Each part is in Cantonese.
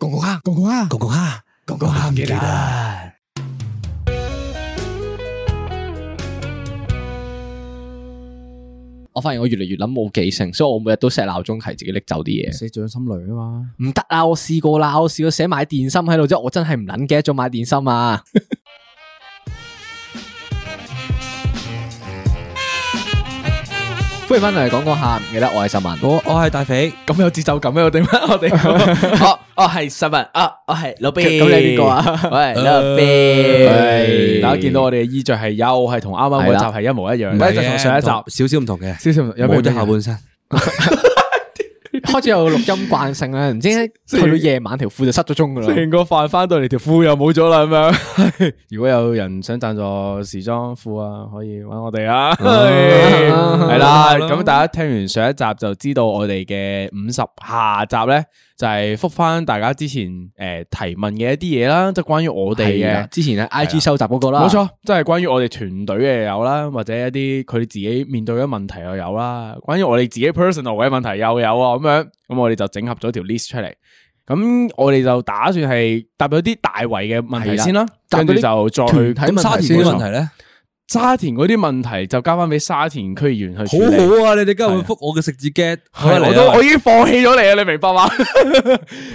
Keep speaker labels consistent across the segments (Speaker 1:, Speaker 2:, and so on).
Speaker 1: Konkoha, konkoha, konkoha, konkohamkeran.
Speaker 2: 我發現我越嚟越諗冇記性，所以我每日都 set 鬧鐘提自己拎走啲嘢。
Speaker 1: 寫掌心雷啊嘛，
Speaker 2: 唔得啊！我試過啦，我試過寫買電芯喺度之後，我真係唔撚記得咗買電芯啊！歡迎翻嚟講講下，唔記得我係十文。
Speaker 1: 我我係大肥，咁有節奏感咩？我哋乜？我哋
Speaker 3: 我我系十文，啊我系老 B，
Speaker 2: 咁你係邊個啊
Speaker 3: 我係老 B，
Speaker 2: 係
Speaker 1: 大家見到我哋嘅衣着係又係同啱啱嗰集係一模一樣，咧就
Speaker 3: ờ,
Speaker 1: 同上一集
Speaker 3: 少少唔同嘅，
Speaker 1: 少少唔同有咩
Speaker 3: 冇咗
Speaker 1: 唔一樣
Speaker 3: 下半身，
Speaker 2: 開始有錄音慣性啊咧，唔知去到夜晚條褲就失咗蹤噶啦。
Speaker 1: 成個飯翻到嚟條褲又冇咗啦咁 樣。如果有人想贊助時裝褲啊，可以揾我哋 啊。係啦，咁大家聽完上一集就知道我哋嘅五十下集咧，就係覆翻大家之前誒提問嘅一啲嘢啦，即係關於我哋
Speaker 2: 係
Speaker 1: 嘅
Speaker 2: 啊。之前喺 I G 收集嗰個啦，
Speaker 1: 冇錯，即係關於我哋團隊嘅有啦，或者一啲佢哋自己面對嘅問題又有啦，關於我哋自己 personal 嘅問題又有啊，咁樣，咁我哋就整合咗條 list 出嚟。咁我哋就打算係答咗啲大圍嘅問題先啦，
Speaker 2: 答
Speaker 1: 跟
Speaker 2: 咗
Speaker 1: 住
Speaker 2: 啲
Speaker 1: 就再
Speaker 2: 團
Speaker 1: 去
Speaker 2: 體問題
Speaker 3: 沙
Speaker 2: 先
Speaker 3: 田
Speaker 2: 啦
Speaker 3: 嗰啲問題咧，
Speaker 1: 沙田嗰啲問題就交翻俾沙田區議員去處
Speaker 3: 好
Speaker 1: 理。
Speaker 3: 好啊！你哋今日會覆我嘅食字 get，
Speaker 1: 係我都我已經放棄咗你啊，你明白嗎？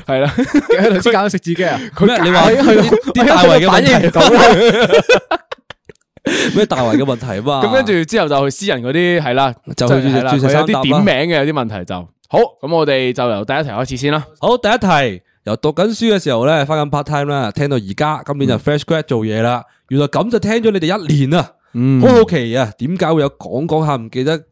Speaker 1: 係啦，
Speaker 2: 喺度之間食自己啊！
Speaker 3: 佢你話啲啲大圍嘅
Speaker 2: 反應唔
Speaker 3: 問
Speaker 2: 到啦。
Speaker 3: 題，咩大圍嘅問題啊嘛？
Speaker 1: 咁跟住之後就去私人嗰啲係啦，
Speaker 3: 就去
Speaker 1: 係係啦
Speaker 3: 鑽石
Speaker 1: 佢有
Speaker 3: 山答啦
Speaker 1: 啲點名嘅有啲問題就好。咁我哋就由第一題開始先啦。
Speaker 3: 好，第一題由讀緊書嘅時候咧，翻緊 part time 啦，聽到而家今年就 fresh grad 做嘢啦，原來咁就聽咗你哋一年啊，
Speaker 1: Ừ.
Speaker 3: 好好奇啊，點解會有講講下唔記得台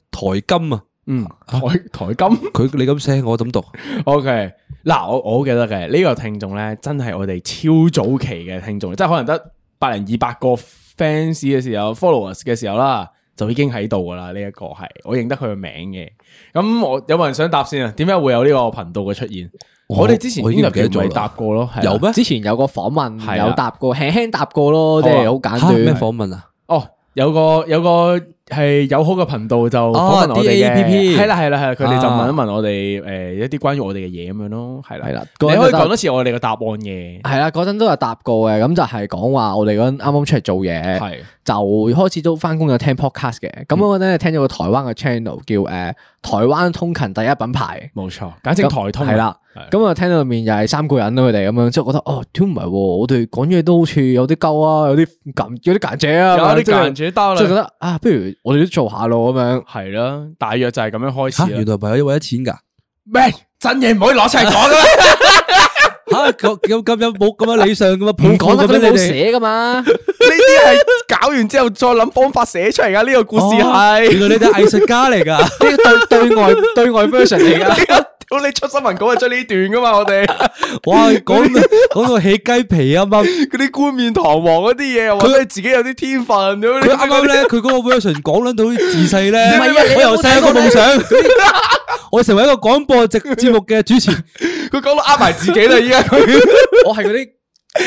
Speaker 3: 金啊？
Speaker 1: 嗯，台台金。
Speaker 3: 佢你咁寫，我咁讀，
Speaker 1: O K，嗱，我我好記得嘅呢、個聽眾咧，真係我哋超早期嘅聽眾，即係可能得百零二百個 fans 嘅時候，followers 嘅時候啦，就已經喺度噶啦。呢、一個係我認得佢嘅名嘅。咁我有冇人想答先啊？點解會有呢個頻道嘅出現？
Speaker 3: 我
Speaker 1: 我哋之前
Speaker 3: 哦我已經唔記得
Speaker 1: 唔
Speaker 3: 咗啦
Speaker 1: 係答過咯，係啊
Speaker 3: 有咩
Speaker 2: 之前有個訪問
Speaker 1: 係
Speaker 2: 有
Speaker 1: 啊
Speaker 2: 答過，輕輕答過咯，即係好簡
Speaker 3: 吓咩
Speaker 2: 短。
Speaker 3: 訪問啊？
Speaker 1: 哦，有個有個係友好嘅頻道就
Speaker 3: 哦
Speaker 1: 訪問我哋嘅，
Speaker 3: DAPP
Speaker 1: 係啦係啦係啦，佢哋就
Speaker 3: 啊
Speaker 1: 問一問我哋誒一啲關於我哋嘅嘢咁樣咯，係啦
Speaker 2: 係啦
Speaker 1: 你
Speaker 2: 嗰陣
Speaker 1: 可以
Speaker 2: 就
Speaker 1: 講多次我哋嘅答案嘅，
Speaker 2: 係啦，嗰陣都有答過嘅，咁就係講話我哋嗰陣啱啱出嚟做嘢，
Speaker 1: 係嗯
Speaker 2: 就開始都翻工有聽 podcast 嘅。咁我嗰陣咧聽咗個台灣嘅 channel 叫誒台灣通勤第一品牌，
Speaker 1: 冇錯，簡稱台通
Speaker 2: 係啦。
Speaker 1: 咁
Speaker 2: 咁啊聽到入面又係三個人啊啦，佢哋咁樣，即係覺得哦，都唔係喎，我哋講嘢都好似有啲鳩啊，有啲緊，有啲揀者啊，
Speaker 1: 有啲
Speaker 2: 即係
Speaker 1: 間住兜
Speaker 2: 即係覺
Speaker 1: 啦，
Speaker 2: 得啊，不如我哋都做下咯咁樣。
Speaker 1: 係啦，大約就係咁樣開
Speaker 3: 吓，
Speaker 1: 始
Speaker 3: 原
Speaker 1: 啦。
Speaker 3: 來唔係為咗錢噶。
Speaker 1: 咩真嘢唔可以攞出嚟講噶啦，
Speaker 3: 吓咁咁咁有冇咁樣理想咁樣抱
Speaker 2: 唔講
Speaker 3: 負
Speaker 2: 得
Speaker 3: 咁樣
Speaker 2: 咁你冇
Speaker 3: 你哋？
Speaker 2: 寫噶嘛？
Speaker 1: 呢啲係搞完之後再諗方法寫出嚟噶。呢個故事係
Speaker 3: 原來你哋藝術家 嚟噶，
Speaker 2: 呢個對對外 對外 version 嚟噶。
Speaker 1: 屌你出新聞稿係將呢段噶嘛，我 哋
Speaker 3: 哇！講講到起雞皮啊啱啱
Speaker 1: 嗰啲冠冕堂皇嗰啲嘢，又話佢自己有啲天分，屌你
Speaker 3: 佢啱啱咧，佢嗰個 version 講撚到好似自細咧，
Speaker 2: 唔係啊你有冇
Speaker 3: 我由細有個夢想， 我成為一個廣播直節目嘅主持，
Speaker 1: 佢講到呃埋自己啦，依家佢
Speaker 2: 我係嗰啲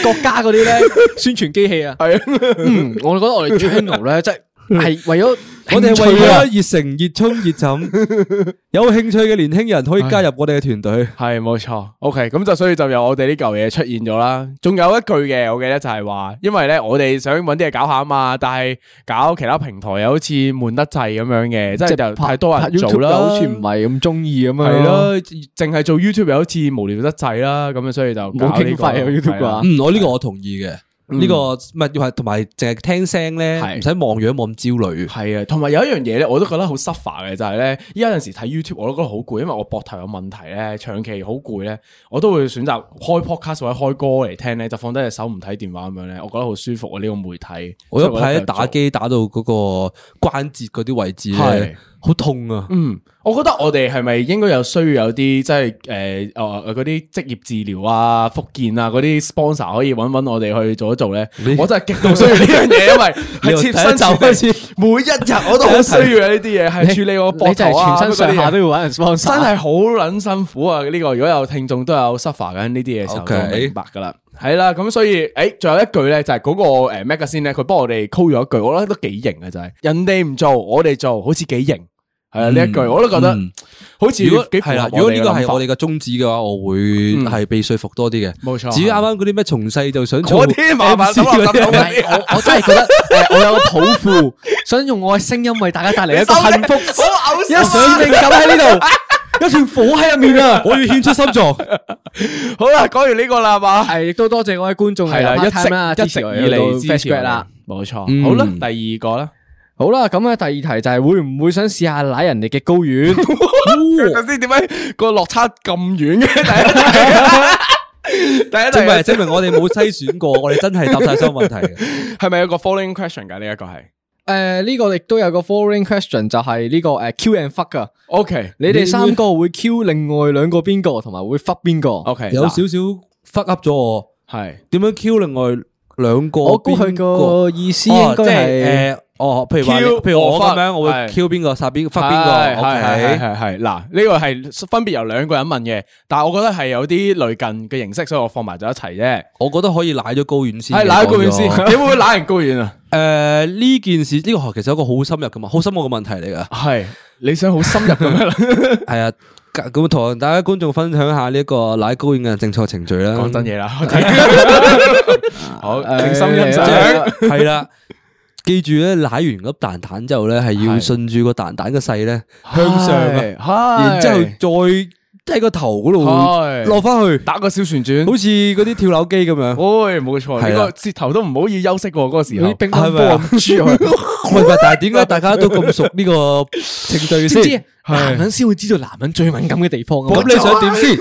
Speaker 2: 國家嗰啲咧宣傳機器啊。
Speaker 1: 係啊
Speaker 2: 嗯，我覺得我哋 channel 咧，即係係為咗
Speaker 3: 我哋係
Speaker 2: 興
Speaker 3: 為
Speaker 2: 趣
Speaker 3: 咗
Speaker 2: 啊
Speaker 3: 熱誠、熱衷、熱枕，有興趣嘅年輕人可以加入我哋嘅團隊。
Speaker 1: 係冇錯，OK，咁就所以就有我哋呢嚿嘢出現咗啦。仲有一句嘅，我記得就係話，因為咧我哋想揾啲嘢搞下啊嘛，但係搞其他平台又好似悶得滯咁樣嘅，即係就太多人做啦，
Speaker 2: 好似唔係咁中意咁樣。
Speaker 1: 係，咯，淨係做 YouTube 又好似無聊得滯啦，咁樣所以就
Speaker 2: 冇
Speaker 1: 搞呢
Speaker 2: 經
Speaker 1: 個
Speaker 2: 費啊 YouTube
Speaker 1: 係啦
Speaker 2: 啩。
Speaker 3: 嗯，我呢個我同意嘅，呢個唔係要係同埋淨係聽聲咧，
Speaker 1: 嗯係
Speaker 3: 唔使望樣冇咁焦慮。
Speaker 1: 係啊，同埋有一樣嘢咧，我都覺得好 suffer 嘅就係咧，依家有陣時睇 YouTube 我都覺得好攰，因為我膊頭有問題咧，長期好攰咧，我都會選擇開 podcast 或者開歌嚟聽咧，就放低隻手唔睇電話咁樣咧，我覺得好舒服啊呢個媒體。
Speaker 3: 我一
Speaker 1: 所以
Speaker 3: 排
Speaker 1: 覺得繼續
Speaker 3: 打機打到嗰個關節嗰啲位置咧
Speaker 1: 係，
Speaker 3: 好好痛啊！
Speaker 1: 嗯，我覺得我哋係咪應該有需要有啲即係诶诶嗰啲職業治療啊、福建啊嗰啲 sponsor 可以揾揾我哋去做一做咧？我真係極度需要呢樣嘢，因 為係切身就開始，每一日我都好需要有呢啲嘢，係處理我
Speaker 2: 你
Speaker 1: 膊
Speaker 2: 就係
Speaker 1: 頭啊
Speaker 2: 全身上下都
Speaker 1: 要。
Speaker 2: 要揾人 sponsor，啊
Speaker 1: 真係好撚辛苦啊！呢、個如果有聽眾都有 suffer 緊呢啲嘢嘅時候，
Speaker 3: OK
Speaker 1: 就明白噶啦。係啦，咁所以誒，仲有一句咧，就係嗰個誒 magazine 咧，佢幫我哋 call 咗一句，我覺得都幾型啊！就係人哋唔做，我哋做，好似幾型。係啊，呢一句我都覺得
Speaker 3: 嗯
Speaker 1: 好似
Speaker 3: 如果
Speaker 1: 幾
Speaker 3: 係啦，
Speaker 1: 符
Speaker 3: 如
Speaker 1: 合
Speaker 3: 果呢個係我
Speaker 1: 哋
Speaker 3: 哋嘅宗旨嘅話，我會係被說服多啲嘅。
Speaker 1: 嗯冇錯
Speaker 3: 至於啱啱嗰啲咩從細就想
Speaker 1: 我
Speaker 3: 做
Speaker 1: 啲麻 煩
Speaker 3: MC
Speaker 1: 手
Speaker 3: 嗰
Speaker 1: 啊，
Speaker 3: 啲
Speaker 1: 手
Speaker 2: 唔係我我真係覺得誒，我有個抱負， 想用我嘅聲音為大家帶嚟一 個幸福，
Speaker 1: 好
Speaker 2: 一使命感喺呢度， 一團火喺入面啊！
Speaker 3: 我要獻出心 臟。
Speaker 1: 好啦，講完呢個啦係嘛，
Speaker 2: 係亦都多謝各位觀眾
Speaker 1: 係啦，
Speaker 2: 由 part time 啦
Speaker 1: 一直一
Speaker 2: 支持
Speaker 1: 直
Speaker 2: 我
Speaker 1: 以嚟
Speaker 2: 到
Speaker 1: 支
Speaker 2: fresh
Speaker 1: 持
Speaker 2: grad 啦。，
Speaker 1: 冇錯。
Speaker 3: 嗯
Speaker 1: 好啦，第二個啦，
Speaker 2: 好啦，咁咧第二題就係會唔會想試下舐人哋嘅睾丸？
Speaker 1: 頭先點解個落差咁遠嘅？ 第一題，第
Speaker 3: 證
Speaker 1: 一
Speaker 3: 明
Speaker 1: 題
Speaker 3: 證明我哋冇篩選過，我哋真係答晒所有問題嘅。
Speaker 1: 係咪有個 following question 㗎？呢一個係
Speaker 2: 誒呢個亦都有個 foreign question，就係呢個誒 Q and fuck 噶。
Speaker 1: OK，
Speaker 2: 你哋三個會 Q 另外兩個邊個，同埋會 fuck 邊個？
Speaker 1: OK
Speaker 3: 有
Speaker 1: 嗱
Speaker 3: 少少 fuck up 咗我，
Speaker 1: 係
Speaker 3: 點樣 Q 另外兩個邊個？
Speaker 2: 我估佢個意思應該
Speaker 3: 哦即
Speaker 2: 係
Speaker 3: 係誒，哦，譬如話你，
Speaker 1: Q
Speaker 3: 譬如我
Speaker 1: 我
Speaker 3: 咁
Speaker 1: fuck，
Speaker 3: 樣，我會
Speaker 1: 係
Speaker 3: Q 邊個殺邊個，fuck
Speaker 1: 係
Speaker 3: 邊個
Speaker 1: 係係係
Speaker 3: ？OK，
Speaker 1: 係係嗱，呢個係分別由兩個人問嘅，但係我覺得係有啲類近嘅形式，所以我放埋咗一齊啫。
Speaker 3: 我覺得可以舐咗高遠先嘅。
Speaker 1: 係舐高
Speaker 3: 講
Speaker 1: 遠
Speaker 3: 咗
Speaker 1: 先， 你會唔會舐人高遠啊？。
Speaker 3: 诶，呢件事呢個其實有一個好深入嘅嘛，好深奧嘅問題嚟噶
Speaker 1: 系你想好深入咁樣 啦，
Speaker 3: 係啊，咁同大家觀眾分享下呢一個奶高院嘅正確程序啦。
Speaker 1: 講真
Speaker 3: 嘢，
Speaker 1: 嘢 啦。 好，靜心欣
Speaker 3: 即
Speaker 1: 賞。
Speaker 3: 係係啦。記住咧，奶完粒蛋蛋之後咧，係要
Speaker 1: 係
Speaker 3: 順住個蛋蛋嘅勢咧向上啊，
Speaker 1: 啊
Speaker 3: 然之后再喺個頭嗰
Speaker 1: 係
Speaker 3: 度落翻去，
Speaker 1: 打個小旋轉。
Speaker 3: 好似嗰啲跳樓機咁樣。
Speaker 1: 喂，冇錯，
Speaker 3: 係
Speaker 1: 呢
Speaker 3: 啦
Speaker 1: 個舌頭都唔好要休息喎，嗰個時
Speaker 2: 嗰啲
Speaker 1: 候。
Speaker 2: 乒乓
Speaker 3: 係
Speaker 2: 波
Speaker 3: 咪啊
Speaker 2: 咁豬落去。
Speaker 3: 唔係唔係，但係點解大家都咁熟呢個程序
Speaker 2: 知唔
Speaker 3: 先
Speaker 2: 知？男人先會知道男人最敏感嘅地方㗎嘛
Speaker 3: 咁你想點先？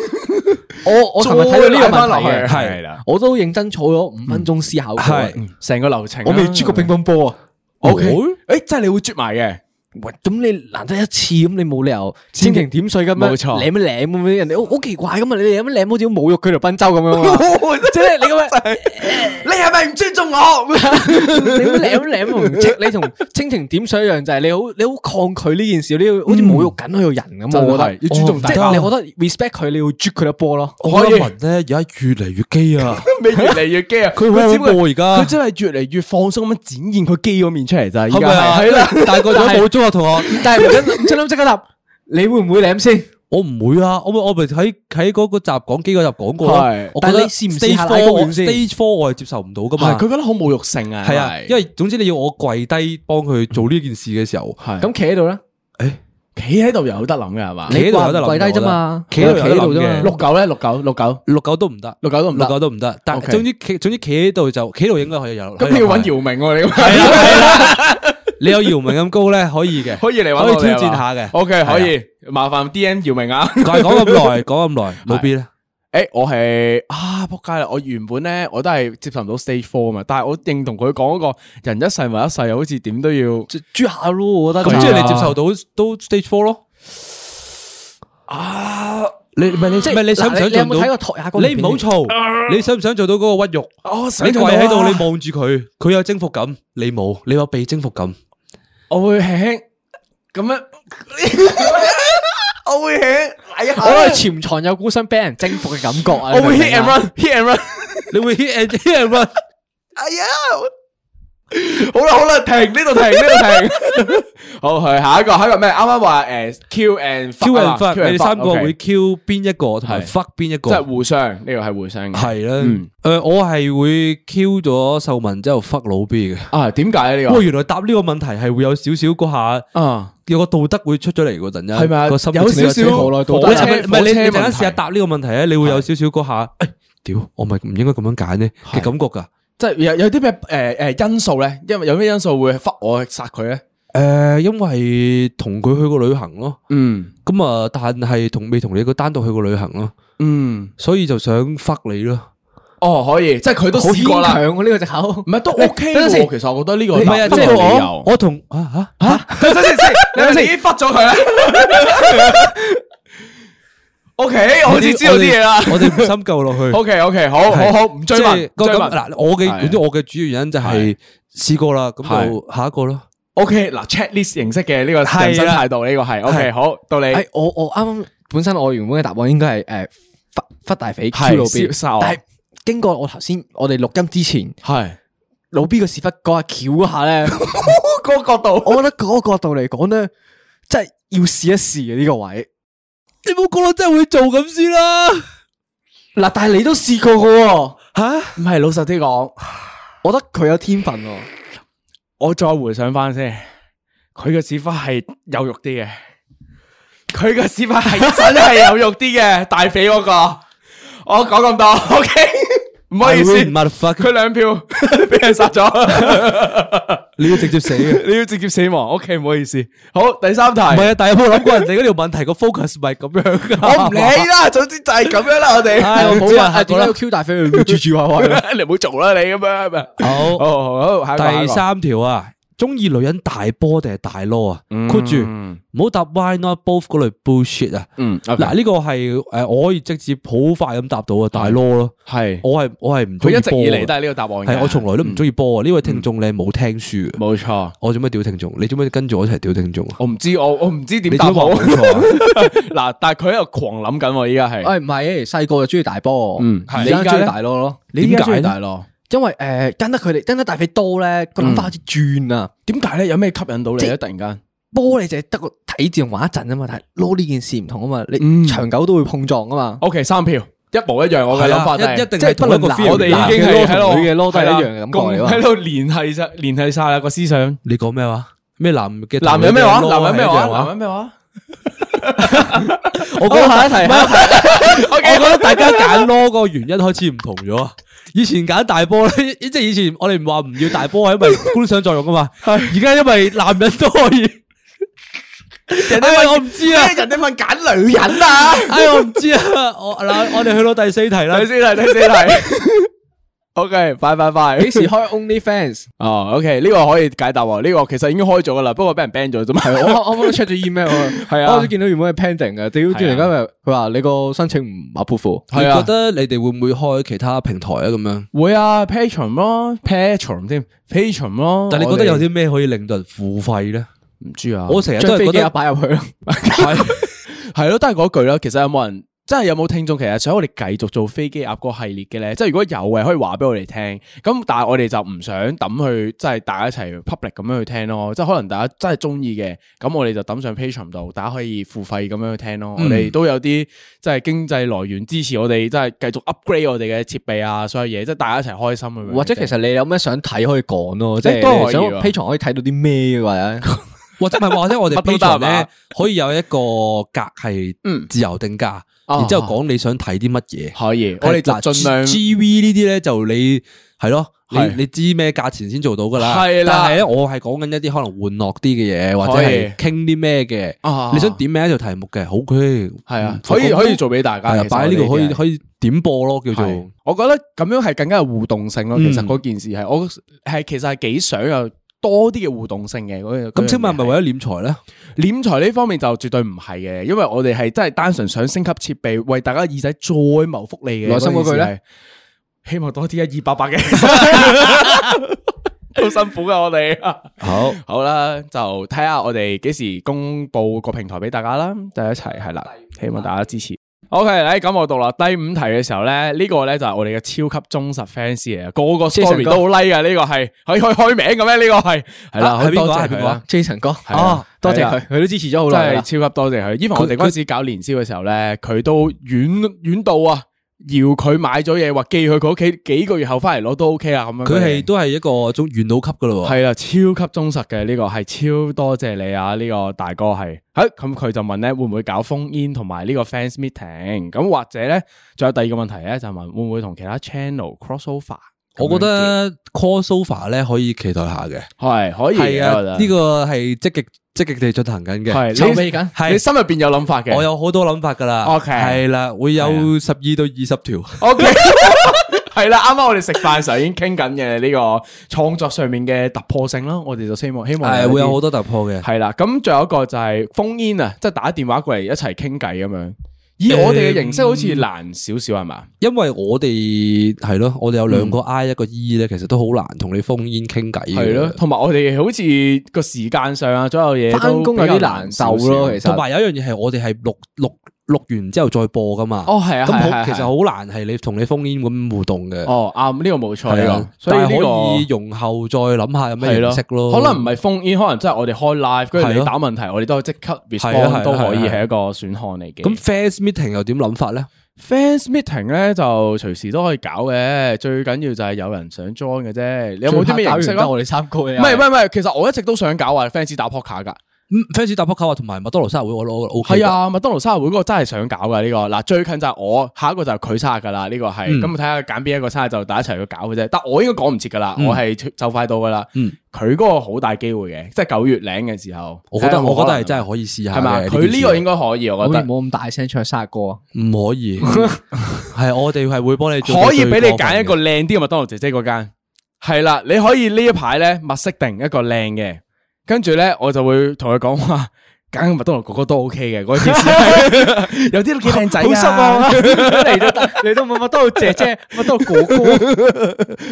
Speaker 2: 我我琴日睇到呢個
Speaker 1: 翻落
Speaker 2: 問題
Speaker 1: 去，
Speaker 2: 嘅，
Speaker 1: 係啦，
Speaker 2: 我都認真坐咗五分鐘思考過啊。
Speaker 3: 係
Speaker 1: 成個流程啊。
Speaker 2: 我未啜過乒乓波啊。
Speaker 1: O K，诶，真係你會啜埋 嘅。
Speaker 2: 喂，咁你難得一次，咁你冇理由蜻蜓點水咁樣，
Speaker 1: 冇錯
Speaker 2: 舐一舐咁樣，人哋好好奇怪咁嘛，你舐一舐好似侮辱佢條賓州咁樣啊嘛即係 你咁 樣。
Speaker 1: 你係咪唔尊重我？
Speaker 2: 你好舐舐同蜻 你同蜻蜓點水一樣，就係你好你好抗拒呢件事，你要好似侮辱緊佢個人咁，
Speaker 1: 真係
Speaker 2: 我覺得
Speaker 1: 要尊重
Speaker 2: 哦
Speaker 1: 大
Speaker 2: 即
Speaker 1: 家
Speaker 2: 嗯係你覺得 respect 佢，你要啜佢一波咯。
Speaker 3: 我覺得文咧而家越嚟越基啊！
Speaker 1: 未越嚟越驚啊！
Speaker 3: 佢好
Speaker 1: 只會
Speaker 3: 恐怖而家
Speaker 1: 佢真係越嚟越放鬆咁樣展現佢肌嗰面出嚟咋，
Speaker 3: 係
Speaker 1: 係
Speaker 3: 咪啊？
Speaker 1: 係啦，
Speaker 3: 大個咗冇中學同學，
Speaker 2: 但係唔 想唔想諗即刻答，你會唔會舐先？
Speaker 3: 我唔會啊！我咪我咪喺喺嗰個集講幾個集講過
Speaker 1: 係
Speaker 3: 咯。我覺得
Speaker 2: 但你試唔試下
Speaker 3: stage
Speaker 2: 拉高遠
Speaker 3: four
Speaker 2: 先
Speaker 3: stage four 我係接受唔到噶
Speaker 1: 係
Speaker 3: 嘛
Speaker 1: 佢。覺得好冇肉性啊，
Speaker 3: 係啊，因為總之你要我跪低幫佢做呢件事嘅時候，
Speaker 1: 係
Speaker 2: 咁企喺度咧，
Speaker 1: 企喺度又有得諗嘅係嘛？
Speaker 3: 企喺度
Speaker 2: 話
Speaker 3: 有得諗
Speaker 2: 跪低啫嘛，
Speaker 3: 我覺得企喺度有
Speaker 2: 我
Speaker 3: 得諗
Speaker 2: 企
Speaker 3: 嘅
Speaker 2: 喺度啫
Speaker 1: 六
Speaker 2: 嘛。
Speaker 1: 九咧，六九六九
Speaker 3: 六九都唔得，
Speaker 1: 六九都唔
Speaker 3: 六
Speaker 1: 得
Speaker 3: 九。都唔得。但
Speaker 1: OK
Speaker 3: 係總之企總之企喺度就企喺度應該可以有。
Speaker 1: 咁
Speaker 3: 可以
Speaker 1: 你要
Speaker 3: 有
Speaker 1: 揾
Speaker 3: 牌
Speaker 1: 姚明喎，你
Speaker 3: 啊係啊啦係啦，你有姚明咁高咧，可以嘅，
Speaker 1: 可以嚟揾
Speaker 3: 可以挑戰下嘅。
Speaker 1: O K，
Speaker 3: 係啊
Speaker 1: 可。以麻煩 D M 姚明啊。
Speaker 3: 講講咁耐，講咁耐，老 B 咧，
Speaker 1: 誒，我係啊，仆街啦！我原本咧我都係接受唔到 stage four 啊嘛，但係我認同佢講嗰個人一世物一世，好似點都要
Speaker 2: 啜下咯，我覺得
Speaker 3: 咁即係你接
Speaker 2: 就
Speaker 3: 受到都 stage four 咯。
Speaker 1: 啊，
Speaker 3: 你唔係你即係你想唔
Speaker 2: 嗱
Speaker 3: 想
Speaker 2: 你有冇睇
Speaker 3: 做
Speaker 2: 過
Speaker 3: 到？
Speaker 2: 托下嗰條
Speaker 3: 你唔好
Speaker 2: 片
Speaker 3: 嘈，你想唔想做到嗰個屈辱？
Speaker 1: 我
Speaker 3: 你
Speaker 1: 你
Speaker 3: 跪喺度，你望住佢，佢有征服感，你冇，你有被征服感。
Speaker 1: 我會輕輕咁樣，我會輕輕舐一下
Speaker 2: 我係潛藏有股想俾人征服嘅感覺啊！
Speaker 1: 我會
Speaker 2: 你
Speaker 1: Oh， hit
Speaker 2: 明唔
Speaker 1: and
Speaker 2: 明啊
Speaker 1: run，hit and run。
Speaker 3: 你會 hit and hit and run，
Speaker 1: 哎呀，好啦好啦，停呢度 停呢度停。好，去下一個，下一個咩？啱啱話誒 Q and
Speaker 3: q
Speaker 1: fuck
Speaker 3: and
Speaker 1: 啊
Speaker 3: fuck，你哋三個
Speaker 1: OK
Speaker 3: 會 Q 邊一個，同埋
Speaker 1: 係
Speaker 3: fuck 邊一
Speaker 1: 即
Speaker 3: 個
Speaker 1: 係，互相，呢個係互相嘅。
Speaker 3: 係啦
Speaker 1: 嗯。
Speaker 3: 誒，我係會 Q 咗秀文之後 fuck 老 B 嘅。
Speaker 1: 啊，點解呢
Speaker 3: 哇，
Speaker 1: 個？
Speaker 3: 原來答呢個問題係會有少少嗰下，
Speaker 1: 啊，
Speaker 3: 有個道德會出咗嚟嗰陣，
Speaker 1: 係咪啊
Speaker 3: 個心
Speaker 1: 有少少
Speaker 3: 好
Speaker 1: 無
Speaker 3: 耐
Speaker 1: 奈
Speaker 3: 道
Speaker 1: 道
Speaker 3: 德。
Speaker 1: 德
Speaker 3: 唔係唔係你
Speaker 1: 火車
Speaker 3: 你陣間
Speaker 1: 問題
Speaker 3: 試下答呢個問題咧，你會有少少嗰
Speaker 1: 啊
Speaker 3: 下，哎屌，我咪唔應該咁樣揀呢嘅感覺㗎。
Speaker 1: 即係有有啲咩誒誒因素咧？因為有咩因素會忽我殺佢咧？
Speaker 3: 诶、因為同佢去過旅行咯，
Speaker 1: 嗯
Speaker 3: 咁啊，但係同未同你個單獨去過旅行咯，
Speaker 1: 嗯，
Speaker 3: 所以就想 fuck 你咯。
Speaker 1: 哦，可以，即係佢都
Speaker 2: 好
Speaker 1: 試過啦
Speaker 2: 牽，強啊呢個藉口
Speaker 1: 唔。係都 OK
Speaker 2: 等陣
Speaker 1: 喎。
Speaker 2: 先
Speaker 1: 其實我覺得呢個
Speaker 3: 唔
Speaker 1: 唔
Speaker 3: 係啊，即
Speaker 1: 係
Speaker 3: 係
Speaker 1: 理
Speaker 3: 我
Speaker 1: 由。
Speaker 3: 我同啊吓
Speaker 1: 等陣先，你係咪已經忽咗佢啦 ？OK，我好似知道啲嘢啦。
Speaker 3: 我哋唔深究落 去。
Speaker 1: OK OK，好好好，唔追
Speaker 3: 即
Speaker 1: 問
Speaker 3: 係，
Speaker 1: 唔
Speaker 3: 個
Speaker 1: 追
Speaker 3: 咁
Speaker 1: 問。
Speaker 3: 嗱，我嘅
Speaker 1: 係
Speaker 3: 總之我嘅主要原因就係試過啦，咁就下一個咯。
Speaker 1: OK，嗱，checklist 形式嘅呢個人
Speaker 3: 係
Speaker 1: 生
Speaker 3: 啦
Speaker 1: 態度呢個係哎 OK，好到你。
Speaker 2: 係我我啱啱本身我原本嘅答案應該係诶忽忽大肥
Speaker 1: 係
Speaker 2: 超老 B，
Speaker 1: 燒燒
Speaker 2: 但係經過我頭先我哋錄音之前，
Speaker 1: 係
Speaker 2: 老 B 個屎忽嗰下翹嗰下咧，
Speaker 1: 嗰個角度，
Speaker 2: 我覺得嗰個角度嚟講咧，真係要試一試嘅呢個位。
Speaker 3: 你冇講到真係會做咁先啦。
Speaker 2: 嗱，但係你都試過嘅喎，
Speaker 3: 吓，
Speaker 1: 唔係老實啲講，
Speaker 2: 我覺得佢有天分喎。
Speaker 1: 我再回想翻先，佢嘅屎忽係有肉啲嘅，佢嘅屎忽 係真係有肉啲嘅，大肥嗰個，我講咁多，OK，唔好意思，
Speaker 3: motherfucker，
Speaker 1: 佢兩票 俾人殺 咗，
Speaker 3: 你要直 接死嘅。
Speaker 1: 你要直接死亡，OK，唔好意思，好，第三題，
Speaker 3: 唔係啊，但係有冇諗過人哋嗰條問題個 focus 咪咁樣噶？
Speaker 1: 我唔理啦，總之就係咁樣啦，我哋，
Speaker 3: 唉我唔知啊
Speaker 2: 啊，點解要 Q 大肥佢住住壞 壞咧？
Speaker 1: 你唔好做啦，你咁樣係咪？
Speaker 3: 好
Speaker 1: 好好好，下一個
Speaker 3: 第，三條啊，中意女人大波定係大攞啊？
Speaker 1: 嗯
Speaker 3: 括住唔好答 why not both 嗰類 bullshit 啊。
Speaker 1: 嗯
Speaker 3: 嗱呢個係诶，誒我可以直接好快咁答到啊，大攞咯。
Speaker 1: 係
Speaker 3: 我係我係唔中
Speaker 1: 嗯佢
Speaker 3: 意
Speaker 1: 一直
Speaker 3: 波
Speaker 1: 以嚟都係呢個答嗯案嘅，
Speaker 3: 系我從來都唔中意波啊。呢位聽眾你係冇聽書嘅，
Speaker 1: 冇錯。
Speaker 3: 我做咩屌聽眾？你做咩跟住我一齊屌聽眾啊？
Speaker 1: 我唔知，我我唔知點
Speaker 3: 你
Speaker 1: 答
Speaker 3: 做咩話
Speaker 1: 好。
Speaker 3: 冇錯啊？
Speaker 1: 嗱，但係佢喺度狂諗緊喎，依家係。
Speaker 2: 诶，哎唔係，細個就中意大波，
Speaker 1: 嗯係
Speaker 2: 而家中
Speaker 1: 點解咧
Speaker 2: 意大咯咯。
Speaker 3: 你點
Speaker 2: 點
Speaker 3: 解
Speaker 2: 解
Speaker 3: 咧
Speaker 2: 呢
Speaker 1: 大咯？
Speaker 2: 因為诶跟得佢哋跟得大肥多咧，個諗法好似轉啊。
Speaker 3: 嗯
Speaker 1: 點解咧？有咩吸引到你咧？突然間，
Speaker 2: 波你就係得個睇字同玩一陣啊嘛，但係攞呢件事唔同啊嘛，
Speaker 1: 嗯
Speaker 2: 你長久都會碰撞啊嘛。
Speaker 1: OK，三票一模一樣，我嘅
Speaker 3: 係啦
Speaker 1: 諗法
Speaker 3: 一
Speaker 1: 就係
Speaker 3: 一定
Speaker 2: 即係啊
Speaker 3: 係同一個
Speaker 2: 不論
Speaker 3: feel
Speaker 2: 男
Speaker 1: 我哋已經
Speaker 2: 男
Speaker 1: 係
Speaker 2: 嘅
Speaker 1: 喺
Speaker 2: law
Speaker 1: 度，
Speaker 2: 同女嘅 law 都係一
Speaker 1: 啦
Speaker 2: 樣嘅感覺
Speaker 1: 共
Speaker 2: 嚟㗎
Speaker 1: 喺度聯繫晒，聯繫晒啦個思想。
Speaker 3: 你講咩話？咩男嘅
Speaker 1: 男人咩話？
Speaker 3: 同女嘅
Speaker 1: 男人咩
Speaker 3: 係一
Speaker 1: 話？
Speaker 3: 樣
Speaker 1: 男人咩話？
Speaker 3: 我覺得下一題，
Speaker 2: 啊
Speaker 3: 我
Speaker 1: OK
Speaker 3: 覺得大家揀 law 個原因開始唔同咗。啊以前揀大波咧， 即係以前我哋唔話唔要大波係因 為觀賞作用啊嘛。而家因為男人都可以，人哋我唔知啊。
Speaker 1: 人哋問揀女人啊！
Speaker 3: 唉，我唔知啊，我嗱，我哋去到第四題啦
Speaker 1: 睇。先嚟，睇先嚟。OK，快快快！
Speaker 2: 幾時開 OnlyFans？
Speaker 1: 哦，OK，呢個可以解答喎。呢個其實已經開咗噶啦，不過俾人 ban 咗啫嘛。
Speaker 2: 係 我我啱啱 check 咗 email 啊，
Speaker 1: 係啊
Speaker 2: 我都見到原本係 pending 嘅，屌，突然間咪佢話你個申請唔 approve，
Speaker 3: 你
Speaker 1: 係啊
Speaker 3: 覺得你哋會唔會開其他平台啊？咁樣，
Speaker 1: 會啊，Patron 咯，Patron 添，Patron 咯。
Speaker 3: 但你覺
Speaker 1: 我
Speaker 3: 得
Speaker 1: 哋
Speaker 3: 有啲咩可以令到人付費咧？
Speaker 1: 唔知啊？
Speaker 3: 我成日都
Speaker 2: 將
Speaker 3: 係
Speaker 2: 飛
Speaker 3: 覺
Speaker 2: 機啊
Speaker 3: 得
Speaker 2: 擺入去咯。
Speaker 3: 係
Speaker 1: 係咯，都係嗰句啦。其實有冇人，真係有冇聽眾其實想我哋繼續做飛機鴨哥系列嘅咧？即係如果有嘅，可以話俾我哋聽。咁但係我哋就唔想抌去，即係大家一齊 public 咁樣去聽咯。即係可能大家真係中意嘅，咁我哋就抌上 Patreon 度，大家可以付費咁樣去聽
Speaker 3: 嗯
Speaker 1: 咯。我哋都有啲即係經濟來源支持我哋，即係繼續 upgrade 我哋嘅設備啊，所有嘢，即係大家一齊開心咁樣。
Speaker 2: 或者其實你有咩想睇可以講咯，即係啊
Speaker 1: 都可以
Speaker 2: 想
Speaker 1: 喎
Speaker 2: P 床可以睇到啲咩嘅話，
Speaker 3: 或者唔係，或者我 哋
Speaker 1: 乜
Speaker 3: P
Speaker 1: 都啊得
Speaker 3: 場
Speaker 1: 係嘛
Speaker 3: 咧可以有一個格係
Speaker 1: 嗯
Speaker 3: 自由定價，
Speaker 1: 哦
Speaker 3: 然之後講你想睇啲乜嘢。
Speaker 1: 可以，我哋就
Speaker 3: 係嗱
Speaker 1: 盡量
Speaker 3: G V 呢啲咧就你係咯，你
Speaker 1: 係
Speaker 3: 你知咩價錢先做到噶啦。
Speaker 1: 係啦
Speaker 3: 但係咧我係講緊一啲可能玩樂啲嘅嘢，或者
Speaker 1: 可以
Speaker 3: 係傾啲咩嘅。
Speaker 1: 啊
Speaker 3: 你想點咩一條題目嘅？好佢
Speaker 1: 係啊，可以可以做俾大家。
Speaker 3: 嗯係啊
Speaker 1: 其實
Speaker 3: 擺喺呢度
Speaker 1: 我
Speaker 3: 可
Speaker 1: 哋
Speaker 3: 以
Speaker 1: 嘅
Speaker 3: 可以點播咯，叫做
Speaker 1: 係我覺得咁樣係更加有互動性咯。其
Speaker 3: 嗯
Speaker 1: 實嗰件事係我係其實係幾想有多啲嘅互動性嘅嗰樣
Speaker 3: 咁。請問係咪
Speaker 1: 嗰樣嘢
Speaker 3: 為咗斂財咧？
Speaker 1: 斂財呢方面就絕對唔係嘅，因為我哋係真係單純想升級設備，為大家耳仔再謀福利嘅。
Speaker 2: 內心嗰句呢
Speaker 1: 件事係，希望多啲一二八八嘅， 好辛苦噶我哋。
Speaker 3: 好，
Speaker 1: 好啦，就睇下我哋幾時公布個平台俾大家啦，就一齊係啦，希望大家支持。OK，嚟咁我到啦，第五題嘅時候咧，呢、個咧就係我哋嘅超級忠實 fans 嚟嘅，個個
Speaker 2: Jason
Speaker 1: story
Speaker 2: 哥
Speaker 1: 都 like 嘅，呢、個係可以可以開名嘅咩？呢、個係係啦，
Speaker 3: 啊
Speaker 1: 好
Speaker 3: 係邊個
Speaker 1: 多謝
Speaker 3: 係邊
Speaker 1: 佢
Speaker 3: 個
Speaker 1: 啦
Speaker 3: 啊，
Speaker 2: ，Jason 哥，
Speaker 1: 係啊
Speaker 2: 哦，多謝
Speaker 1: 係啊
Speaker 2: 佢，佢都支持咗好
Speaker 1: 真
Speaker 2: 耐
Speaker 1: 係
Speaker 2: 啦。
Speaker 1: 超級多謝佢。因為我哋嗰陣時搞年宵嘅時候咧，佢都遠遠到啊，搖佢買咗嘢，話寄去佢屋企幾個月後翻嚟攞都 OK 啊，咁樣
Speaker 3: 佢係都係一個種元老級噶咯喎。
Speaker 1: 系啦，超級忠實嘅呢個係超多謝你啊！呢、個大哥係，好咁佢就問咧會唔會搞封煙同埋呢個 fans meeting，咁或者咧仲有第二個問題咧就問會唔會同其他 channel crossover？
Speaker 3: 我覺得 call sofa 咧可以期待下嘅，
Speaker 1: 係可以
Speaker 3: 係
Speaker 1: 嘅，哎我覺
Speaker 3: 啊，
Speaker 1: 得
Speaker 3: 呢個係積極積極地進行緊嘅。
Speaker 1: 係
Speaker 2: 籌備緊
Speaker 1: 你你心入邊有諗法嘅，
Speaker 3: 我有好多諗法噶啦
Speaker 1: OK
Speaker 3: 係啦，會
Speaker 1: 係 啊
Speaker 3: 有十二到二十條，
Speaker 1: OK，系啦，啱啱我哋食饭时候已经倾紧嘅呢个创作上面嘅突破性啦，我哋就希望希望
Speaker 3: 系会有好
Speaker 1: 多
Speaker 3: 多突破嘅。
Speaker 1: 系啦。咁仲有一个就系封煙啊，即系打电话过嚟一齐倾偈咁样。以我哋嘅形式好似难少少系嘛？
Speaker 3: 因为我哋系咯，我哋有两个
Speaker 1: 嗯
Speaker 3: I 一个 E 咧，其实都好难同你封煙傾偈
Speaker 1: 系
Speaker 3: 嘅。
Speaker 1: 咯，同埋我哋好似个时间上啊，所有嘢都
Speaker 2: 翻工有
Speaker 1: 比
Speaker 2: 啲
Speaker 1: 較
Speaker 2: 難受
Speaker 1: 少少
Speaker 2: 咯，其實
Speaker 3: 同埋有一樣嘢係我哋係錄錄錄完之後再播噶嘛。
Speaker 1: 哦係啊
Speaker 3: 咁
Speaker 1: 係啊係啊
Speaker 3: 好其
Speaker 1: 係啊
Speaker 3: 實好難係你同你封煙咁互動嘅。
Speaker 1: 哦，啱呢个冇错呢
Speaker 3: 係
Speaker 1: 个
Speaker 3: 啊，，
Speaker 1: 所以
Speaker 3: 但
Speaker 1: 呢
Speaker 3: 係
Speaker 1: 個
Speaker 3: 可以容後再諗下有咩
Speaker 1: 係
Speaker 3: 形式咯。
Speaker 1: 可能唔係封煙，可能真係我哋開 live，跟住
Speaker 3: 係
Speaker 1: 你
Speaker 3: 咯
Speaker 1: 打問題，我哋都可以即刻
Speaker 3: 係啊
Speaker 1: respond
Speaker 3: 係
Speaker 1: 都可以
Speaker 3: 係係
Speaker 1: 係一個選項嚟嘅。
Speaker 3: 咁 fans meeting 又點諗法咧？
Speaker 1: fans meeting 咧就隨時都可以搞嘅，最緊要就係有人想 join 嘅啫。你有冇啲咩形式
Speaker 2: 最怕搞完得
Speaker 1: 啊？
Speaker 2: 我哋三個
Speaker 1: 唔係唔係唔係，其實我一直都想搞啊 fans 打 p o k e 噶，
Speaker 3: 嗯 fans 搭 p o 啊，同埋麥當勞生日會我我 O K。
Speaker 1: 係，啊，麥當勞生日會嗰個真係想搞噶呢個。嗱，最近就係我，下一個就係佢生日噶啦，呢個係
Speaker 3: 嗯
Speaker 1: 咁睇下揀邊一個生日就大家一齊去搞嘅啫。但我應該趕唔切噶啦，我係就快到噶啦。
Speaker 3: 嗯
Speaker 1: 佢嗰個好大機會嘅，即係九月零嘅時候，
Speaker 3: 我覺得我覺得係
Speaker 1: 係啊
Speaker 3: 真係可以試下
Speaker 1: 系嘛？
Speaker 3: 嘅
Speaker 1: 佢呢個
Speaker 3: 件
Speaker 1: 應該可以，我
Speaker 2: 我哋
Speaker 1: 覺得
Speaker 2: 冇咁大聲唱生日歌啊！
Speaker 3: 事唔可 以，係我哋係會幫你做到
Speaker 1: 可以俾你
Speaker 3: 最過
Speaker 1: 揀
Speaker 3: 分
Speaker 1: 一個靚啲嘅麥當勞姐姐嗰間。係啦，你可以呢一排咧物色定一個靚嘅，跟住咧我就會同佢講話，揀麥當勞哥哥都 OK 嘅，嗰 件事係有啲幾靚仔
Speaker 2: 好失望 啊！
Speaker 1: 啊！
Speaker 2: 嚟都得，嚟都冇乜都姐姐，乜都哥哥，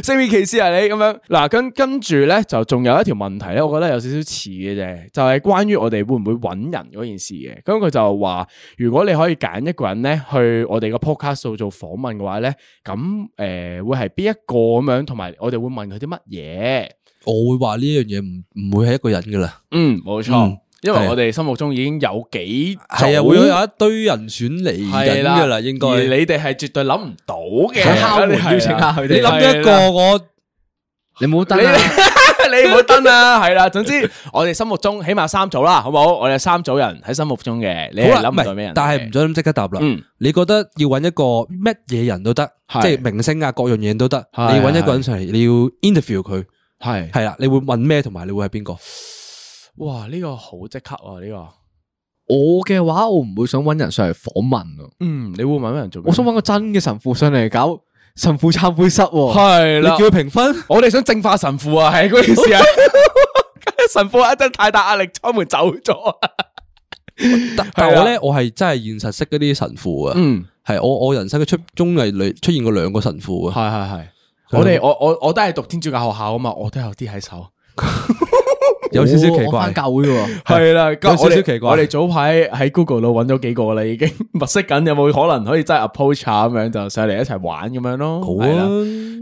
Speaker 1: 性別歧視啊你咁樣嗱，跟跟住咧就仲有一條問題咧，我覺得有少少似嘅啫，就係關於我哋會唔會揾人嗰件事嘅。咁佢就話，如果你可以揀一個人咧去我哋個 podcast 度做訪問嘅話咧，咁诶、呃、会系边一個咁樣，同埋我哋會問佢啲乜嘢？
Speaker 3: 我會話呢樣嘢唔唔會係一個人噶啦。
Speaker 1: 嗯，冇錯，
Speaker 3: 嗯
Speaker 1: 因為
Speaker 3: 係
Speaker 1: 我哋心目中已經有幾
Speaker 3: 係啊，
Speaker 1: 組
Speaker 3: 會有一堆人選嚟緊
Speaker 1: 係
Speaker 3: 噶啦，應該。
Speaker 1: 而你哋係絕對諗唔到嘅，
Speaker 2: 想敲門
Speaker 1: 係啦
Speaker 2: 邀請下佢
Speaker 3: 啊
Speaker 2: 哋
Speaker 3: 你諗咗一個我。
Speaker 2: 你冇得
Speaker 1: 你 你唔好登啦，系啦。总之我哋心目中起码三组啦，好唔好？我哋三组人喺心目中嘅，你係
Speaker 3: 好啦，
Speaker 1: 谂
Speaker 3: 唔
Speaker 1: 唔到咩人？
Speaker 3: 但系唔想即刻答啦。
Speaker 1: 嗯
Speaker 3: 你覺得要揾一個乜嘢人都得
Speaker 1: 係，
Speaker 3: 即係明星啊，各樣嘢都得。你
Speaker 1: 係
Speaker 3: 揾一個人上嚟，你要 interview 佢，
Speaker 1: 系
Speaker 3: 係啦，你會問咩，同埋你會係邊個？
Speaker 1: 哇，呢个好即刻啊！呢个
Speaker 2: 我嘅話，我唔會想揾人上嚟訪問啊！
Speaker 1: 嗯，你会搵咩人做咩？
Speaker 2: 我想揾個真嘅神父上嚟搞神父忏悔室喎。
Speaker 1: 系
Speaker 3: 你
Speaker 1: 啦
Speaker 3: 叫，佢評分，
Speaker 1: 我哋想净化神父啊，系嗰件事啊。 神父啊一真太大压力，开門走咗。啊
Speaker 3: 但但我咧，我係真係現實識嗰啲神父啊，
Speaker 1: 嗯，
Speaker 3: 係我我人生嘅出中係嚟出現過兩個神父
Speaker 1: 系
Speaker 3: 啊，
Speaker 1: 系系。我哋我我我都係讀天主教學校啊嘛，我都有啲喺手。
Speaker 3: 有少少
Speaker 2: 我
Speaker 3: 奇
Speaker 2: 我
Speaker 3: 怪
Speaker 2: 返。教會喎。
Speaker 1: 系啦，咁
Speaker 3: 有少
Speaker 1: 我哋
Speaker 3: 少奇怪
Speaker 1: 我哋早排喺 Google 度揾咗幾個啦，已經物色緊有冇可能可以真係 approach 下咁樣，就上嚟一齊玩咁樣咯。
Speaker 3: 好
Speaker 1: 係
Speaker 3: 啊
Speaker 1: 啦，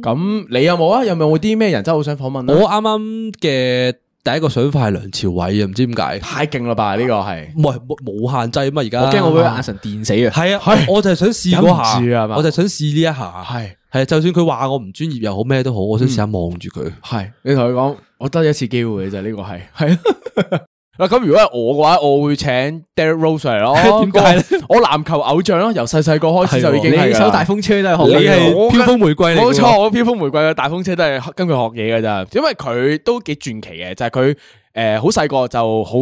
Speaker 1: 咁你有冇啊？有冇啲咩人真係好想訪問
Speaker 3: 我
Speaker 1: 啊？
Speaker 3: 啱啱嘅第一個想法係梁朝偉啊，唔知點解，
Speaker 1: 太勁啦吧！呢個係
Speaker 3: 唔係冇冇限制啊嘛，而家
Speaker 2: 我驚我會 眼神電 死啊！
Speaker 3: 係啊，我就係想試嗰
Speaker 1: 忍唔住啊係嘛
Speaker 3: 下，我就係想試呢一下，
Speaker 1: 係嗯
Speaker 3: 系啊，就算佢話我唔專業又好咩都好，我想試下望住佢。
Speaker 1: 係，你同佢講，我得一次機會嘅啫，呢個係 係。嗱，咁如果係我嘅話，我會請 Derek Rose 嚟咯。
Speaker 3: 點解啊
Speaker 1: 咧？我籃球偶像咯，由細細個開始就已經係㗎啦
Speaker 2: 你手大風車都係
Speaker 3: 你
Speaker 2: 學
Speaker 3: 係
Speaker 1: 我嘅
Speaker 3: 飄風玫瑰嚟㗎喎
Speaker 1: 冇錯，我飄風玫瑰嘅大風車都係跟佢學嘢嘅咋，因為佢都幾傳奇嘅，就係佢诶好細個就好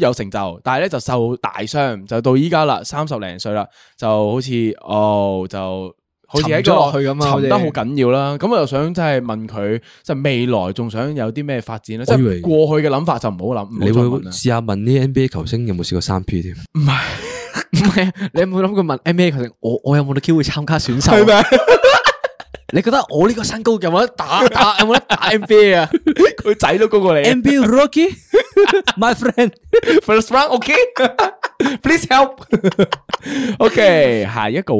Speaker 1: 有成就，但係咧就受大傷，就到依家啦，三十零歲啦，就好似哦就。好似喺
Speaker 2: 沉咗落去咁啊
Speaker 1: 沉得
Speaker 2: 好
Speaker 1: 好
Speaker 2: 似
Speaker 1: 緊要啦。咁我又想即係問佢，即係未來仲想有啲咩發展咧？即
Speaker 3: 我以為
Speaker 1: 係過去嘅諗法就唔好諗，
Speaker 3: 你
Speaker 1: 會
Speaker 3: 會試下問啲 NBA 球星有冇試過三 P 添？
Speaker 2: 唔係，你有冇諗過問 NBA 球星？我我有冇機會參加選秀？
Speaker 1: 係咪？
Speaker 2: 你覺得我呢個身高有冇得打打？有冇得打 NBA 啊？
Speaker 1: 佢仔都高過 你。
Speaker 3: NBA rookie，my friend，
Speaker 1: First round，OK？Please help。OK，下 一個。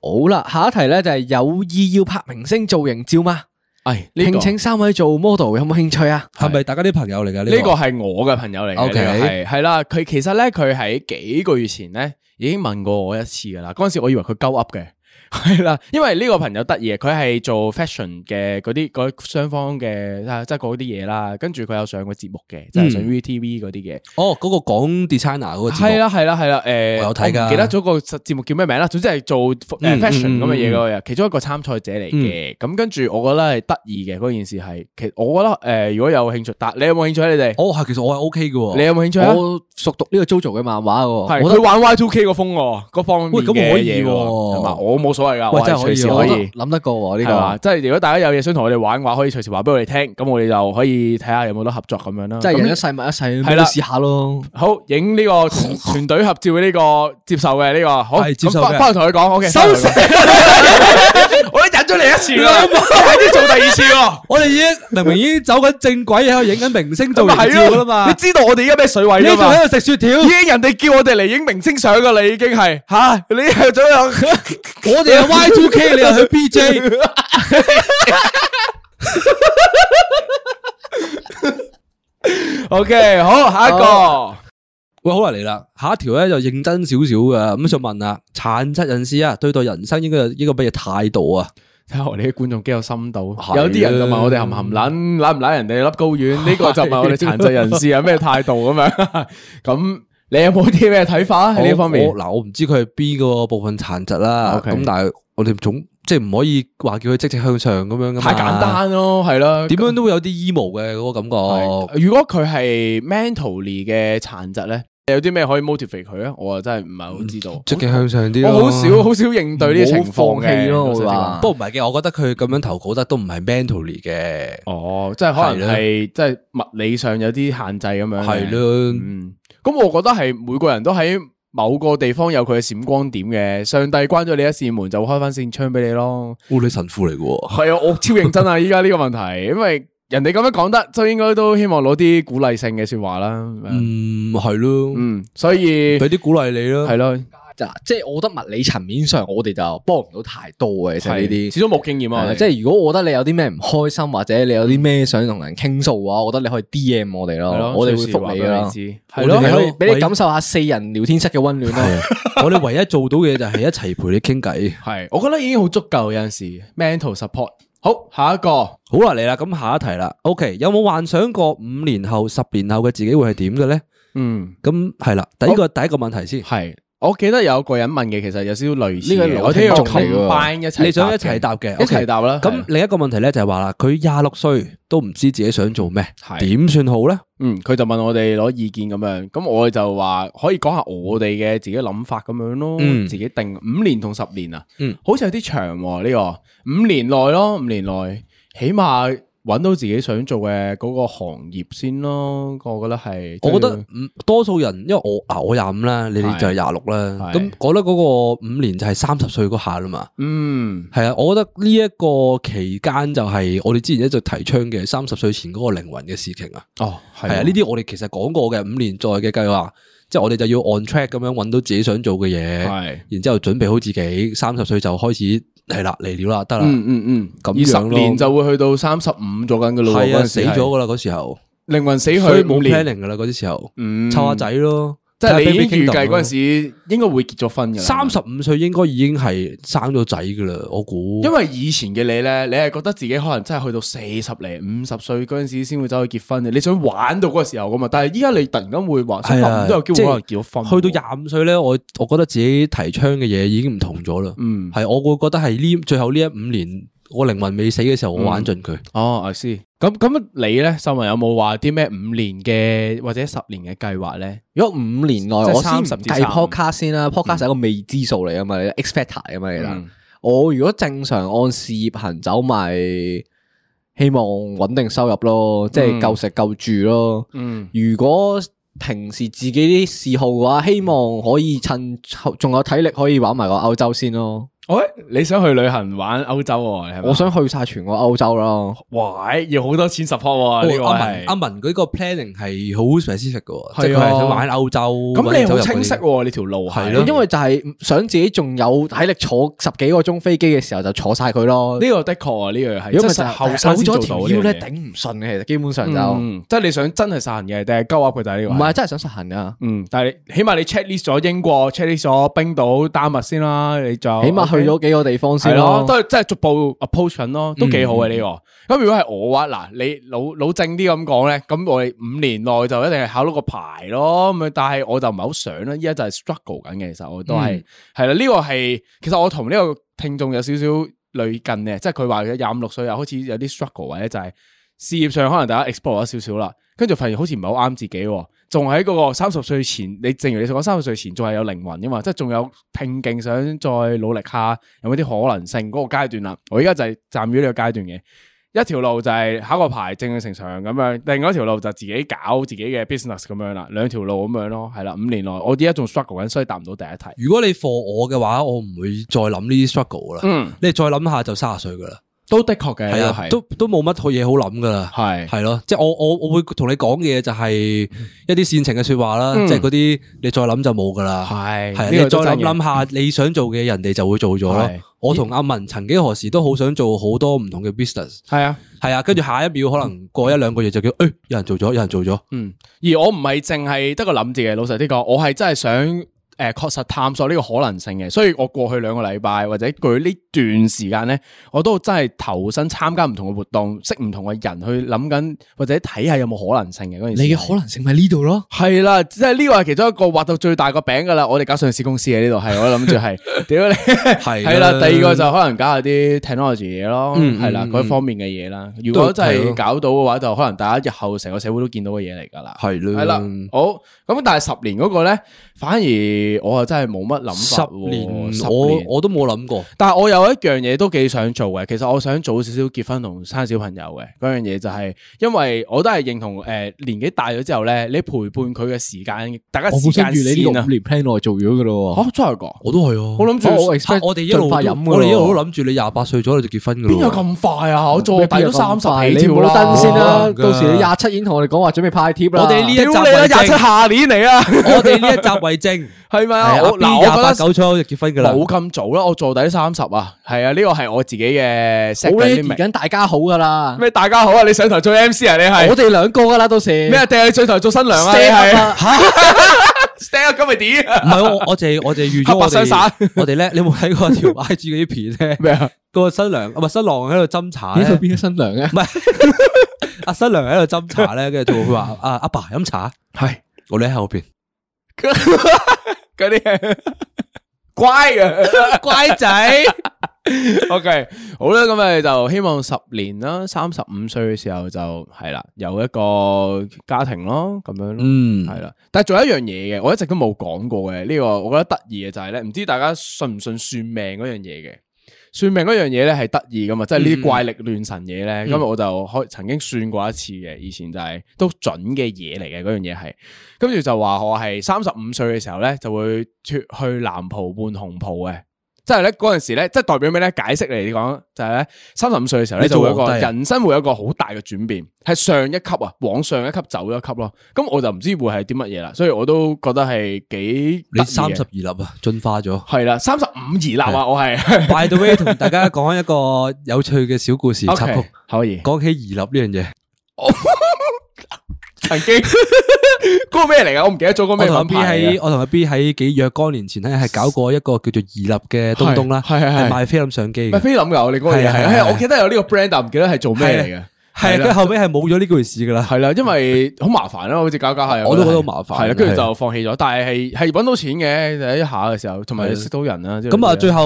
Speaker 2: 好啦，下一題咧就係有意要拍明星造型照嗎？
Speaker 1: 唉，呢個
Speaker 2: 聘請三位做 model 有冇興趣啊？
Speaker 3: 係咪大家啲朋友嚟㗎？
Speaker 1: 呢
Speaker 3: 個
Speaker 1: 個係我嘅朋友嚟嘅，
Speaker 3: OK
Speaker 1: 係係啦，佢其實咧佢喺幾個月前咧已經問過我一次噶啦，嗰阵时我以為佢鳩噏嘅。 係啦，因為呢個朋友得意嘅，佢係做 fashion 嘅嗰啲嗰雙方嘅啊即係嗰啲嘢啦，跟住佢有上過節目嘅，就係上 VTV 嗰啲嘅，
Speaker 3: 哦，嗰個講 designer 嗯嗰個節目
Speaker 1: 係啦，係啦，係啦，诶，
Speaker 3: 我有睇㗎
Speaker 1: 我唔記得咗個節目叫咩名啦。總之係做诶
Speaker 3: 嗯
Speaker 1: fashion 咁嘅嘢
Speaker 3: 嗯嗯嗯
Speaker 1: 嗰個人，其中一個參賽者嚟嘅。咁跟住我覺得係得意嘅嗰件事係，其我覺得诶，如果有興趣，但你有冇興趣啊？你哋？
Speaker 3: 哦，係其實我係 OK 嘅喎。
Speaker 1: 你有冇興趣啊？
Speaker 2: 我熟讀呢個 JoJo 嘅漫畫喎，
Speaker 1: 係
Speaker 2: 我覺
Speaker 1: 佢玩 Y2K 個風喎，嗰方面
Speaker 3: 喂咁可
Speaker 1: 嘅
Speaker 3: 以
Speaker 1: 嘢喎，
Speaker 3: 喎
Speaker 1: 係嘛？我冇冇所謂噶，
Speaker 3: 喂
Speaker 1: 我係
Speaker 3: 真係可以
Speaker 1: 隨時
Speaker 3: 喎
Speaker 1: 可
Speaker 3: 我
Speaker 1: 以。
Speaker 2: 谂得过喎呢
Speaker 1: 係嘛？
Speaker 2: 个，
Speaker 1: 即係如果大家有嘢想同我哋玩嘅話，可以隨時話俾我哋聽，咁我哋就可以睇下有冇得合作咁樣啦。
Speaker 2: 即系人
Speaker 1: 咁
Speaker 2: 一世物一世，
Speaker 1: 係
Speaker 2: 咪
Speaker 1: 啦
Speaker 2: 都试下咯。
Speaker 1: 好影呢個團 團隊合照嘅呢個接受嘅呢個好，
Speaker 3: 係接受
Speaker 1: 咁翻
Speaker 3: 嘅
Speaker 1: 翻去同佢講，OK，
Speaker 3: 收聲
Speaker 1: 聲！ 我都忍咗你一次啦，係啲做第二次喎。
Speaker 3: 我哋已經明明已經走緊正軌，喺度影緊明星做
Speaker 1: 咁咪
Speaker 3: 形照
Speaker 1: 係
Speaker 3: 噶啦
Speaker 1: 咯，
Speaker 3: 嘛
Speaker 1: 你，知道我哋而家咩水位
Speaker 3: 你
Speaker 1: 啦
Speaker 3: 仲
Speaker 1: 嘛？
Speaker 3: 喺度食雪條，
Speaker 1: 已經人哋叫我哋嚟影明星相噶啦，已經係吓你係咗有
Speaker 3: 我哋係 Y Two K，你又去 B J，
Speaker 1: OK，好下一個
Speaker 3: 喂，好啦嚟啦，下一條咧就認真少少嘅，咁想問啊，殘疾人士啊，對待人生應該有呢個乜嘢態度啊？
Speaker 1: 睇下我哋啲觀眾幾有深度，
Speaker 3: 係啊嗯
Speaker 1: 有啲人就問我哋含唔含撚，揦唔揦人哋粒高丸，呢個就問我哋殘疾人士有咩態度咁 樣。咁你有冇啲咩睇法啊？喺呢方面
Speaker 3: 我，嗱，我唔知佢係邊個部分殘疾啦，
Speaker 1: OK
Speaker 3: 咁但係我哋總即係唔可以話叫佢積極向上咁樣噶嘛
Speaker 1: 太簡，單咯，係啦。
Speaker 3: 點樣都會有啲 emo 嘅嗰個感覺。
Speaker 1: 係如果佢係 mentally 嘅殘疾咧，有啲咩可以 motivate 佢咧？我啊真係唔係好知道。
Speaker 3: 積極向上啲咯，
Speaker 1: 我好少啊好少應對呢啲情況
Speaker 2: 唔好
Speaker 1: 嘅，老
Speaker 2: 放
Speaker 1: 實
Speaker 2: 棄
Speaker 1: 啲
Speaker 2: 咯
Speaker 1: 講
Speaker 2: 我話
Speaker 3: 不過唔係嘅，我覺得佢咁樣投稿得都唔係 mentally 嘅，
Speaker 1: 哦，即係可
Speaker 3: 係
Speaker 1: 能
Speaker 3: 啦
Speaker 1: 係即係物理上有啲限制咁樣。
Speaker 3: 係。咯。
Speaker 1: 嗯，咁我覺得係每個人都喺某個地方有佢嘅閃光點嘅，上帝關咗你一扇門就會開翻扇窗俾你咯。
Speaker 3: 哦，你神父嚟嘅喎，
Speaker 1: 係啊，我超認真啊！依家呢個問題， 因為人哋咁樣講得，就應該都希望攞啲鼓勵性嘅说話啦。
Speaker 3: 嗯，係咯，
Speaker 1: 嗯，所以
Speaker 3: 俾啲鼓勵你咯
Speaker 1: 係。咯，
Speaker 2: 就即系我觉得物理层面上，我哋就帮唔到太多嘅，其实呢啲
Speaker 1: 係。始終冇經驗
Speaker 2: 係
Speaker 1: 啊
Speaker 2: 啦，即係如果我覺得你有啲咩唔開心，或者你有啲咩想同人傾訴嘅話，我覺得你可以 D M 我哋
Speaker 1: 係咯
Speaker 2: 咯，我哋會
Speaker 1: 隨時話
Speaker 2: 覆
Speaker 1: 俾
Speaker 2: 你噶啦。
Speaker 1: 知係
Speaker 2: 係
Speaker 1: 咯
Speaker 2: 咯，
Speaker 3: 係
Speaker 2: 可以
Speaker 3: 咯
Speaker 2: 俾你感受下四人聊天室嘅温暖咯。
Speaker 3: 我哋唯一做到嘅就係一齊陪你傾偈。
Speaker 1: 係，我覺得已經好足夠有陣時 mental support。好，下一個
Speaker 3: 好啦，嚟啦，咁下一題啦。OK，有冇幻想過五年後、十年後嘅自己會係點嘅咧？
Speaker 1: 嗯。
Speaker 3: 咁係啦，第一個第一個問題先，
Speaker 1: 系，我記得有個人問嘅，其實有少少類似
Speaker 2: 呢個
Speaker 1: 嘅，
Speaker 2: 老
Speaker 1: 我聽
Speaker 2: 聽
Speaker 1: 我
Speaker 2: 眾嚟㗎喎
Speaker 1: combine 一齊答嘅，
Speaker 3: 你想一齊答嘅
Speaker 1: 一
Speaker 3: OK
Speaker 1: 齊答啦。
Speaker 3: 咁另一個問題咧就係話啦，佢廿六歲都唔知自己想做咩，
Speaker 1: 係
Speaker 3: 點算好咧？
Speaker 1: 嗯，佢就問我哋攞意見咁樣，咁我就話可以講下我哋嘅自己諗法咁樣咯，
Speaker 3: 嗯
Speaker 1: 自己定五年同十年啊，
Speaker 3: 嗯
Speaker 1: 好似有啲長喎呢個五年內咯，五年內起碼揾到自己想做嘅嗰個行業先咯，我覺得係，
Speaker 3: 我覺得嗯多數人，因為我啊我廿五啦，你哋就係
Speaker 1: 係
Speaker 3: 廿六啦，
Speaker 1: 係
Speaker 3: 咁我覺得嗰個五年就係三十歲嗰下啦嘛。
Speaker 1: 嗯
Speaker 3: 係啊，我覺得呢一個期間就係我哋之前一直提倡嘅三十歲前嗰個靈魂嘅事情啊。
Speaker 1: 哦係
Speaker 3: 係啊，呢啲我哋其實講過嘅五年再嘅計劃，即係我哋就要 on track 咁樣揾到自己想做嘅嘢，
Speaker 1: 係。
Speaker 3: 然之後準備好自己，三十歲就開始係啦嚟料啦，得啦，
Speaker 1: 嗯嗯嗯，
Speaker 3: 咁
Speaker 1: 二
Speaker 3: 樣
Speaker 1: 十
Speaker 3: 咯
Speaker 1: 年就會去到三十五咗緊噶咯喎，
Speaker 3: 係
Speaker 1: 嗰
Speaker 3: 啊，
Speaker 1: 陣
Speaker 3: 死
Speaker 1: 時係
Speaker 3: 咗噶啦嗰時候，
Speaker 1: 灵魂死去
Speaker 3: 所以冇
Speaker 1: 五年，
Speaker 3: planning 噶啦嗰啲時候，
Speaker 1: 嗯
Speaker 3: 湊下仔咯，
Speaker 1: 即係你已
Speaker 3: 睇下
Speaker 1: 經預
Speaker 3: Baby Kingdom
Speaker 1: 計
Speaker 3: 咯
Speaker 1: 嗰阵时应该会结咗婚噶啦。
Speaker 3: 三十五歲應該已經係生咗仔噶啦，我估，
Speaker 1: 因為以前嘅你咧，你係覺得自己可能真係去到四十零五十歲嗰阵时先會走去結婚嘅，你想玩到嗰個時候噶嘛？但係依家你突然間會話三
Speaker 3: 係
Speaker 1: 十
Speaker 3: 啊，
Speaker 1: 五都有機
Speaker 3: 即
Speaker 1: 會可能
Speaker 3: 係
Speaker 1: 結咗婚，
Speaker 3: 去到廿五歲咧，我我覺得自己提倡嘅嘢已經唔同咗啦，
Speaker 1: 嗯
Speaker 3: 係我會覺得係呢最後呢一五年我靈魂未死嘅時
Speaker 1: 嗯
Speaker 3: 候，我玩盡佢。
Speaker 1: 哦，I see，咁咁你咧，秀文有冇話啲咩五年嘅或者十年嘅計劃咧？
Speaker 2: 如果五年內
Speaker 1: 即係
Speaker 2: 我先唔
Speaker 1: 30至
Speaker 2: 計
Speaker 1: 35
Speaker 2: podcast 先啦，podcast 係一個未知數嚟噶嘛，你 expect 嚟噶嘛，其實
Speaker 1: 嗯
Speaker 2: 我如果正常按事業行走，咪希望穩定收入咯，即係夠食夠住咯。
Speaker 1: 嗯，
Speaker 2: 如果平時自己啲嗜好嘅話，希望可以趁仲有體力可以玩埋個歐洲先咯。
Speaker 1: 喂，你想去旅行玩歐洲喎？你係咪
Speaker 2: 我想去晒全個歐洲咯。
Speaker 1: 哇，要好多錢 support 啊喎呢個
Speaker 3: 哦阿文
Speaker 1: 係
Speaker 3: 阿文佢個 planning 係好 specific 嘅
Speaker 1: 係啊
Speaker 3: 喎，即係佢係想玩歐洲。
Speaker 1: 咁你好
Speaker 3: 或者走
Speaker 1: 清
Speaker 3: 入去
Speaker 1: 晰喎，你條路係
Speaker 3: 係咯
Speaker 2: 因為就係想自己仲有體力坐十幾個鐘飛機嘅時候就坐晒佢咯。
Speaker 1: 呢個的確啊，呢樣係
Speaker 2: 如果
Speaker 1: 真
Speaker 2: 咪就
Speaker 1: 係後生
Speaker 2: 扭
Speaker 1: 先做
Speaker 2: 咗
Speaker 1: 到
Speaker 2: 條
Speaker 1: 呢
Speaker 2: 腰
Speaker 1: 樣
Speaker 2: 咧，
Speaker 1: 嘢
Speaker 2: 頂唔順嘅，其實基本上就唔
Speaker 1: 嗯，即係你想真係殺人嘅，定係鳩噏佢就係呢個？
Speaker 2: 係，真係想實行啊噶。
Speaker 1: 嗯，但係你起碼你 check list 咗英國，check list 咗冰島、丹麥先啦，你就
Speaker 2: 起碼去咗
Speaker 1: OK
Speaker 2: 幾個地方
Speaker 1: 係
Speaker 2: 先
Speaker 1: 咯
Speaker 2: 哦咯，。嗯
Speaker 1: 都係真係逐步 approach 緊咯，都幾好嘅呢個。咁如果係我嘅話，嗱，你老老正啲咁講咧，咁我哋五年內就一定係考到個牌咯。咁樣但係我就唔係好想啦，依家就係 struggle 緊嘅。其實我
Speaker 2: 嗯
Speaker 1: 都係係啦，呢個係其實我同呢個聽眾有少少類近嘅，即係佢話佢廿五六歲又開始有啲 struggle 或者就係事業上可能大家 explore 咗少少啦。跟住發現好似唔係好啱自己喎，仲喺嗰個三十歲前，你正如你所講，三十歲前仲係有靈魂噶嘛，即係仲有拼勁，想再努力下，有冇啲可能性嗰個階段啦。我而家就係站於呢個階段嘅。一條路就係考個牌正正常常咁樣，另外一條路就自己搞自己嘅 business 咁樣啦，兩條路咁樣咯，係啦，五年內我而家仲 struggle 緊，所以答唔到第一題。
Speaker 3: 如果你 for 我嘅話，我唔會再諗呢啲 struggle 啦。
Speaker 1: 嗯，
Speaker 3: 你再諗下就三十歲噶啦，
Speaker 1: 都的確嘅，
Speaker 3: 係
Speaker 1: 又
Speaker 3: 啊，都都冇乜嘢好諗噶啦。
Speaker 1: 係
Speaker 3: 係咯，即係我我我會同你講嘅嘢就係一啲煽情嘅說話啦，即係嗰啲你再諗就冇噶啦。
Speaker 1: 嗯係
Speaker 3: 係啊
Speaker 1: 呢
Speaker 3: 你
Speaker 1: 個
Speaker 3: 再
Speaker 1: 都真
Speaker 3: 諗
Speaker 1: 嘅
Speaker 3: 諗下，你想做嘅人哋就會做咗咯
Speaker 1: 係。
Speaker 3: 我同阿文曾幾何時都好想做好多唔同嘅 business，
Speaker 1: 係啊。
Speaker 3: 係啊，跟住下一秒可能過一兩個月就叫，誒，有人做咗，有人做咗，
Speaker 1: 嗯，而我唔係淨係得個諗字嘅，老實啲講，我係真係想诶確實探索呢個可能性嘅，所以我過去兩個禮拜或者佢呢段時間咧，我都真係投身參加唔同嘅活動，識唔同嘅人去諗緊或者睇下有冇可能性嘅嗰件事。
Speaker 2: 能性咪呢度咯。
Speaker 1: 系啦，即係呢個係其中一個畫到最大個餅噶啦，我哋搞上市公司嘅呢度係，我諗 住係，屌你
Speaker 3: 係
Speaker 1: 係啦。第二個就可能搞下啲 technology 嘢咯，
Speaker 3: 嗯
Speaker 1: 係啦
Speaker 3: 嗯
Speaker 1: 嗰方面嘅嘢啦。如果真
Speaker 3: 都係咯
Speaker 1: 係搞到嘅話，就可能大家日後成個社會都見到嘅嘢嚟噶啦。
Speaker 3: 係咯
Speaker 1: 係啦，
Speaker 3: 嗯
Speaker 1: 好咁，但係十年嗰個咧，反而我啊真係冇乜諗
Speaker 3: 十
Speaker 1: 法喎。
Speaker 3: 年
Speaker 1: 十
Speaker 3: 我
Speaker 1: 年
Speaker 3: 我都冇諗過。
Speaker 1: 但係我有一樣嘢都幾想做嘅，其實我想早少少結婚同生小朋友嘅嗰樣嘢就係、因為我都係認同誒、呃年紀大咗之後咧，你陪伴佢嘅時間，大家
Speaker 2: 我
Speaker 1: 時
Speaker 2: 本身
Speaker 1: 間
Speaker 2: 預你六
Speaker 1: 線啊，
Speaker 2: 年 plan 內做咗噶咯
Speaker 1: 嚇真係㗎，
Speaker 3: 我都係啊，
Speaker 1: 我諗住
Speaker 3: 啊
Speaker 2: 我 expect
Speaker 3: 我哋一路
Speaker 2: 盡快
Speaker 3: 都
Speaker 2: 飲㗎咯
Speaker 3: 我哋一路都諗住你廿八歲咗你就結婚噶啦。
Speaker 1: 邊有咁快啊？我做
Speaker 2: 喎。
Speaker 1: 大都三十
Speaker 2: 你
Speaker 1: 起
Speaker 2: 唔
Speaker 1: 跳
Speaker 2: 好
Speaker 1: 啦，
Speaker 2: 登先啦，
Speaker 3: 唔得㗎
Speaker 2: 到時你廿七已經同我哋講話準備派貼啦。
Speaker 3: 我哋呢一集
Speaker 1: 屌你
Speaker 3: 為
Speaker 1: 啦，廿七
Speaker 3: 證，
Speaker 1: 下年嚟啊，
Speaker 3: 我哋呢一集為證，
Speaker 1: 係咪啊？
Speaker 3: 係
Speaker 1: 我
Speaker 3: 阿
Speaker 1: 嗱，
Speaker 3: B
Speaker 1: 我
Speaker 3: 廿八
Speaker 1: 覺得
Speaker 3: 九歲就結婚噶啦。
Speaker 1: 冇咁早啦，我做底三十啊，係啊，呢個係我自己嘅 set
Speaker 2: 好
Speaker 1: 嘅
Speaker 2: ready
Speaker 1: limit
Speaker 2: 緊大家好噶啦，
Speaker 1: 咩？大家好啊，你上台做 MC 啊？你係
Speaker 2: 我哋兩個噶啦，到時
Speaker 1: 咩啊？定係上台做新娘啊？你
Speaker 2: Stand up
Speaker 1: 係
Speaker 2: 啊
Speaker 1: stand up 今日點啊
Speaker 3: 唔係我我哋我哋預咗
Speaker 1: 黑白
Speaker 3: 我
Speaker 1: 相
Speaker 3: 哋
Speaker 1: 殺
Speaker 3: 我哋咧，你有冇睇過 條 I G 嗰啲片咧？
Speaker 1: 咩 啊？
Speaker 3: 個新娘唔係新郎喺度斟茶
Speaker 2: 咦佢
Speaker 3: 咧，
Speaker 2: 變咗新娘嘅
Speaker 3: 唔？係 阿新娘喺度斟茶咧，跟住佢話啊阿爸飲茶，
Speaker 1: 係。
Speaker 3: 我哋喺後邊
Speaker 1: 嗰啲係乖嘅
Speaker 3: 乖仔，
Speaker 1: ，OK，好啦，咁咪就希望十年啦，三十五歲嘅時候就係啦，有一個家庭咯，咁樣咯，
Speaker 3: 嗯
Speaker 1: 係啦。但係仲有一樣嘢嘅，我一直都冇講過嘅，呢個我覺得得意嘅就係咧，唔知大家信唔信算命嗰樣嘢嘅。算命嗰樣嘢咧係得意噶嘛，即係呢
Speaker 3: 嗯
Speaker 1: 啲怪力亂神嘢咧。咁、我就開曾經算過一次嘅，以前就係、都準嘅嘢嚟嘅嗰樣嘢係。跟住就話我係三十五歲嘅時候咧，就會脱去藍袍換紅袍嘅。即係咧嗰陣時咧，即係代表咩咧？解釋嚟講就係咧，三十五歲嘅時候咧
Speaker 3: 你做
Speaker 1: 就會有一個
Speaker 3: 皇帝啊
Speaker 1: 人生會有一個好大嘅轉變，係上一級啊，往上一級走一級咯。咁我就唔知會係啲乜嘢啦，所以我都覺得係幾
Speaker 3: 你三十
Speaker 1: 係
Speaker 3: 二立啊，進化咗。
Speaker 1: 啦，三十五而立啊，我係
Speaker 3: By the way，同大家講一個有趣嘅小故事插
Speaker 1: OK，
Speaker 3: 曲。
Speaker 1: 可以。
Speaker 3: 講起二立呢樣嘢，
Speaker 1: 曾經 嗰個咩嚟噶？我唔記得咗嗰個
Speaker 3: 我
Speaker 1: 咩
Speaker 3: 同阿
Speaker 1: 品
Speaker 3: B
Speaker 1: 牌啊嚟
Speaker 3: 喺
Speaker 1: 㗎。
Speaker 3: 我同阿 B 喺幾若干年前咧，係搞過一個叫做二立嘅東東啦，
Speaker 1: 係係係
Speaker 3: 賣菲林相機
Speaker 1: 咪
Speaker 3: 嘅。
Speaker 1: 菲林㗎，你嗰個嘢
Speaker 3: 係啊
Speaker 1: 係
Speaker 3: 係啊
Speaker 1: 啊，我記得有呢個 brand，但唔記得係做咩嚟嘅。
Speaker 3: 係啊佢後尾係冇咗呢回事噶啦。
Speaker 1: 係啦，因為好麻煩啦，啊好似搞搞下，
Speaker 3: 我都覺得好麻煩
Speaker 1: 係啦，跟
Speaker 3: 係
Speaker 1: 住就放棄咗，但係係係揾到錢嘅，第一下嘅時候，同埋識到人啦。之類
Speaker 3: 咁啊，
Speaker 1: 嘅
Speaker 3: 最後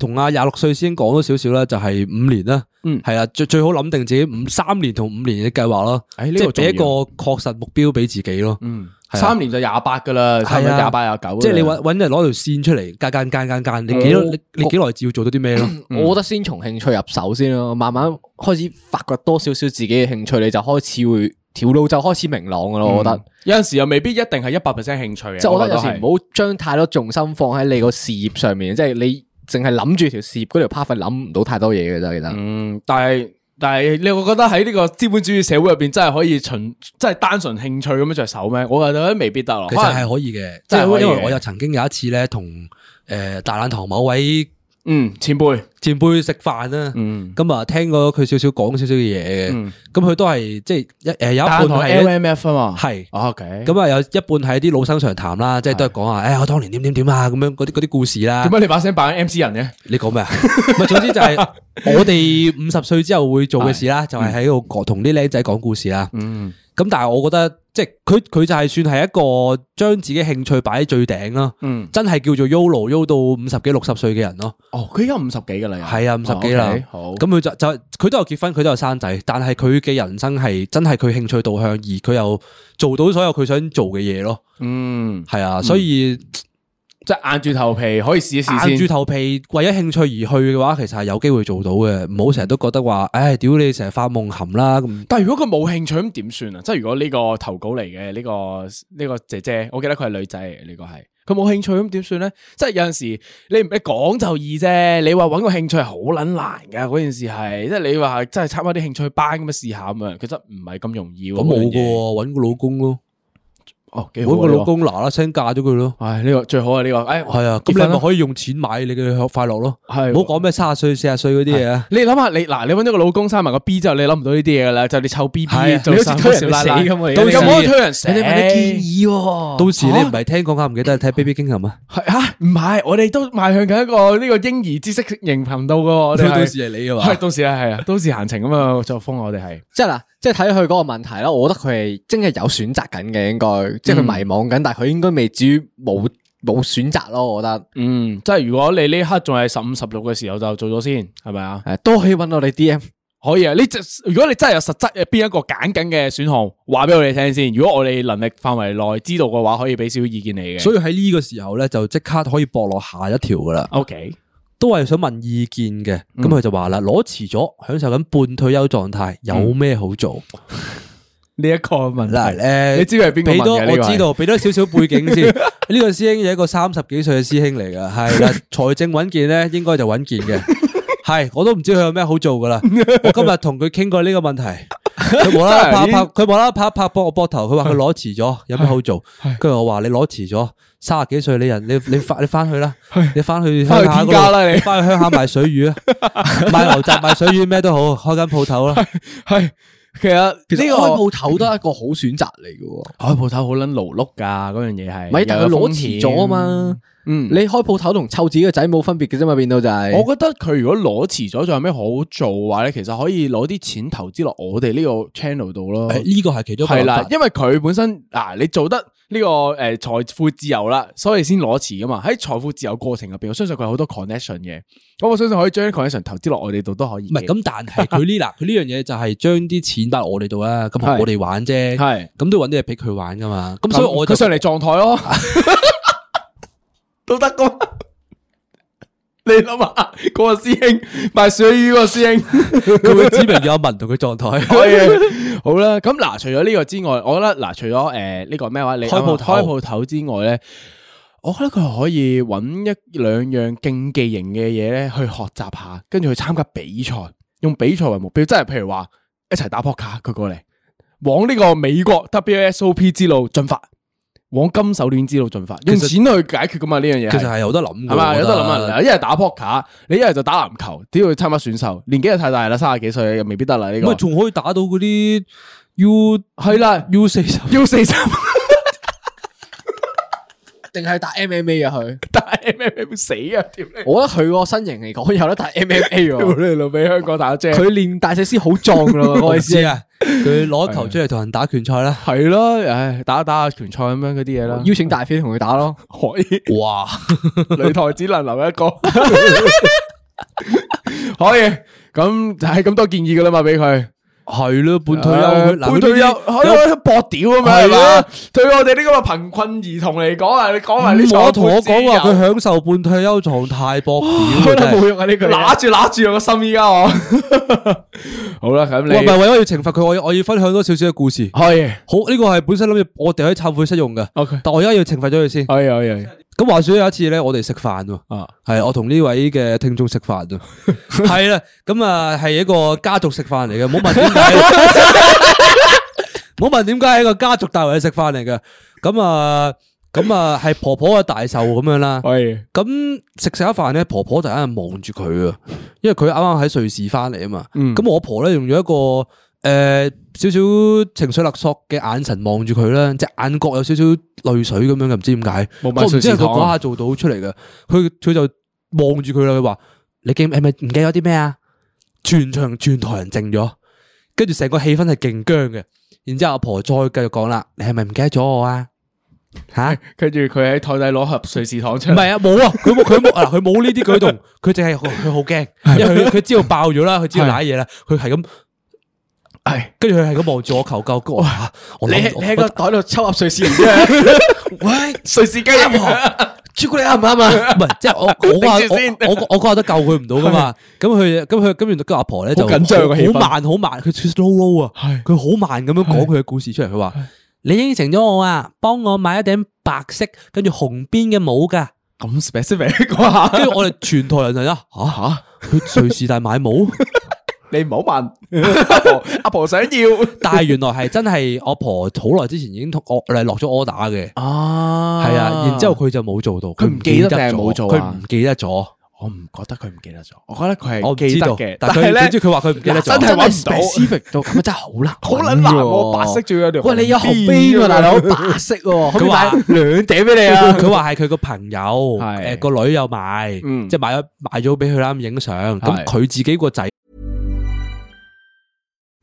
Speaker 3: 同阿廿六歲先講咗少少啦，就係五年啦。
Speaker 1: 嗯
Speaker 3: 係啊，最最好諗定自己五三年同五年嘅計劃咯，
Speaker 1: 誒
Speaker 3: 即
Speaker 1: 呢
Speaker 3: 係
Speaker 1: 個
Speaker 3: 俾一個
Speaker 1: 重
Speaker 3: 確實目標俾自己咯。
Speaker 1: 嗯
Speaker 3: 係啊
Speaker 1: 三年就廿八噶啦，差唔多
Speaker 3: 係啊
Speaker 1: 廿八廿九㗎啦。
Speaker 3: 即係你搵搵人攞條線出嚟，間間間間間，你幾多你你幾耐至要做到啲咩 咯？
Speaker 2: 我覺得先從興趣入手先咯，慢慢開始發掘多少少自己嘅興趣，你就開始會條路就開始明朗噶咯。我覺得，
Speaker 1: 有陣時又未必一定係一百 percent 興趣嘅，
Speaker 2: 嗯即係我覺得有
Speaker 1: 覺係
Speaker 2: 時唔好將太多重心放喺你個事業上面，即係你淨係諗住條事業嗰條 part 份諗唔到太多嘢嘅啫。其實，
Speaker 1: 嗯，但係但係你會覺得喺呢個資本主義社會入邊，真係可以純真係單純興趣咁樣着手咩？我覺得未必得咯。
Speaker 3: 其實
Speaker 1: 哦可能
Speaker 3: 係可以嘅，即
Speaker 1: 真係
Speaker 3: 係
Speaker 1: 可以
Speaker 3: 因
Speaker 1: 嘅
Speaker 3: 為我又曾經有一次咧，同诶大懶堂某位
Speaker 1: 嗯，前輩，
Speaker 3: 前輩食飯啦，
Speaker 1: 嗯，
Speaker 3: 咁啊聽過佢少少講少少嘅嘢嘅
Speaker 1: 嗯，
Speaker 3: 咁佢都係即係一呃诶有一半
Speaker 1: 單堂
Speaker 3: 係
Speaker 1: LMF 啊嘛，
Speaker 3: 係
Speaker 1: 哦，OK，咁
Speaker 3: 咁啊有一半係啲老生常談啦，即係都係講啊，诶我當年點點點啊咁樣嗰啲嗰啲故事啦
Speaker 1: 點。解你把聲扮 MC 人嘅？
Speaker 3: 你講咩啊？ 咪總之就係我哋
Speaker 1: 啊嗯
Speaker 3: 五十歲之後會做嘅事啦，就係喺度講同啲僆仔講故事啦。咁但係我覺得即系佢佢就係算係一個將自己興趣擺喺最頂啦，
Speaker 1: 嗯
Speaker 3: 真係叫做 YOLO YO 到五十幾六十歲嘅人咯，
Speaker 1: 哦，佢而家五十幾噶啦，
Speaker 3: 係啊五十幾啦，
Speaker 1: 哦，OK，
Speaker 3: 咁佢就就佢都有結婚，佢都有生仔，但係佢嘅人生係真係佢興趣導向，而佢又做到所有佢想做嘅嘢咯，
Speaker 1: 嗯，
Speaker 3: 係啊，所以
Speaker 1: 即係硬住頭皮可以試一試先
Speaker 3: 硬住頭皮為咗興趣而去嘅話，其實係有機會做到嘅，唔好成日都覺得話，唉，屌你成日發夢含啦咁。
Speaker 1: 但系如果佢冇興趣咁點算啊？即係如果呢個投稿嚟嘅呢個呢、個姐姐，我記得佢係女仔嚟嘅，呢、個係佢冇興趣咁點算咧？即係有阵时你唔你講就易啫，你話搵個興趣係好撚難噶，嗰件事係即係你話真係參加啲興趣班咁樣試下咁樣，其實唔係咁容易喎。
Speaker 3: 咁
Speaker 1: 嗰樣
Speaker 3: 冇噶，
Speaker 1: 嘢
Speaker 3: 搵個老公咯，
Speaker 1: 哦，幾好啊
Speaker 3: 搵個老，
Speaker 1: 呢
Speaker 3: 公嗱嗱聲嫁咗佢咯。
Speaker 1: 個唉呢、個最好啊呢、個，唉
Speaker 3: 係啊，咁
Speaker 1: 結婚
Speaker 3: 你咪
Speaker 1: 啦
Speaker 3: 可以用錢買你嘅快樂咯。
Speaker 1: 係
Speaker 3: 唔好講咩三十歲、四十歲嗰啲嘢啊。
Speaker 1: 你諗下，你嗱，你揾咗個老公生埋個 B 之後，你諗唔到呢啲嘢噶啦，就你湊 B B，
Speaker 3: 係啊
Speaker 1: 你好似推人哋死咁啊！
Speaker 3: 到時
Speaker 1: 咁可以推人死，
Speaker 2: 你問你建議喎，
Speaker 3: 到時你唔係聽講下唔記得睇 Baby King 啊？
Speaker 1: 系啊，唔系，我哋都迈向緊一個呢個嬰兒知識型頻道噶， 我哋係
Speaker 3: 到時係你啊嘛
Speaker 1: 係到時係係啊， 都市閒情咁啊作風，我哋係
Speaker 2: 即系嗱，即系睇佢嗰個問題啦。我覺得佢係真係有選擇緊嘅，應該即係佢迷惘緊，但係佢應該未至於冇冇選擇咯。我覺得
Speaker 1: 嗯，即係如果你呢刻仲係十五十六嘅時候就做咗先，係咪啊？
Speaker 2: 诶都可以揾我哋 D M。
Speaker 1: 可以啊，呢只如果你真係有實質嘅邊一個揀緊嘅選項，話俾我哋聽先。如果我哋能力範圍內知道嘅話，可以俾少少意見你嘅。
Speaker 3: 所以喺呢個時候咧，就即刻可以駁落下一條噶啦。
Speaker 1: O K，
Speaker 3: 都係想問意見嘅，咁佢就話啦，攞遲咗，享受緊半退休狀態，有咩好做？
Speaker 1: 呢一個問
Speaker 3: 嗱，
Speaker 1: 題，
Speaker 3: 诶，
Speaker 1: 你知佢係邊個
Speaker 3: 俾多
Speaker 1: 問嘅呢個係
Speaker 3: 我知道，俾多少少背景先。呢個師兄係一個三十幾歲嘅師兄嚟噶，係啦，財政穩健咧，應該就穩健嘅。係，我都唔知佢有咩好做噶啦。我今日同佢傾過呢個問題，佢冇啦啦拍一拍，佢冇啦啦拍一拍膊我膊頭，佢話佢攞遲咗，有咩好做？跟住我話你攞遲咗，三十幾歲你人，你你翻你翻去啦，你翻去鄉
Speaker 1: 返去
Speaker 3: 下嗰度
Speaker 1: 天家啦你
Speaker 3: 翻去鄉下賣水魚啊，賣牛雜賣水魚咩都好，開間鋪頭啦。
Speaker 1: 係其實呢
Speaker 2: 其實
Speaker 1: 個
Speaker 2: 開鋪頭都係一個好選擇嚟嘅喎。
Speaker 1: 開鋪頭好撚勞碌㗎，嗰樣嘢係
Speaker 2: 唔係，但係佢
Speaker 1: 又有
Speaker 2: 攞
Speaker 1: 風
Speaker 2: 遲
Speaker 1: 險
Speaker 2: 咗啊嘛。
Speaker 1: 嗯
Speaker 2: 你開鋪頭同湊自己嘅仔冇分別嘅啫嘛，變到就係。
Speaker 1: 我覺得佢如果攞遲咗，仲有咩好做嘅話咧？其實可以攞啲錢投資落我哋呢個 channel 度咯。
Speaker 3: 誒呢個係其中一個
Speaker 1: 係
Speaker 3: 諗
Speaker 1: 啦
Speaker 3: 法，
Speaker 1: 因為佢本身嗱、你做得呢、個誒、呃、財富自由啦，所以先攞遲噶嘛。喺財富自由過程入邊，我相信佢有好多 connection 嘅。咁我相信可以將啲 connection 投資落我哋度都可以嘅。
Speaker 3: 唔係咁，但係佢呢 嗱，佢呢樣嘢就係將啲錢擺落我哋度啦，咁啊
Speaker 1: 係
Speaker 3: 我哋玩啫，
Speaker 1: 係
Speaker 3: 咁都要揾啲嘢俾佢玩噶嘛，咁所以我就
Speaker 1: 佢 上嚟撞台咯，都得噶。 你諗下，嗰、個師兄賣水魚嗰個師兄。
Speaker 3: 佢會指明有文同佢狀態，
Speaker 1: 可以， 好啦，咁嗱，除咗呢個之外，我覺得嗱，除咗诶呢個咩話，你
Speaker 3: 開鋪頭
Speaker 1: 开铺头之外咧，我覺得佢可以揾一兩樣競技型嘅嘢咧去學習下，跟住去參加比賽，用比賽為目標，即係譬如話一齊打扑克，佢過嚟往呢個美國 WSOP 之路進發，往金手鏈之路進發，用
Speaker 3: 其
Speaker 1: 錢
Speaker 3: 實
Speaker 1: 去解決噶嘛呢樣嘢係。
Speaker 3: 其實係有得諗㗎
Speaker 1: 系嘛？
Speaker 3: 我
Speaker 1: 有
Speaker 3: 覺
Speaker 1: 得諗啊！一係打 poker，你一係就打籃球，都要參加選秀。年紀又太大啦，三十幾歲又未必得啦呢
Speaker 3: 咁
Speaker 1: 個
Speaker 3: 啊。仲可以打到嗰啲 U
Speaker 1: 係啦
Speaker 3: U 四十，
Speaker 1: U 四十
Speaker 2: 定係打 MMA 啊佢，
Speaker 1: 打 MMA 死啊！屌你，
Speaker 2: 我覺得佢個身形嚟講有得打 MMA
Speaker 1: 屌
Speaker 2: 喎。
Speaker 1: 你老味，香港打啫，
Speaker 2: 佢練大隻師好壯 咯，我
Speaker 3: 我
Speaker 2: 意思
Speaker 3: 知啊，佢攞球出嚟同人打拳賽啦，
Speaker 1: 係咯，唉，打打下拳賽咁樣嗰啲嘢啦，
Speaker 2: 邀請大飛同佢打咯。
Speaker 1: 可以
Speaker 3: 哇，
Speaker 1: 擂台只能留一個， 可以咁係咁多建議噶啦嘛，俾佢
Speaker 3: 係咯，半退休
Speaker 1: 唉
Speaker 3: 佢，嗱
Speaker 1: 半退休，
Speaker 3: 佢呢
Speaker 1: 可
Speaker 3: 啲
Speaker 1: 以搏屌咁樣係
Speaker 3: 係
Speaker 1: 嘛
Speaker 3: 啊？
Speaker 1: 對我哋呢個貧困兒童嚟講啊，你講埋呢
Speaker 2: 嗯
Speaker 3: 咁我
Speaker 1: 錯
Speaker 3: 同我講話佢享受半退休狀態搏屌，真係
Speaker 2: 冇用啊呢句嘢。
Speaker 1: 揦住揦住我個心依 家我，好啦，咁
Speaker 3: 喂唔
Speaker 1: 你
Speaker 3: 係為咗要懲罰佢，我要我要分享多少少嘅故事。
Speaker 1: 可以，
Speaker 3: 好呢、個係本身諗住我哋可以懺悔室用嘅
Speaker 1: OK
Speaker 3: 但我而家要懲罰咗佢先。
Speaker 1: 可以，可以，可以
Speaker 3: 咁話說有一次咧，我哋食飯喎，
Speaker 1: 啊，
Speaker 3: 係我同呢位嘅聽眾食飯 啊，係啦，咁啊係一個家族食飯嚟嘅， 冇問點解， 冇問點解係一個家族大圍嘅食飯嚟嘅，咁啊咁啊係婆婆嘅大壽咁樣啦。
Speaker 1: 可以，
Speaker 3: 咁食食下飯咧，婆婆突然間望住佢啊，因為佢啱啱喺瑞士翻嚟啊嘛。
Speaker 1: 嗯
Speaker 3: 咁、我婆咧用咗一個诶少少情緒勒索嘅眼神望住佢啦，隻眼角有少少淚水咁樣嘅，唔知點解。
Speaker 1: 冇
Speaker 3: 我
Speaker 1: 買
Speaker 3: 唔知
Speaker 1: 瑞士
Speaker 3: 係佢
Speaker 1: 糖啊
Speaker 3: 嗰下做到出嚟嘅，佢佢就望住佢啦，佢話：你記係咪唔記得啲咩啊？全場全台人靜咗，跟住成個氣氛係勁僵嘅。然之后阿婆再繼續講啦，你係咪唔記得咗我啊？吓，唔
Speaker 1: 跟住佢喺台底攞盒瑞士糖出嚟，
Speaker 3: 係啊， 冇啊，佢冇佢冇嗱，佢冇呢啲舉動，佢淨係佢好驚，因為佢佢知道爆咗啦，佢知道濑嘢啦，佢係咁，唉，跟住佢係咁望住我求救，我話我
Speaker 2: 你
Speaker 3: 諗
Speaker 2: 喺
Speaker 3: 我
Speaker 2: 你喺個袋度抽盒瑞 士嘅，
Speaker 3: 喂。
Speaker 1: 瑞士雞
Speaker 3: 阿婆，朱古力啱唔啱啊？唔係，即係 我我嗰
Speaker 1: 頂住先
Speaker 3: 下我我我嗰下都救佢唔到噶嘛。咁佢咁佢咁原來個阿婆咧就
Speaker 1: 好緊張啊嘅氣氛
Speaker 3: 好慢好慢，佢 slow low 啊，佢好慢咁樣講佢嘅故事出嚟。佢話：你應承咗我啊，幫我買一頂白色跟住紅邊嘅帽噶。
Speaker 1: 咁 specific 啩？
Speaker 3: 跟住我哋全台人就一 吓
Speaker 1: 吓，
Speaker 3: 佢瑞士大買帽，
Speaker 1: 你唔好問阿婆，阿婆想要
Speaker 3: 但係原來係真係我婆好耐之前已經同我嚟落咗 order 嘅。
Speaker 1: 啊
Speaker 3: 係啊，然之後佢就冇做到，
Speaker 1: 佢唔記得定係
Speaker 3: 咗
Speaker 1: 冇做
Speaker 3: 佢
Speaker 1: 啊
Speaker 3: 唔記得咗。
Speaker 1: 我唔覺得佢唔記得咗，我覺得佢
Speaker 3: 我唔
Speaker 1: 係
Speaker 3: 知
Speaker 1: 記得
Speaker 3: 道
Speaker 1: 嘅，，
Speaker 3: 但
Speaker 1: 係
Speaker 3: 佢
Speaker 1: 咧
Speaker 3: 跟住佢話佢唔記得
Speaker 1: 嗱
Speaker 3: 咗，
Speaker 1: 真係搵唔到
Speaker 2: specific 到咁啊，真係好難，
Speaker 1: 好撚難喎，白色。仲要有條
Speaker 2: 喂，你有
Speaker 1: 紅
Speaker 2: 紅邊
Speaker 1: 邊
Speaker 2: 喎，
Speaker 1: 喎
Speaker 2: 大佬，白色喎，可唔可
Speaker 3: 佢
Speaker 2: 以
Speaker 3: 話
Speaker 2: 買兩頂俾 你啊？
Speaker 3: 佢話係佢個朋友，
Speaker 1: 係
Speaker 3: 誒個女又買，
Speaker 1: 嗯
Speaker 3: 即係買咗買咗俾佢啦，咁影相。咁
Speaker 1: 係
Speaker 3: 佢自己個仔，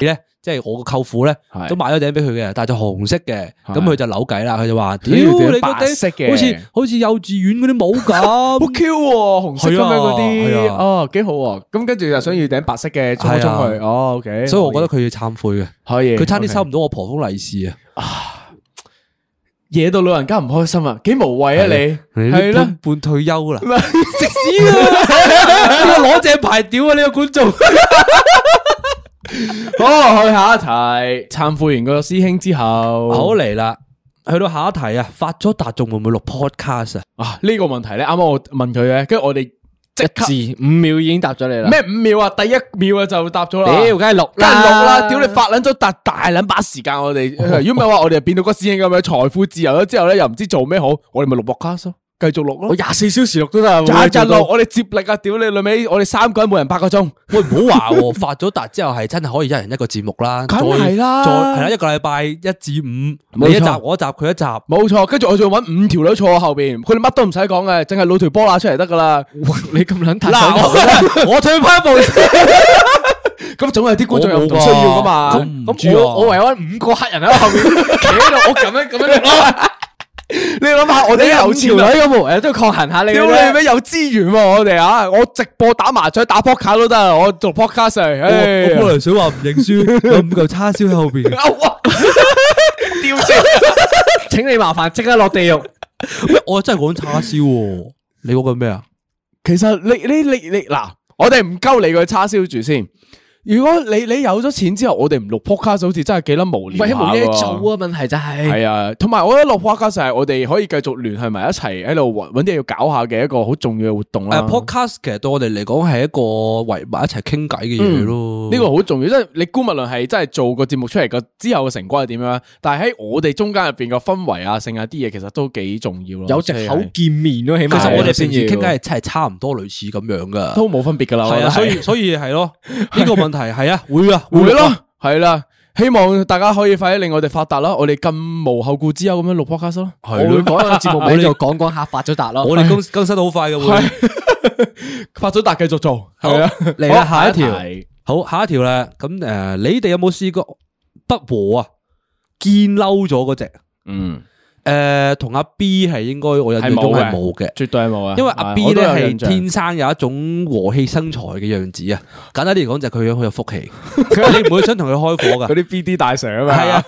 Speaker 3: 咧，即係我個舅父咧
Speaker 1: 係，
Speaker 3: 都買咗頂俾佢嘅，但係就紅色嘅，
Speaker 1: 係
Speaker 3: 咁佢就扭計啦，佢就話：屌
Speaker 1: 屌
Speaker 3: 你個
Speaker 1: 白色
Speaker 3: 頂，
Speaker 1: 嘅
Speaker 3: 好似好似幼稚園嗰啲帽咁
Speaker 1: 好 Q 喎，紅色咁樣嗰
Speaker 3: 係
Speaker 1: 啲，
Speaker 3: 啊
Speaker 1: 哦幾好喎。咁跟住就想要頂白色嘅衝一衝佢，
Speaker 3: 係啊
Speaker 1: 哦 OK。
Speaker 3: 所以我覺得佢要懺悔嘅，
Speaker 1: 可以，
Speaker 3: 佢差啲收
Speaker 1: OK
Speaker 3: 唔到我婆封利是啊！
Speaker 1: 惹到老人家唔開心啊，幾無謂啊你，係
Speaker 3: 係
Speaker 1: 啦
Speaker 3: 啦，。半退休 啦，食屎啊！呢個攞正牌屌啊！呢個觀眾。
Speaker 1: 好，哦去下一題。懺悔完個師兄之後，
Speaker 3: 好嚟啦，去到下一題啊，發咗達仲會唔會錄 podcast 啊？
Speaker 1: 啊呢個問題咧，啱啱我問佢嘅，跟住我哋即刻
Speaker 2: 字五秒已經答咗你啦。
Speaker 1: 咩五秒啊，第一秒啊就答咗啦。
Speaker 2: 屌，梗係六
Speaker 1: 梗係 錄啦！屌你發撚咗大大撚把時間我哋，如果唔係話我哋就變到個師兄咁樣財富自由咗之後咧，又唔知做咩好，我哋咪錄播卡咯，繼續錄
Speaker 2: 我
Speaker 1: 咯，
Speaker 2: 廿四小時錄都得啊，
Speaker 1: 日
Speaker 2: 會唔會做
Speaker 1: 日
Speaker 2: 到
Speaker 1: 錄，我哋接力啊！屌你老尾，我哋三個人每人八個鐘，
Speaker 3: 喂，唔好話 喎，啊發咗達之後係真係可以一人一個節目啦，
Speaker 1: 梗係啦
Speaker 3: 再係啦，一個禮拜一至五，
Speaker 1: 冇錯
Speaker 3: 你一集我一集佢一集，
Speaker 1: 冇錯。跟住我仲要揾五條女坐我後邊，佢哋乜都唔使講嘅，淨係攞條波乸出嚟得噶啦。
Speaker 2: 你咁撚突
Speaker 1: 嗱，我我退翻一步先。咁總有啲觀眾有唔同需要噶嘛？
Speaker 3: 我冇㗎
Speaker 1: 咁
Speaker 3: 我唔知啊
Speaker 1: 我我唯有揾五個黑人喺後面企喺度，我咁樣咁樣咯。 你諗下，我哋有
Speaker 2: 條
Speaker 1: 錢
Speaker 2: 女咁無，都要抗衡下你嘅
Speaker 1: 屌
Speaker 2: 啫
Speaker 3: 哎
Speaker 1: 你咩有資源喎、我哋啊！我直播打麻雀、打 p o k 都得啊！我做 p o d c a s 嚟，唉
Speaker 3: 我我，涼水話唔認 輸，有五嚿叉燒喺後邊。哎
Speaker 1: 屌死！
Speaker 2: 請你麻煩即刻落地獄。
Speaker 3: 喂，我真係講叉燒喎，你嗰個咩啊？
Speaker 1: 其實你你你你嗱，我哋唔鳩你個叉燒住先。如果你你有咗錢之後，我哋唔錄 p o d c a s 好似真係幾撚無
Speaker 2: 喂，
Speaker 1: 聊下
Speaker 2: 冇嘢
Speaker 1: 喎
Speaker 2: 做啊，問題就係
Speaker 1: 系啊，同埋我覺得落 podcast 就係我哋可以繼續聯繫埋一齊喺度搵搵啲嘢要搞下嘅一個好重要嘅活動
Speaker 2: 啊
Speaker 1: 啦。
Speaker 3: 誒，podcast 其實對我哋嚟講係一個圍埋一齊傾偈嘅嘢咯。
Speaker 1: 嗯呢個好重要，即係你估無論係真係做個節目出嚟個之後嘅成果係點樣，啊但係喺我哋中間入邊個氛圍啊、剩啊啲嘢，其實都幾重要咯。
Speaker 2: 有隻口見面咯，起
Speaker 3: 其
Speaker 2: 碼
Speaker 3: 實我哋平
Speaker 2: 啊先
Speaker 3: 時
Speaker 2: 要
Speaker 3: 傾偈係真係差唔多類似咁樣噶。
Speaker 1: 都冇分別噶啦，
Speaker 3: 系啊，所以所以系咯，呢個問題係啊，會啊，
Speaker 1: 會咯，係啦。希望大家可以快啲令我哋發達啦！我哋咁無後顧之憂咁樣錄 podcast 咯。
Speaker 2: 我會改個 節目名就講講下發咗達咯。
Speaker 3: 我哋更更新得好快嘅會。
Speaker 1: 發咗達繼續做，係啊。
Speaker 3: 嚟啦
Speaker 1: 好
Speaker 3: 下一條
Speaker 1: 題
Speaker 3: 好，下一條啦。咁诶，呃你哋有冇試過不和啊？堅嬲咗嗰只，
Speaker 1: 嗯，
Speaker 3: 诶，同阿 B 系应该我印象中系冇嘅。
Speaker 1: 绝对系冇啊，
Speaker 3: 因為阿
Speaker 1: 係
Speaker 3: B
Speaker 1: 我都
Speaker 3: 咧
Speaker 1: 有
Speaker 3: 係
Speaker 1: 印象
Speaker 3: 天生有一種和氣生財嘅樣子啊！簡單啲嚟講就係佢好有福 氣，你唔會想 同佢開火
Speaker 1: 嗰
Speaker 3: 噶。
Speaker 1: 啲 B D 大神啊嘛，
Speaker 3: 係 啊，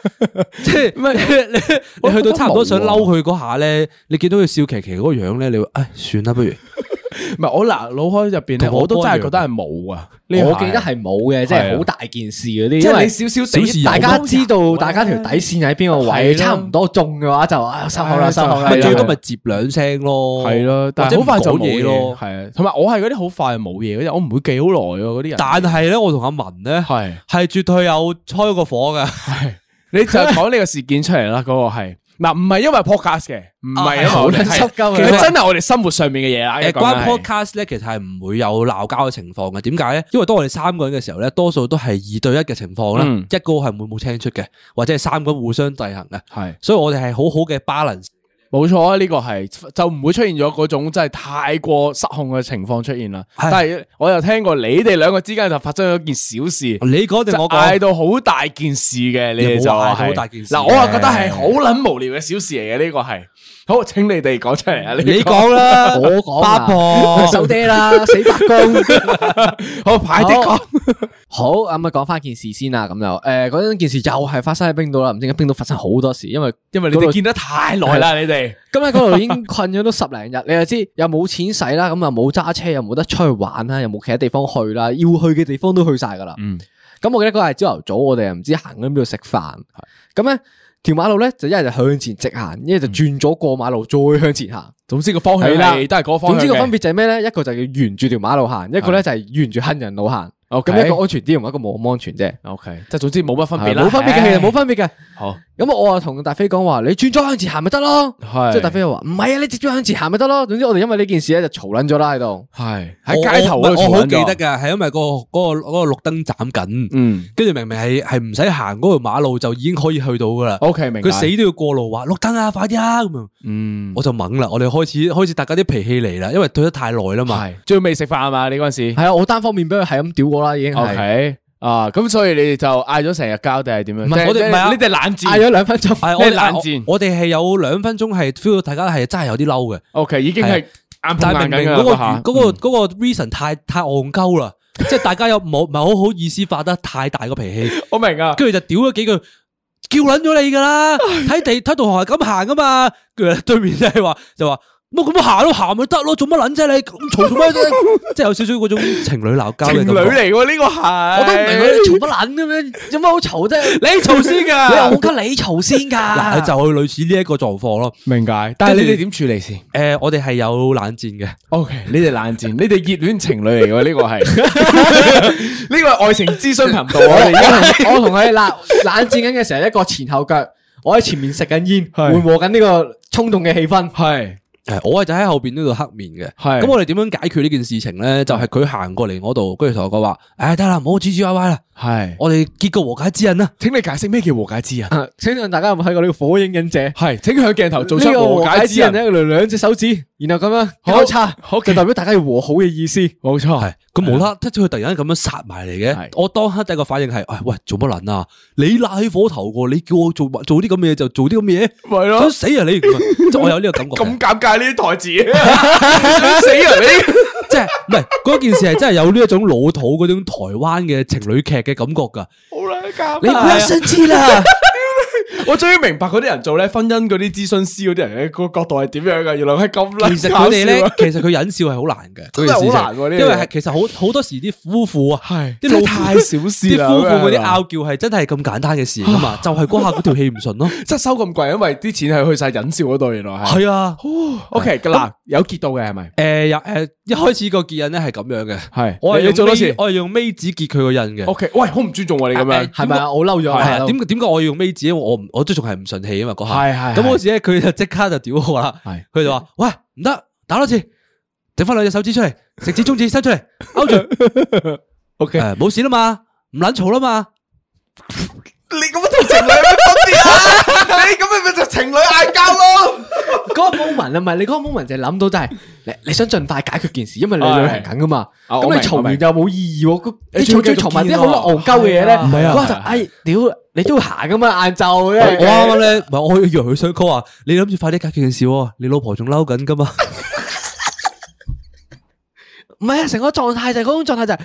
Speaker 3: 即係你你你去到差唔多想嬲佢嗰下咧，你見到佢笑騎騎嗰個樣咧，你會唉算 啦，不如
Speaker 1: 唔係我嗱腦海入边咧，
Speaker 3: 同我
Speaker 1: 我都真
Speaker 3: 哥一
Speaker 1: 係
Speaker 3: 樣
Speaker 1: 覺得係冇啊，呢下
Speaker 2: 我記得係冇嘅，即
Speaker 1: 係
Speaker 2: 係
Speaker 1: 啊
Speaker 2: 好大件事嗰啲，
Speaker 1: 即
Speaker 2: 因
Speaker 1: 係你
Speaker 2: 為
Speaker 1: 少少
Speaker 3: 小事
Speaker 1: 地
Speaker 3: 有
Speaker 2: 大家知道大家條
Speaker 1: 底。
Speaker 2: 底線喺邊個位，
Speaker 1: 係咯
Speaker 2: 差唔多中嘅話就啊收口
Speaker 1: 係啊
Speaker 2: 啦，收口啦
Speaker 1: 就
Speaker 3: 咪
Speaker 1: 係。
Speaker 3: 最多咪接兩聲咯，
Speaker 1: 系咯，
Speaker 3: 或
Speaker 1: 但系
Speaker 3: 者
Speaker 1: 好快就
Speaker 3: 唔
Speaker 1: 冇
Speaker 3: 講
Speaker 1: 嘢
Speaker 3: 嘢
Speaker 1: 咯，
Speaker 3: 咯
Speaker 1: 系。啊，同埋我係嗰啲好快就冇嘢嗰啲，我唔會記好耐喎嗰啲人。
Speaker 3: 但係咧，我同阿文咧
Speaker 1: 係啊
Speaker 3: 係絕對有開過火噶，
Speaker 1: 你就講呢個事件出嚟啦，嗰個係嗱，唔係因為 podcast 嘅，唔係因
Speaker 2: 啊
Speaker 1: 為我哋
Speaker 2: 係好撚濕鳩嘅
Speaker 1: 其實真係我哋生活上面嘅嘢啦。
Speaker 3: 誒
Speaker 1: 講緊
Speaker 3: 關
Speaker 1: 係
Speaker 3: podcast 咧，其實係唔會有鬧交嘅情況嘅。點解咧？因為當我哋三個人嘅時候咧，多數都係二對一嘅情況啦，
Speaker 1: 嗯
Speaker 3: 一個係會冇青出嘅，或者係三個互相制衡嘅。
Speaker 1: 係
Speaker 3: 所以我哋係好好嘅 balance。
Speaker 1: 冇錯啊，呢個係就唔會出現咗嗰種真係太過失控嘅情況出現啦。
Speaker 3: 係
Speaker 1: 但係我又聽過你哋兩個之間就發生咗一件小事。
Speaker 3: 你講
Speaker 1: 就
Speaker 3: 定我
Speaker 1: 嗌
Speaker 3: 講？
Speaker 1: 到好大件事嘅，你哋就話係
Speaker 3: 又冇嗌到好大件事嘅
Speaker 1: 嗱，我啊覺得係好撚無聊嘅小事嚟嘅，呢個係好，請你哋講出嚟啊！
Speaker 3: 你講 啦，
Speaker 2: 我講啊
Speaker 3: 八婆
Speaker 2: 手爹啦，死白公。
Speaker 1: 好快啲
Speaker 2: 哦
Speaker 1: 講。
Speaker 2: 好，咁啊，講翻件事先啦，咁就诶嗰陣件事又係發生喺冰島啦，唔知點解冰島發生好多事，因為
Speaker 1: 因为你
Speaker 2: 嗰
Speaker 1: 哋
Speaker 2: 度
Speaker 1: 见得太耐啦，你哋
Speaker 2: 咁喺嗰度已經困咗都十零日，你又知又冇錢使啦，咁又啊冇揸車，又冇得出去玩啦，又冇其他地方去啦，要去嘅地方都去晒噶啦。
Speaker 1: 嗯，
Speaker 2: 咁我記得嗰日朝頭早，我哋又唔知行緊邊度食飯，咁咧條馬路咧就一係就向前直行，一係就轉咗過馬路再向前行。
Speaker 1: 总嗯之个方向
Speaker 2: 係啦
Speaker 1: 係都系嗰个方
Speaker 2: 總
Speaker 1: 向嘅。
Speaker 2: 之個分別就係咩咧？一個就要沿住條馬路行，一個咧就係沿住行人路行。
Speaker 1: 嗯 OK
Speaker 2: 咁一個安全啲，同一個冇咁安全啫。
Speaker 1: O K，即系总之冇乜分别啦，
Speaker 2: 冇分別嘅，其實冇
Speaker 1: 分
Speaker 2: 分別嘅。
Speaker 1: 好
Speaker 2: 咁我啊同大飛講話，你轉咗向前行咪得咯。
Speaker 1: 係
Speaker 2: 即係大飛又話唔係啊，你直接向前行咪得咯。總之我哋因為呢件事咧就嘈撚咗啦喺度。
Speaker 1: 系喺街头
Speaker 3: 我
Speaker 1: 嗰度
Speaker 3: 我我好
Speaker 1: 嘈緊
Speaker 3: 記
Speaker 1: 咗
Speaker 3: 得，㗎，係因為個嗰個嗰個綠燈斬緊，
Speaker 1: 嗯
Speaker 3: 跟住明明係係唔使行嗰條馬路就已經可以去到噶啦。
Speaker 1: ，O K 明白。
Speaker 3: 佢死都要過路，話綠燈啊，快啲啊咁樣。
Speaker 1: 嗯
Speaker 3: 我就懵啦，我哋開始開始大家啲脾氣嚟啦，因為對得太耐啦嘛。
Speaker 1: 系，最尾食饭啊嘛，你嗰阵时
Speaker 2: 係啊，我單方面俾佢係咁屌我啦，已經
Speaker 1: ，O
Speaker 2: 哦係
Speaker 1: K 啊，咁所以你哋就嗌咗成日交定系点样？
Speaker 3: 唔係
Speaker 1: 定
Speaker 3: 我哋唔係啊
Speaker 1: 你哋冷
Speaker 2: 嗌
Speaker 1: 戰
Speaker 2: 咗兩分 鐘。
Speaker 3: 係我
Speaker 1: 咩冷戰
Speaker 3: 哋我我哋係有兩分鐘係 feel 到大家係真係有啲嬲嘅，
Speaker 1: ，O K 已经系
Speaker 3: 係
Speaker 1: 眼
Speaker 3: 但係
Speaker 1: 碰眼
Speaker 3: 明
Speaker 1: 緊
Speaker 3: 明
Speaker 1: 㗎
Speaker 3: 嗰個
Speaker 1: 啦
Speaker 3: 原嗰個嗰個 reason 太太戇鳩啦，即係大家又冇唔係好好意思發得太大個脾氣，
Speaker 1: 我明啊，
Speaker 3: 跟住就屌咗幾句。叫撚咗你噶啦，
Speaker 1: 哎
Speaker 3: 睇地睇導航係咁行噶嘛，跟住對面就係話就話，冇咁行咯，行咪得咯，做乜撚啫你，咁嘈做乜 啫，即係有少少嗰種情侶鬧交嘅感
Speaker 1: 情侣
Speaker 3: 覺
Speaker 1: 嚟喎，呢个系
Speaker 2: 我
Speaker 1: 我
Speaker 2: 都唔明佢嘈乜撚咁樣，有乜好嘈啫？
Speaker 1: 你嘈先
Speaker 2: 你
Speaker 1: 噶
Speaker 2: 又，好你嘈先 㗎。
Speaker 3: 嗱，就類似呢一個狀況咯。
Speaker 1: 明解。但系
Speaker 3: 跟
Speaker 1: 你
Speaker 3: 住
Speaker 1: 哋点处理先？
Speaker 3: 诶、我哋係有冷戰嘅，
Speaker 1: O K，你哋冷戰，你哋熱戀情侶嚟嘅呢個係， 呢個係愛情諮詢頻道啊， 我哋而家
Speaker 2: 我同佢冷冷戰緊嘅時候，一個前後腳，我喺前面食緊煙，
Speaker 1: 係
Speaker 2: 緩和緊呢個衝動嘅氣氛。
Speaker 1: 係
Speaker 3: 诶，我係就喺後边呢度黑面嘅。
Speaker 1: 係
Speaker 3: 咁我哋點樣解決呢件事情咧？就係佢行過嚟我度，跟住同我講話：，唉、得啦，唔好唧唧歪歪啦，
Speaker 1: 係，我
Speaker 3: 我哋結個和解之人啦。
Speaker 1: 請你解釋咩叫和解之人？
Speaker 2: 啊請問大家有冇睇過呢個《火影忍者》？
Speaker 1: 係，請向鏡頭做
Speaker 2: 呢
Speaker 1: 出
Speaker 2: 個
Speaker 1: 和
Speaker 2: 和
Speaker 1: 解
Speaker 2: 解
Speaker 1: 之
Speaker 2: 之
Speaker 1: 人
Speaker 2: 人
Speaker 1: 咧，
Speaker 2: 咧，兩兩隻手指，然後咁樣交叉，
Speaker 1: 好
Speaker 2: 就代表大家要和好嘅意思。
Speaker 1: 冇錯
Speaker 3: 係，咁無啦，即係佢突然間咁樣殺埋嚟
Speaker 1: 啊係
Speaker 3: 嘅。我當刻第一個反應係：，唉、喂，做乜撚啊？你揦起火頭喎，你叫我做做啲咁嘅嘢就做啲咁嘅嘢，
Speaker 1: 咪咯
Speaker 3: 想死啊你！ 咁樣即係我有呢個感覺嘅。
Speaker 1: 咁尷尬呢啲台 詞，想死啊你！
Speaker 3: 即係唔係嗰件事係真係有呢一種老土嗰種台灣嘅情侶劇嘅感覺 㗎。
Speaker 1: 好啦，尷
Speaker 3: 你唔
Speaker 1: 尬
Speaker 3: 要
Speaker 1: 啊。
Speaker 3: 生氣 啦！
Speaker 1: 我終於明白嗰啲人做咧婚姻嗰啲諮詢師嗰啲人嘅個角度係點樣噶，原來係咁撚
Speaker 3: 其實佢哋咧
Speaker 1: 搞笑啊，
Speaker 3: 其實佢忍笑係好難嘅，
Speaker 1: 真係好難喎呢樣嘢
Speaker 3: 因為係其實好好多時啲夫婦啊，
Speaker 1: 係
Speaker 3: 啲
Speaker 1: 真係
Speaker 3: 老
Speaker 1: 太小事
Speaker 3: 啲
Speaker 1: 啦
Speaker 3: 夫婦嗰
Speaker 1: 咁
Speaker 3: 啲
Speaker 1: 樣啊
Speaker 3: 拗撬係真係咁簡單嘅事噶 嘛，就係嗰下嗰條氣唔順咯。
Speaker 1: 即係收咁貴，因為啲錢係去晒忍笑嗰度，原來 係。
Speaker 3: 係啊，
Speaker 1: O K，嗱有結到嘅係咪？
Speaker 3: 誒又誒呃一開始個結印咧係咁樣嘅，
Speaker 1: 係
Speaker 3: 我係
Speaker 1: 你你
Speaker 3: 用
Speaker 1: 做多哦
Speaker 3: 尾
Speaker 1: 次
Speaker 3: 我係用尾指結佢個印嘅
Speaker 1: O。K，喂，好唔尊重喎你咁樣
Speaker 3: 誒。
Speaker 2: 係咪啊？我嬲咗
Speaker 3: 係
Speaker 2: 係
Speaker 3: 啊，點點解我要用尾指？因為我唔我都仲係唔順氣啊嘛嗰
Speaker 1: 係
Speaker 3: 下。
Speaker 1: 係
Speaker 3: 咁
Speaker 1: 係
Speaker 3: 嗰時咧，佢就即刻就屌我啦。
Speaker 1: 係
Speaker 3: 佢就話：喂，唔得，打多次，整翻兩隻手指出嚟，食指、中指伸出嚟，勾住。呃
Speaker 1: O K，
Speaker 3: 誒冇事啦嘛，唔撚嘈啦嘛。
Speaker 1: 你咁樣同情侶有咩分別啊？你咁樣咪就情侶嗌交咯？
Speaker 2: 嗰個 moment 啊，唔係你嗰個 moment 就係諗到就係你你想盡快解決件事，因為你旅行緊噶嘛。
Speaker 1: 係啊我
Speaker 2: 咁你
Speaker 1: 明
Speaker 2: 嘈
Speaker 1: 我明
Speaker 2: 完又冇意義喎，個
Speaker 1: 你
Speaker 2: 你
Speaker 1: 仲
Speaker 2: 嘈住
Speaker 1: 要繼續
Speaker 2: 嘈埋
Speaker 1: 見
Speaker 2: 啲
Speaker 1: 喎
Speaker 2: 好戇鳩嘅嘢咧，
Speaker 1: 係啊
Speaker 2: 嗰下就哎
Speaker 1: 係啊
Speaker 2: 唉屌，你都要行噶嘛，晏晝
Speaker 3: 我
Speaker 2: 嘅。
Speaker 3: 啱啱咧，唔系我以為佢想 call 啊，你諗住快啲解決件事喎，你老婆仲嬲緊噶嘛？
Speaker 2: 唔係啊，成個狀態就係嗰種狀態就係，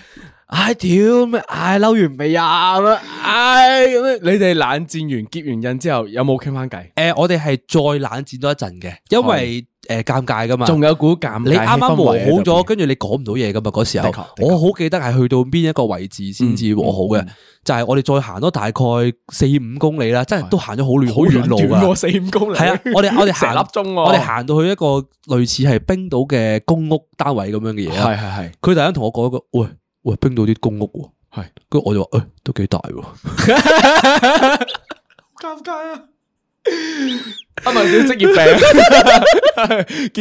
Speaker 2: 唉屌咩，唉嬲完未啊咁樣，唉咁樣。
Speaker 1: 你哋冷戰完結完印之後，有冇傾翻偈？
Speaker 3: 诶，呃我哋係再冷戰多一陣嘅，因為诶尷尬噶嘛。
Speaker 1: 仲有股尷尬
Speaker 3: 你啱啱
Speaker 1: 氛
Speaker 3: 和
Speaker 1: 圍
Speaker 3: 好
Speaker 1: 喺度
Speaker 3: 咗，跟住你講唔到嘢噶嘛？嗰時候
Speaker 1: 的確的，確嗯
Speaker 3: 我好記得係去到邊一個位置先至和好嘅，就係我哋再行多大概四五公里啦，真係都行咗好遠好遠路
Speaker 1: 遠
Speaker 3: 噶
Speaker 1: 喎。四五公里。
Speaker 3: 係啊，我 哋我哋
Speaker 1: 成
Speaker 3: 行
Speaker 1: 粒鐘喎
Speaker 3: 我哋行到去一個類似係冰島嘅公屋單位咁樣嘅嘢啦。啊
Speaker 1: 係係係。
Speaker 3: 佢突然間同我講一個，喂喂，冰島啲公屋喎。
Speaker 1: 係
Speaker 3: 跟住我就話，诶，都幾大喎。
Speaker 1: 啊咪啲職業病，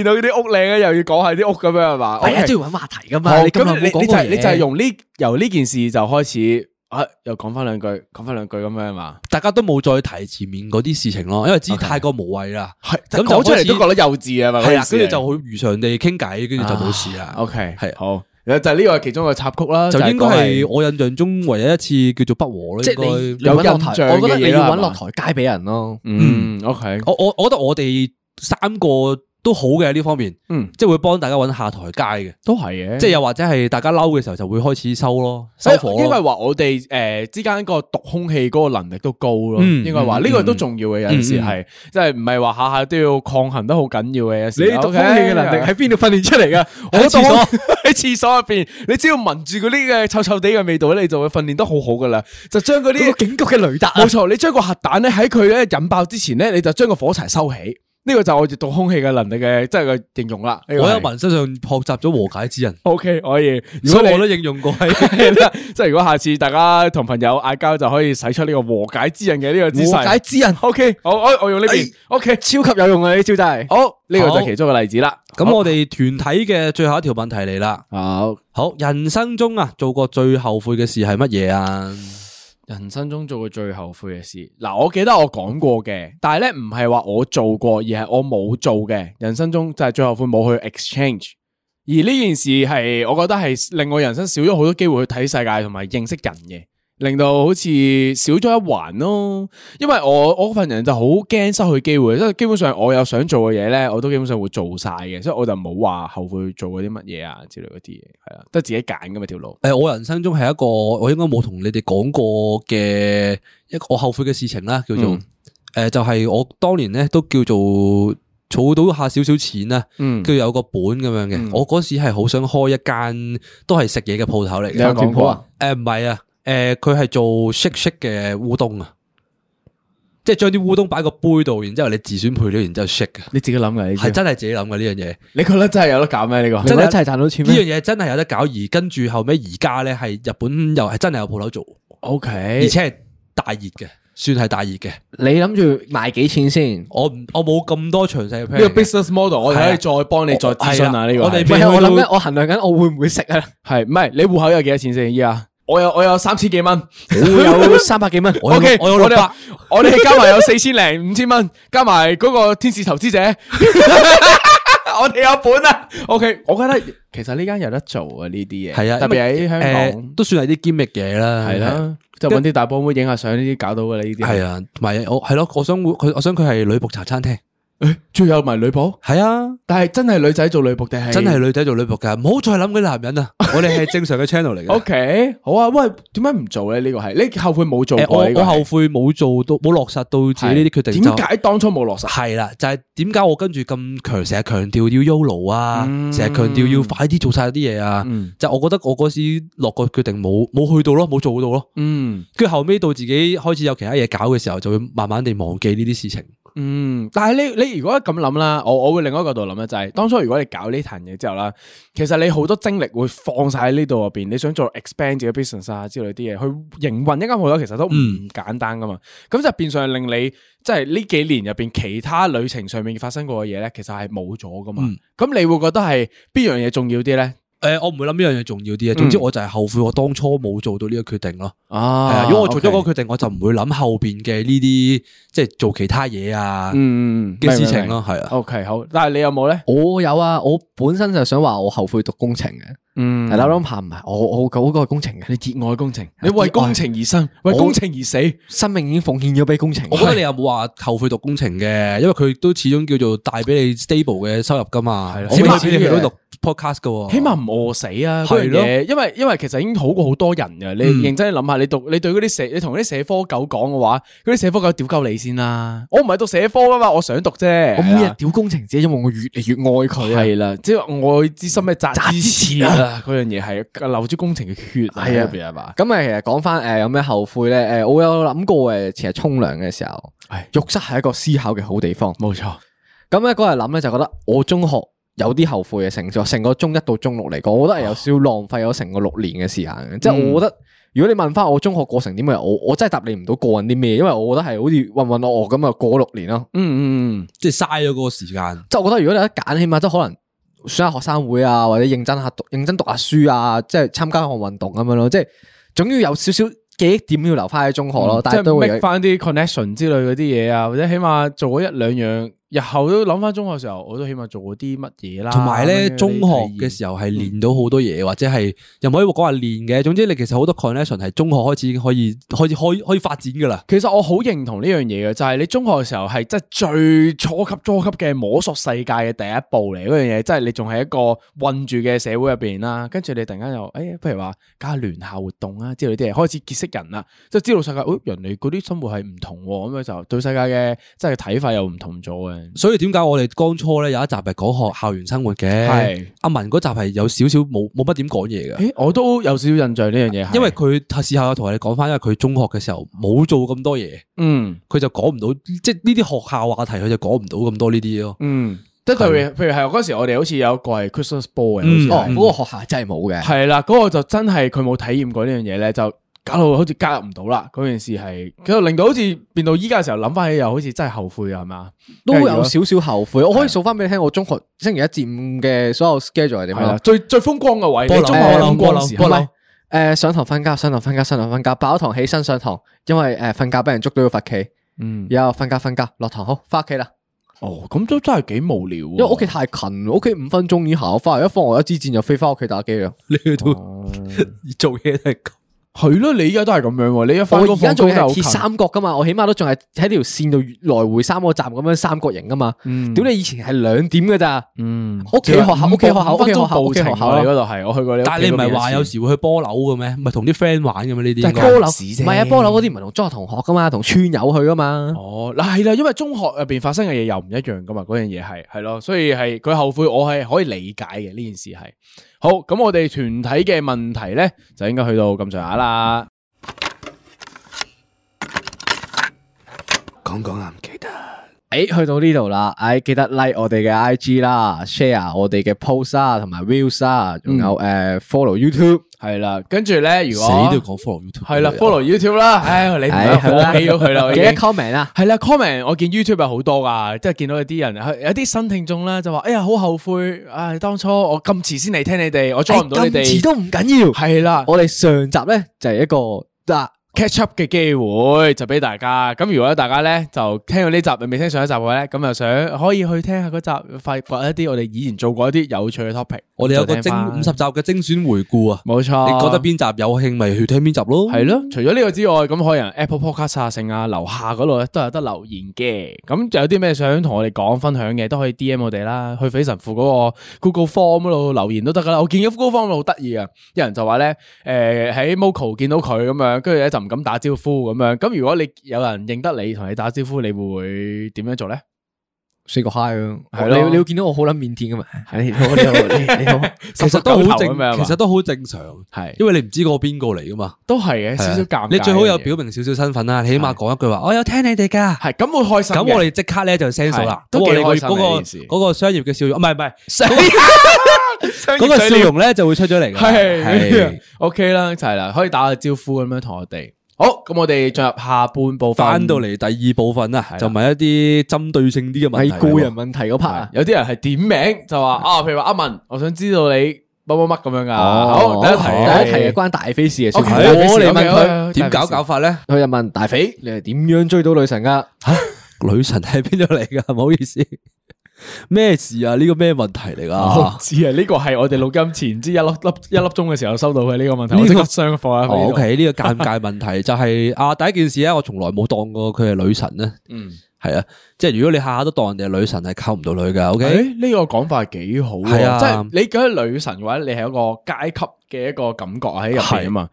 Speaker 1: 見到嗰啲屋靚咧，又要講下啲屋咁樣係嘛？
Speaker 2: 係啊，
Speaker 1: OK
Speaker 2: 都要揾話題噶嘛。
Speaker 1: 好
Speaker 2: 你咁
Speaker 1: 咁
Speaker 2: 耐
Speaker 1: 你
Speaker 2: 冇
Speaker 1: 你
Speaker 2: 講
Speaker 1: 就
Speaker 2: 過
Speaker 1: 係你就係
Speaker 2: 嘢
Speaker 1: 用呢由呢件事就開始啊，又講翻兩句，講翻兩句咁樣係嘛？
Speaker 3: 大家都冇再提前面嗰啲事情咯，因為知太過無謂啦。
Speaker 1: 係
Speaker 3: 咁就
Speaker 1: 講出嚟
Speaker 3: 開始
Speaker 1: 都覺得幼稚啊嘛。
Speaker 3: 係啦，跟
Speaker 1: 嗰件
Speaker 3: 住
Speaker 1: 事
Speaker 3: 就好如常地傾偈，跟住就冇事啦。
Speaker 1: 啊 OK
Speaker 3: 係
Speaker 1: 好，就係呢個係其中一個插曲啦，
Speaker 3: 就
Speaker 1: 係
Speaker 3: 應該
Speaker 1: 講
Speaker 3: 係我印象中唯一一次叫做不和咯。
Speaker 2: 即
Speaker 3: 應
Speaker 2: 係你
Speaker 3: 該
Speaker 2: 你
Speaker 1: 有
Speaker 2: 揾落
Speaker 1: 印
Speaker 2: 台
Speaker 1: 象
Speaker 2: 我覺得
Speaker 1: 嘅嘢
Speaker 2: 你
Speaker 1: 啦
Speaker 2: 要
Speaker 1: 係
Speaker 2: 揾
Speaker 1: 嘛
Speaker 2: 落台階俾人咯。
Speaker 1: 嗯 OK
Speaker 3: 我我我覺得我哋三個都好嘅呢方面，
Speaker 1: 嗯
Speaker 3: 即係會幫大家揾下台階嘅，
Speaker 1: 都係嘅，
Speaker 3: 即係又或者係大家嬲嘅時候就會開始收咯，收火
Speaker 1: 哎應該
Speaker 3: 咯。
Speaker 1: 話我哋誒之間個讀空氣嗰個能力都高咯，
Speaker 3: 嗯
Speaker 1: 應該話
Speaker 3: 嗯
Speaker 1: 呢個都重要嘅，有陣時係即係唔係話下下都要抗衡得好緊要嘅，有時
Speaker 2: 你讀空氣嘅能力喺邊度訓練出嚟噶？我
Speaker 1: 喺廁
Speaker 2: 當
Speaker 1: 所 喺廁所入邊，你只要聞住嗰啲嘅臭臭地嘅味道咧，你就會訓練得好好噶啦，就將嗰
Speaker 2: 呢
Speaker 1: 啲
Speaker 2: 個警局嘅雷達啊
Speaker 1: 冇！錯，你將個核彈咧喺佢咧引爆之前咧，你就將個火柴收起。呢個就係我哋讀空氣嘅能力嘅，即係個應用啦。
Speaker 3: 我喺文身上學習咗和解之人，
Speaker 1: O K 可以，如
Speaker 3: 所
Speaker 1: 果
Speaker 3: 以我
Speaker 1: 你
Speaker 3: 都應用過喺。
Speaker 1: 係啦， 即係如果下次大家同朋友嗌交，就可以使出呢個和解之人嘅呢個姿勢。
Speaker 2: 和解之人
Speaker 1: O K，好，我我用呢邊。O K，
Speaker 2: 超級有用啊！呢招真係。
Speaker 1: 好，呢個就
Speaker 3: 好
Speaker 1: 係其中一個例子啦。
Speaker 3: 咁我哋團體嘅最後一條問題嚟啦。
Speaker 1: 好，
Speaker 3: 好，人生中啊，做過最後悔嘅事係乜嘢啊？
Speaker 1: 人生中做過最後悔嘅事，嗱，我記得我講過嘅，但係咧唔係話我做過，而係我冇做嘅。人生中就係最後悔冇去 exchange，而呢件事係我覺得係令我人生少咗好多機會去睇世界同埋認識人嘅，令到好似少咗一環咯。因為我我份人就好驚失去機會，即係基本上我有想做嘅嘢咧，我都基本上會做晒嘅，所以我就冇話後悔做過啲乜嘢啊之類嗰啲嘢，係啊，都係自己揀噶嘛條路。
Speaker 3: 诶，呃我人生中係一個我應該冇同你哋講過嘅一個我後悔嘅事情啦，叫
Speaker 1: 嗯
Speaker 3: 做诶、誒就係我當年咧都叫做儲到下少少錢啦，
Speaker 1: 嗯
Speaker 3: 跟住有個本咁樣嘅，我嗰時係好想開一間都係食嘢嘅鋪頭嚟
Speaker 1: 你有
Speaker 3: 嘅，
Speaker 1: 講過啊？
Speaker 3: 诶唔係啊，诶佢係做 shake shake 嘅烏冬啊，即係將啲烏冬擺個杯度，然之后你自選配料，然之后 shake 啊，
Speaker 1: 你自己諗嘅，你
Speaker 3: 係真係自己諗嘅呢樣嘢。
Speaker 1: 你覺得真係有得搞咩呢個？
Speaker 2: 真係
Speaker 3: 係
Speaker 2: 一齊賺到錢
Speaker 3: 呢
Speaker 2: 咩？
Speaker 3: 樣嘢真係有得搞，而跟住後尾而家咧係日本又係真係有鋪頭做，
Speaker 1: O
Speaker 3: 而
Speaker 1: K，
Speaker 3: 且係大熱嘅，算係大熱嘅。
Speaker 2: 你諗住賣幾錢先？
Speaker 3: 我唔我冇咁多詳細嘅 plan
Speaker 1: 呢個
Speaker 3: 嘅。
Speaker 1: business model 我哋可以再幫 你再諮詢
Speaker 3: 係
Speaker 1: 下
Speaker 3: 啊
Speaker 1: 啊呢個係。
Speaker 3: 我哋
Speaker 2: 唔係，
Speaker 3: 未
Speaker 2: 我
Speaker 3: 去到
Speaker 2: 諗緊，我衡量緊，我會唔會食啊？
Speaker 1: 係唔係？你户口有幾多錢先？依家我有我有三千幾蚊。 啊
Speaker 2: 我有三百幾蚊，
Speaker 3: 我有
Speaker 1: OK，
Speaker 3: 我有六
Speaker 1: 哋
Speaker 3: 百，
Speaker 1: 我哋加埋有四千零五千蚊，加埋嗰個天使投資者， 我哋有本啊。OK，我覺得其實呢間有得做啊呢啲嘢，
Speaker 3: 係啊，
Speaker 1: 特別
Speaker 3: 因為
Speaker 1: 喺香
Speaker 3: 誒
Speaker 1: 港
Speaker 3: 都算係啲 gimmick 嘢啦，
Speaker 1: 係。啊啦，就揾啲大波妹影下相呢啲搞到噶啦呢啲。
Speaker 3: 係啊，同埋我係咯，我想會佢，我想佢係女仆茶餐廳。
Speaker 1: 仲有埋女仆，
Speaker 3: 係啊，
Speaker 1: 但係真係女仔做女仆定係
Speaker 3: 真係女仔做女仆㗎，唔好再諗嗰啲男人 啊！我哋係正常嘅 channel 嚟
Speaker 1: O
Speaker 3: 嘅。
Speaker 1: K，好啊，喂，點解唔做咧？呢個係你後悔冇做
Speaker 3: 誒
Speaker 1: 啊過呢
Speaker 3: 我
Speaker 1: 個
Speaker 3: 我
Speaker 1: 係？
Speaker 3: 後悔冇做到，冇落實到自己呢啲決定。
Speaker 1: 點解當初冇落實？
Speaker 3: 系啦，就係點解我跟住咁強，成日強調要 YOLO 啊，
Speaker 1: 嗯
Speaker 3: 成日強調要快啲做晒啲嘢啊，就我覺得我嗰時落個決定冇冇去到咯，冇做到咯，
Speaker 1: 嗯
Speaker 3: 跟住後尾到自己開始有其他嘢搞嘅時候，就會慢慢地忘記呢啲事情。
Speaker 1: 嗯，但係你你如果咁諗啦，我我會另外一個角度諗咧，就係當初如果你搞呢壇嘢之後啦，其實你好多精力會放晒喺呢度入邊，你想做 expand 自己 business 啊之類啲嘢，去營運一間鋪頭其實都唔
Speaker 3: 嗯
Speaker 1: 簡單噶嘛，咁、就變相令你即係呢幾年入邊其他旅程上面發生過嘅嘢咧，其實係冇咗噶嘛，
Speaker 3: 嗯
Speaker 1: 咁、你會覺得係邊樣嘢重要啲咧？
Speaker 3: 诶、呃我唔會諗呢樣嘢重要啲啊，總之我就係後悔我當初冇做到呢個決定咯。係
Speaker 1: 啊
Speaker 3: 啊，如果我做咗嗰個決定，我就唔會諗後边嘅呢啲即係做其他嘢啊
Speaker 1: 嗯
Speaker 3: 嘅事情咯，係啊。
Speaker 1: ，OK 好，但係你有冇咧？
Speaker 2: 我有啊，我本身就想話我後悔讀工程嘅，嗯，大家諗下唔係我我嗰個工程嘅，
Speaker 1: 你热爱工程，你为工程而生，为
Speaker 2: 我哦
Speaker 1: 工程而死。
Speaker 2: 生命已經奉獻咗俾工程。
Speaker 3: 我覺得你又冇話後悔讀工程嘅，因為佢都始終叫做帶俾你 stable 嘅收入噶嘛。
Speaker 1: 啦
Speaker 3: 起碼
Speaker 2: 起碼
Speaker 3: 你去到讀 podcast 噶喎，
Speaker 1: 起碼唔餓死啊！嗰
Speaker 3: 係
Speaker 1: 樣
Speaker 3: 咯
Speaker 1: 嘢，因為因為其實已經好過好多人嘅。你認真諗下，你讀你對嗰啲社，你同嗰啲社科狗講嘅話，嗰啲社科狗屌鳩你先啦。我唔係讀社科噶嘛，我想讀啫。
Speaker 2: 我每
Speaker 1: 係
Speaker 2: 日
Speaker 1: 啦
Speaker 2: 屌工程啫，因為我越嚟越愛佢啊。
Speaker 1: 係啦，即係愛之深嘅扎
Speaker 2: 扎
Speaker 1: 之
Speaker 2: 之
Speaker 1: 切
Speaker 2: 切
Speaker 1: 啊！嗰樣嘢係流住工程嘅血
Speaker 2: 係
Speaker 1: 喺
Speaker 2: 啊
Speaker 1: 入邊係嘛？
Speaker 2: 咁诶，其實講翻诶有咩後悔咧？诶，我有諗過诶，其實沖涼嘅時候，
Speaker 1: 係
Speaker 2: 浴室係一個思考嘅好地方。
Speaker 1: 冇錯，
Speaker 2: 咁咧嗰日諗咧就覺得我中學有啲後悔嘅，成個成個中一到中六嚟講，我覺得
Speaker 1: 啊
Speaker 2: 係有少少浪費咗成個六年嘅時間嘅。
Speaker 1: 嗯
Speaker 2: 即係我覺得，如果你問翻我中學過程點嘅，我我真係答你唔到過緊啲咩，因為我覺得係好似混混噩噩咁啊過咗六年咯。
Speaker 1: 嗯嗯
Speaker 3: 即係嘥咗嗰個時間。
Speaker 2: 即係我覺得如果你有得揀，起碼即係可能選下學生會啊，或者認真下讀認真讀下書啊，即係參加項運動咁樣咯。即係總要有少少記憶點要留翻喺中學咯，
Speaker 1: 嗯，
Speaker 2: 但
Speaker 1: 即
Speaker 2: 係都
Speaker 1: 係
Speaker 2: 會
Speaker 1: make
Speaker 2: 有
Speaker 1: 翻啲 connection 之類嗰啲嘢啊，或者起碼做過一兩樣，日後都諗翻中學時候，我都起碼做過啲乜嘢啦。
Speaker 3: 同埋咧，
Speaker 1: 啊咁樣
Speaker 3: 中學嘅
Speaker 1: 體驗嗯
Speaker 3: 時候係練到好多嘢，或者係又唔可以講話練嘅。總之你其實好多 connection 係中學開始已經可以開始可以可以發展噶啦。
Speaker 1: 其實我好認同呢樣嘢嘅，就係、你中學嘅時候係即係最初級初級嘅摸索世界嘅第一步嚟嗰樣嘢，即係你仲係一個混住嘅社會入邊啦，跟住你突然間又誒、哎譬如話搞下聯校活動啊之類啲嘢，開始結識人啦，即係知道世界，哦、人哋嗰啲生活係唔同喎，咁樣就對世界嘅即係睇法又唔同咗嘅。
Speaker 3: 所以點解我哋當初咧有一集係講學校園生活
Speaker 1: 係
Speaker 3: 嘅？阿文嗰集係有少少冇冇乜點講嘢嘅。
Speaker 1: 誒，我都有少少印象呢樣嘢係，
Speaker 3: 因為佢事後有同我哋講翻，因為佢中學嘅時候冇做咁多嘢，
Speaker 1: 嗯
Speaker 3: 佢就講唔到，即係呢啲學校話題，佢就講唔到咁多呢啲咯。
Speaker 1: 嗯，即係譬如譬如係嗰時我哋好似有一個係 Christmas ball 嘅，好似係
Speaker 2: 哦嗰個學校真係冇嘅。
Speaker 1: 嗯系啦，嗰、個就真係佢冇體驗過呢樣嘢咧，就搞到好似加入唔到啦。嗰件事係，佢就令到好似變到依家嘅時候諗翻起，又好似真係後悔啊，係嘛？
Speaker 2: 都
Speaker 1: 因為如
Speaker 2: 有
Speaker 1: 果
Speaker 2: 少少後悔，我可以數翻俾你聽，我中學星期一至五嘅所有 schedule 係點
Speaker 1: 係啊
Speaker 2: 樣
Speaker 1: 啦，。最最風光嘅位，
Speaker 3: 波樓
Speaker 1: 你中學
Speaker 3: 波樓
Speaker 1: 風光嘅時候
Speaker 3: 波樓波樓
Speaker 2: 诶，上堂瞓覺，上堂瞓覺，上堂瞓覺，爆堂起身上堂，因為诶瞓覺俾人捉到要罰企，
Speaker 1: 嗯，
Speaker 2: 然後瞓覺瞓覺，落堂好翻屋企啦。
Speaker 1: 哦，咁都真係幾無聊喎。
Speaker 2: 因為屋企太近，屋企五分鐘已經行咗翻嚟，一放我一支箭就飛翻屋企打機啦。
Speaker 3: 你去到做嘢都係咁，
Speaker 1: 係咯，你依家都係咁樣喎。你一
Speaker 2: 我
Speaker 1: 翻工
Speaker 2: 而家
Speaker 1: 放
Speaker 2: 仲
Speaker 1: 工都係
Speaker 2: 係
Speaker 1: 好
Speaker 2: 鐵
Speaker 1: 近。
Speaker 2: 三角噶嘛，我起碼都仲係喺條線度來回三個站咁樣三角形噶嘛。
Speaker 1: 嗯
Speaker 2: 屌你以前係兩點噶咋？
Speaker 1: 嗯
Speaker 2: 屋企學校，屋企學校，
Speaker 1: 五
Speaker 2: 屋
Speaker 1: 分
Speaker 2: 企學
Speaker 1: 鐘
Speaker 2: 校，
Speaker 1: 步
Speaker 2: 屋企
Speaker 1: 程啊
Speaker 2: 學
Speaker 1: 喎
Speaker 2: 校
Speaker 1: 你
Speaker 2: 咯。
Speaker 1: 嗰度係，我去過你屋企嗰
Speaker 3: 但
Speaker 1: 邊嘅事。
Speaker 3: 係你唔係話有時會去波樓嘅咩？唔係同啲 friend 玩嘅咩？呢啲
Speaker 1: 但
Speaker 3: 應該
Speaker 1: 係
Speaker 2: 高樓
Speaker 1: 市啫
Speaker 2: 唔係啊，波樓嗰啲唔係同中學同學噶嘛，同村友去噶嘛。
Speaker 1: 哦，嗱係啦，因為中學入邊發生嘅嘢又唔一樣噶嘛，嗰樣嘢係係咯，所以係佢後悔，我係可以理解嘅呢件事係。好，咁我哋團體嘅問題咧，就應該去到咁上下啦。
Speaker 3: 講講啊，唔記得。
Speaker 2: 诶，去到呢度啦，诶，記得 like 我哋嘅 IG 啦，share 我哋嘅 post 啊，同埋 views 啊，仲有
Speaker 1: 嗯
Speaker 2: 诶 follow YouTube。
Speaker 1: 係啦，跟住咧，如
Speaker 3: 死
Speaker 1: 果
Speaker 3: 都要講 follow YouTube。
Speaker 1: 係啦，follow YouTube 啦，唉，你唔
Speaker 2: 唉係啦
Speaker 1: 好棄咗佢啦，我已
Speaker 2: 記
Speaker 1: 經
Speaker 2: 得 comment 啊！
Speaker 1: 系啦，comment 我見 YouTube 有好多噶，即係見到有啲人，有啲新聽眾啦，就話：哎呀，好後悔，唉，當初我咁遲先嚟聽你哋，我 join 唔到你
Speaker 2: 咁遲
Speaker 1: 哋，
Speaker 2: 都唔緊要。
Speaker 1: 係啦。
Speaker 2: 我哋上集咧就係一個啊
Speaker 1: catch up 嘅機會就俾大家。咁如果大家咧就聽到呢集未聽上一集嘅咧，咁又想可以去聽下嗰集，發掘一啲我哋以前做過一啲有趣嘅 topic。
Speaker 3: 我哋有個
Speaker 1: 再聽
Speaker 3: 精
Speaker 1: 返
Speaker 3: 五十集嘅精選回顧啊。
Speaker 1: 冇錯，
Speaker 3: 你覺得邊集有興咪去聽邊集咯？
Speaker 1: 係咯，除咗呢個之外，咁可能 Apple Podcast 啊、剩啊、樓下嗰度咧都有得留言嘅。咁就有啲咩想同我哋講分享嘅，都可以 D M 我哋啦，去匪神父嗰個 Google Form 嗰度留言都得噶啦。我見咗 Google Form 嗰度好得意啊，有人就話咧，诶、喺 Moco 見到佢咁樣，跟住咧就唔敢打招呼咁樣。咁如果你有人認得你同你打招呼，你會唔會點樣做咧？
Speaker 2: 四個 hi 咯，
Speaker 1: 係咯
Speaker 2: 你你會見到我好撚腼腆噶嘛？你好，你 好，你好。
Speaker 3: 其實都好正，
Speaker 1: 咁樣
Speaker 3: 其實都好正常，
Speaker 1: 系
Speaker 3: 因為你唔知嗰個邊個嚟噶嘛。
Speaker 1: 都係啊嘅，少少尷尬嘅嘢。
Speaker 3: 啊你最好有表明少少身份啦，起碼講一句話，我有聽你哋㗎。
Speaker 1: 係咁會開心
Speaker 3: 咁
Speaker 1: 嘅。
Speaker 3: 我哋即刻咧就 send 數啦
Speaker 1: 係。都幾
Speaker 3: 咁我哋
Speaker 1: 開心
Speaker 3: 個
Speaker 1: 嘅
Speaker 3: 嗰
Speaker 1: 呢
Speaker 3: 個
Speaker 1: 件事
Speaker 3: 嗰個商業嘅笑容，唔係唔係，
Speaker 1: 哋
Speaker 3: 嗰個笑容咧就會出咗嚟㗎。
Speaker 1: 系 OK 啦，就係啦，可以打個招呼咁樣同我哋。好，咁我哋進入下半部分
Speaker 3: 翻到，嚟第二部分啊，就唔係一啲針對性啲嘅問題
Speaker 2: 係
Speaker 3: 喎。
Speaker 2: 個人問題嗰 part
Speaker 1: 係
Speaker 2: 啊，
Speaker 1: 有啲人係點名就話啊，譬如話阿文，我想知道你乜乜乜咁樣噶。
Speaker 2: 哦
Speaker 1: 好，第一題，
Speaker 2: 第一題係關大飛事嘅事。
Speaker 1: OK，
Speaker 2: 小
Speaker 1: 大
Speaker 2: 明
Speaker 1: 飛事
Speaker 3: 啊我嚟問
Speaker 1: OK，OK，
Speaker 3: 佢點搞
Speaker 1: 大
Speaker 3: 搞法咧？
Speaker 2: 佢就問大肥，你係點樣追到女神噶？
Speaker 3: 女神喺邊度嚟㗎？唔好意思，咩事啊？呢個咩問題嚟
Speaker 1: 我唔
Speaker 3: 噶？
Speaker 1: 知啊，呢個係我哋錄音前知一粒粒一粒鐘嘅時候收到嘅呢個問題，
Speaker 3: 呢個
Speaker 1: 我即刻雙課啊。
Speaker 3: 哦，OK，呢個尷尬問題就係啊，第一件事咧，我從來冇當過佢係女神咧。嗯，系啊，即係如果你下下都當人哋係女神，係溝唔到女噶。
Speaker 1: 誒
Speaker 3: OK，
Speaker 1: 呢個講法幾好喎，
Speaker 3: 係啊
Speaker 1: 即係你覺得女神嘅話，你係一個階級嘅一個感覺喺入邊啊嘛。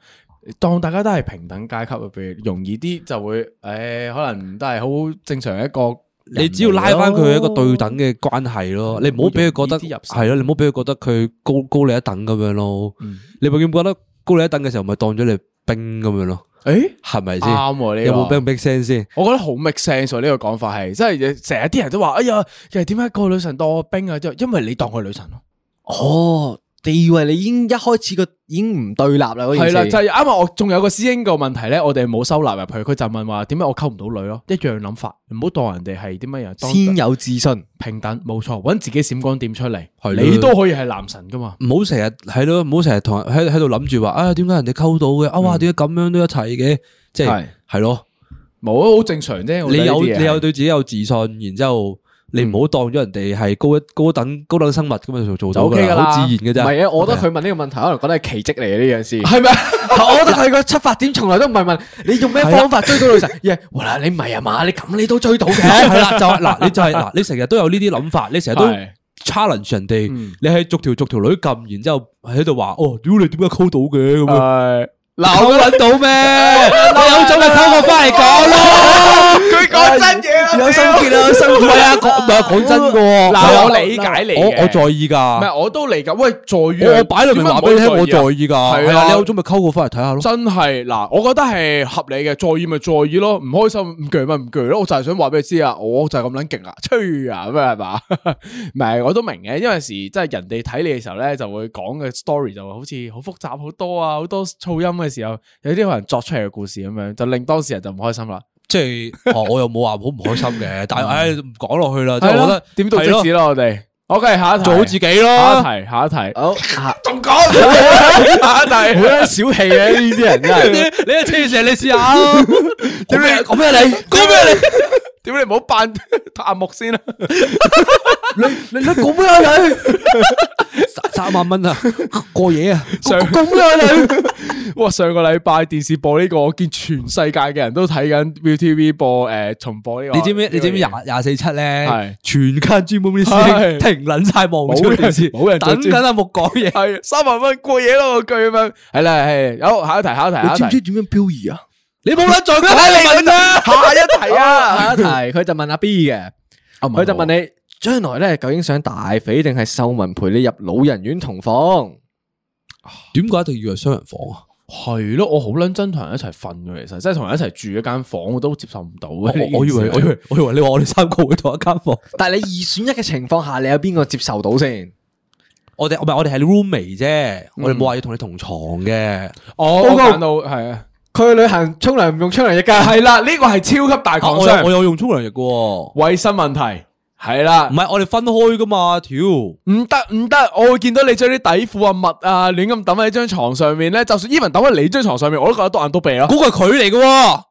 Speaker 1: 當大家都係平等階級入邊，容易啲就會誒，可能都係好正常一個。
Speaker 3: 你只要拉翻佢一個對等嘅關係咯，你唔好俾佢覺得
Speaker 1: 容易啲入手
Speaker 3: 係咯，你唔好俾佢覺得佢高高你一等咁樣咯。
Speaker 1: 嗯
Speaker 3: 你永遠覺得高你一等嘅時候，咪當咗你兵咁樣咯，
Speaker 1: 誒
Speaker 3: 係咪先？
Speaker 1: 啱喎呢個
Speaker 3: 有冇 make 唔 make sense 先？
Speaker 1: 我覺得好 make sense 喎呢個講法係，即係成日啲人都話：哎呀，又係點解個女神當我兵啊？因為你當佢女神咯。
Speaker 2: 哦，地位你已經一開始個已經唔對立啦，嗰件
Speaker 1: 係
Speaker 2: 事
Speaker 1: 啦，就係啱啱啊我仲有個師兄個問題咧，我哋冇收納入去，佢就問話點解我溝唔到女咯？一樣諗法，唔好當人哋係啲乜嘢，當
Speaker 2: 先有自信。
Speaker 1: 平等冇錯，揾自己閃光點出嚟，
Speaker 3: 係啦
Speaker 1: 你都可以係男神噶嘛？
Speaker 3: 唔好成日係咯，唔好成日同人喺喺度諗住話啊，點解人哋溝到嘅？啊哇，點解咁樣都一齊嘅？即係
Speaker 1: 係
Speaker 3: 係咯，
Speaker 1: 冇啊，好正常啫。
Speaker 3: 你有你有
Speaker 1: 對
Speaker 3: 對自己有自信，然之後你唔好當咗人哋係高一高等高等生物咁樣就做
Speaker 1: 就
Speaker 3: 到
Speaker 1: OK
Speaker 3: 㗎
Speaker 1: 㗎
Speaker 3: 啦，
Speaker 1: 啦
Speaker 3: 好自然嘅
Speaker 2: 唔
Speaker 3: 咋。
Speaker 2: 係啊，我覺得佢問呢個問題，可能覺得係奇蹟嚟嘅呢樣事。
Speaker 1: 係咪？
Speaker 2: 我覺得佢個出發點從來都唔係問啊你用咩方法追到女神， 而係哇你唔係啊嘛，你咁你都追到 嘅。
Speaker 3: 係啦，就係嗱，你就係嗱，你成日都有呢啲諗法，你成日都
Speaker 1: 係
Speaker 3: challenge 人哋，你係逐條逐條女撳，然之後喺度話哦，屌你點解溝到嘅咁樣？
Speaker 1: 係
Speaker 3: 嗱，我揾到咩？我有種就溝我翻嚟講咯。佢
Speaker 2: 啊
Speaker 3: 講真嘢，有心結啊，有心結啊，講唔係講真嘅喎。係啊
Speaker 1: 嗱，我理解你
Speaker 3: 我
Speaker 1: 嘅
Speaker 3: 我在意
Speaker 1: 唔
Speaker 3: 㗎，
Speaker 1: 係我都嚟噶？喂，在於
Speaker 3: 我我擺到明話俾你聽，我在意㗎。
Speaker 1: 係
Speaker 3: 係
Speaker 1: 啊
Speaker 3: 啊，你有種咪溝我翻嚟睇下咯。
Speaker 1: 真係嗱，我覺得係合理嘅，在意咪在意咯，唔開心唔鋸咪唔鋸咯。我就係想話俾你知啊，我就係咁撚勁啊，吹啊咁樣係嘛？ 唔係我都明嘅，因為有時即係人哋睇你嘅時候咧，就會講嘅 story 就會好似好複雜好多啊，好多噪音嘅時候，有啲可能作出嚟嘅故事咁樣，就令當事人就唔開心啦。
Speaker 3: 即係哦我又冇話好唔開心嘅，但係唉唔講落去啦。即係
Speaker 1: 係
Speaker 3: 我
Speaker 1: 咯
Speaker 3: 覺得
Speaker 1: 點到
Speaker 3: 係咯
Speaker 1: 即止啦，我哋 OK 下一題，
Speaker 3: 做好自己
Speaker 1: 下一
Speaker 3: 咯。
Speaker 1: 題，下一題，
Speaker 2: 好，下
Speaker 1: 仲 講下一題，
Speaker 2: 小氣嘅呢啲人真
Speaker 3: 你
Speaker 2: 係。
Speaker 3: 你係黐線，你試下咯。
Speaker 1: 屌你
Speaker 3: 講咩你？講咩你？
Speaker 1: 屌你唔好扮彈幕先啦。啊
Speaker 3: 你你講咩啊你？三萬蚊啊，過夜啊，
Speaker 1: 上咁啊你！哇，上個禮拜電視播呢、個，我見全世界嘅人都睇緊 ViuTV 播诶、呃重播呢、個。
Speaker 3: 你知唔知？你知唔知廿廿四七咧
Speaker 1: 係？
Speaker 3: 全間專門啲師兄
Speaker 1: 係
Speaker 3: 停撚晒望住個電視，
Speaker 1: 冇人冇人再
Speaker 3: 等
Speaker 1: 知
Speaker 3: 緊阿木講嘢。
Speaker 1: 系三萬蚊過夜咯，個句咁樣。係啦，係好下一題，下一題，下一題，
Speaker 2: 點樣漂移啊？
Speaker 3: 你冇得再講你問啦。
Speaker 1: 下一題啊！
Speaker 2: 下一題佢就問阿 B 嘅，佢就問你將來咧究竟想大肥定係秀文陪你入老人院同房？
Speaker 3: 點解一定要係雙人房啊？
Speaker 1: 係咯，我好撚憎同人一齊瞓嘅，其實即係同人一齊住一間房，我都接受唔到嘅。呢件
Speaker 3: 我我以為
Speaker 1: 事
Speaker 3: 我以為我以為你啊話我哋三個會同一間房。
Speaker 2: 但係你二選一嘅情況下，你有邊個接受到先？
Speaker 3: 我哋唔係我哋係 roommate 啫，我哋冇話要同你同床嘅。
Speaker 1: 我
Speaker 2: 報
Speaker 1: 我
Speaker 2: 告
Speaker 1: 揀到係啊，
Speaker 2: 佢去旅行沖涼唔用沖涼液㗎，
Speaker 1: 係啦，呢個係超級大
Speaker 3: 啊
Speaker 1: 抗
Speaker 3: 我有我
Speaker 1: 傷，
Speaker 3: 有用沖涼液嘅喎，
Speaker 1: 衛生問題係啦
Speaker 3: 唔。係我哋分開噶嘛？屌，
Speaker 1: 唔得唔得，我會見到你將啲底褲啊、襪啊亂咁抌喺張床上面咧，就算 even 抌喺你張床上面，我都覺得篤眼篤鼻咯。
Speaker 3: 嗰個係佢嚟嘅喎，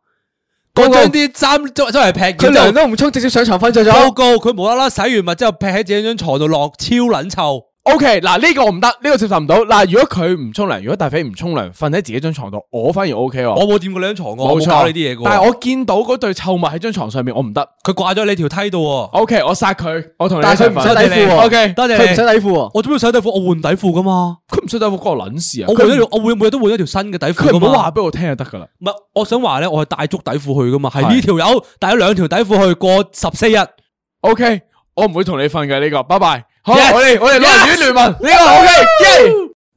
Speaker 2: 個
Speaker 3: 我將啲衫周周圍劈
Speaker 2: 佢
Speaker 3: 完
Speaker 2: 涼
Speaker 3: 之
Speaker 2: 都唔沖，直接上床瞓着
Speaker 3: 後，報
Speaker 2: 咗。
Speaker 3: 告佢無啦啦洗完物之後劈喺自己張床度落超撚臭。
Speaker 1: OK，嗱呢個我唔得，呢個接受唔到。嗱，如果佢唔沖涼，如果大肥唔沖涼，瞓喺自己張床度，我反而 OK 喎。
Speaker 3: 我冇掂過你張床喎，我
Speaker 1: 哦冇
Speaker 3: 冇
Speaker 1: 錯
Speaker 3: 搞呢啲嘢嘅喎。
Speaker 1: 但係我見到嗰對臭物喺張床上面，我唔得。
Speaker 3: 佢掛咗你條梯度喎。
Speaker 1: OK，我殺佢，我同你一
Speaker 2: 但係
Speaker 1: 齊
Speaker 2: 佢唔使底
Speaker 1: 瞓。
Speaker 2: 褲喎
Speaker 1: OK，
Speaker 3: 多謝
Speaker 2: 佢唔使
Speaker 3: 你。
Speaker 2: 底褲喎。
Speaker 3: 我做咩要洗底褲？我換底褲噶嘛。
Speaker 1: 佢唔需要底褲關我撚事啊！
Speaker 3: 我換一
Speaker 1: 佢
Speaker 3: 條，我每每日都換一條新嘅底褲
Speaker 1: 佢
Speaker 3: 㗎
Speaker 1: 唔好
Speaker 3: 嘛
Speaker 1: 話。俾我聽就得噶啦。
Speaker 3: 唔係，我想話咧，我係帶足底褲去噶嘛，係
Speaker 1: 係
Speaker 3: 呢條友帶咗兩條底褲去過十四日。
Speaker 1: OK，我唔會同你瞓嘅呢個，拜拜。好，
Speaker 3: Yes！
Speaker 1: 我哋我哋老人院聯盟呢個 OK，耶！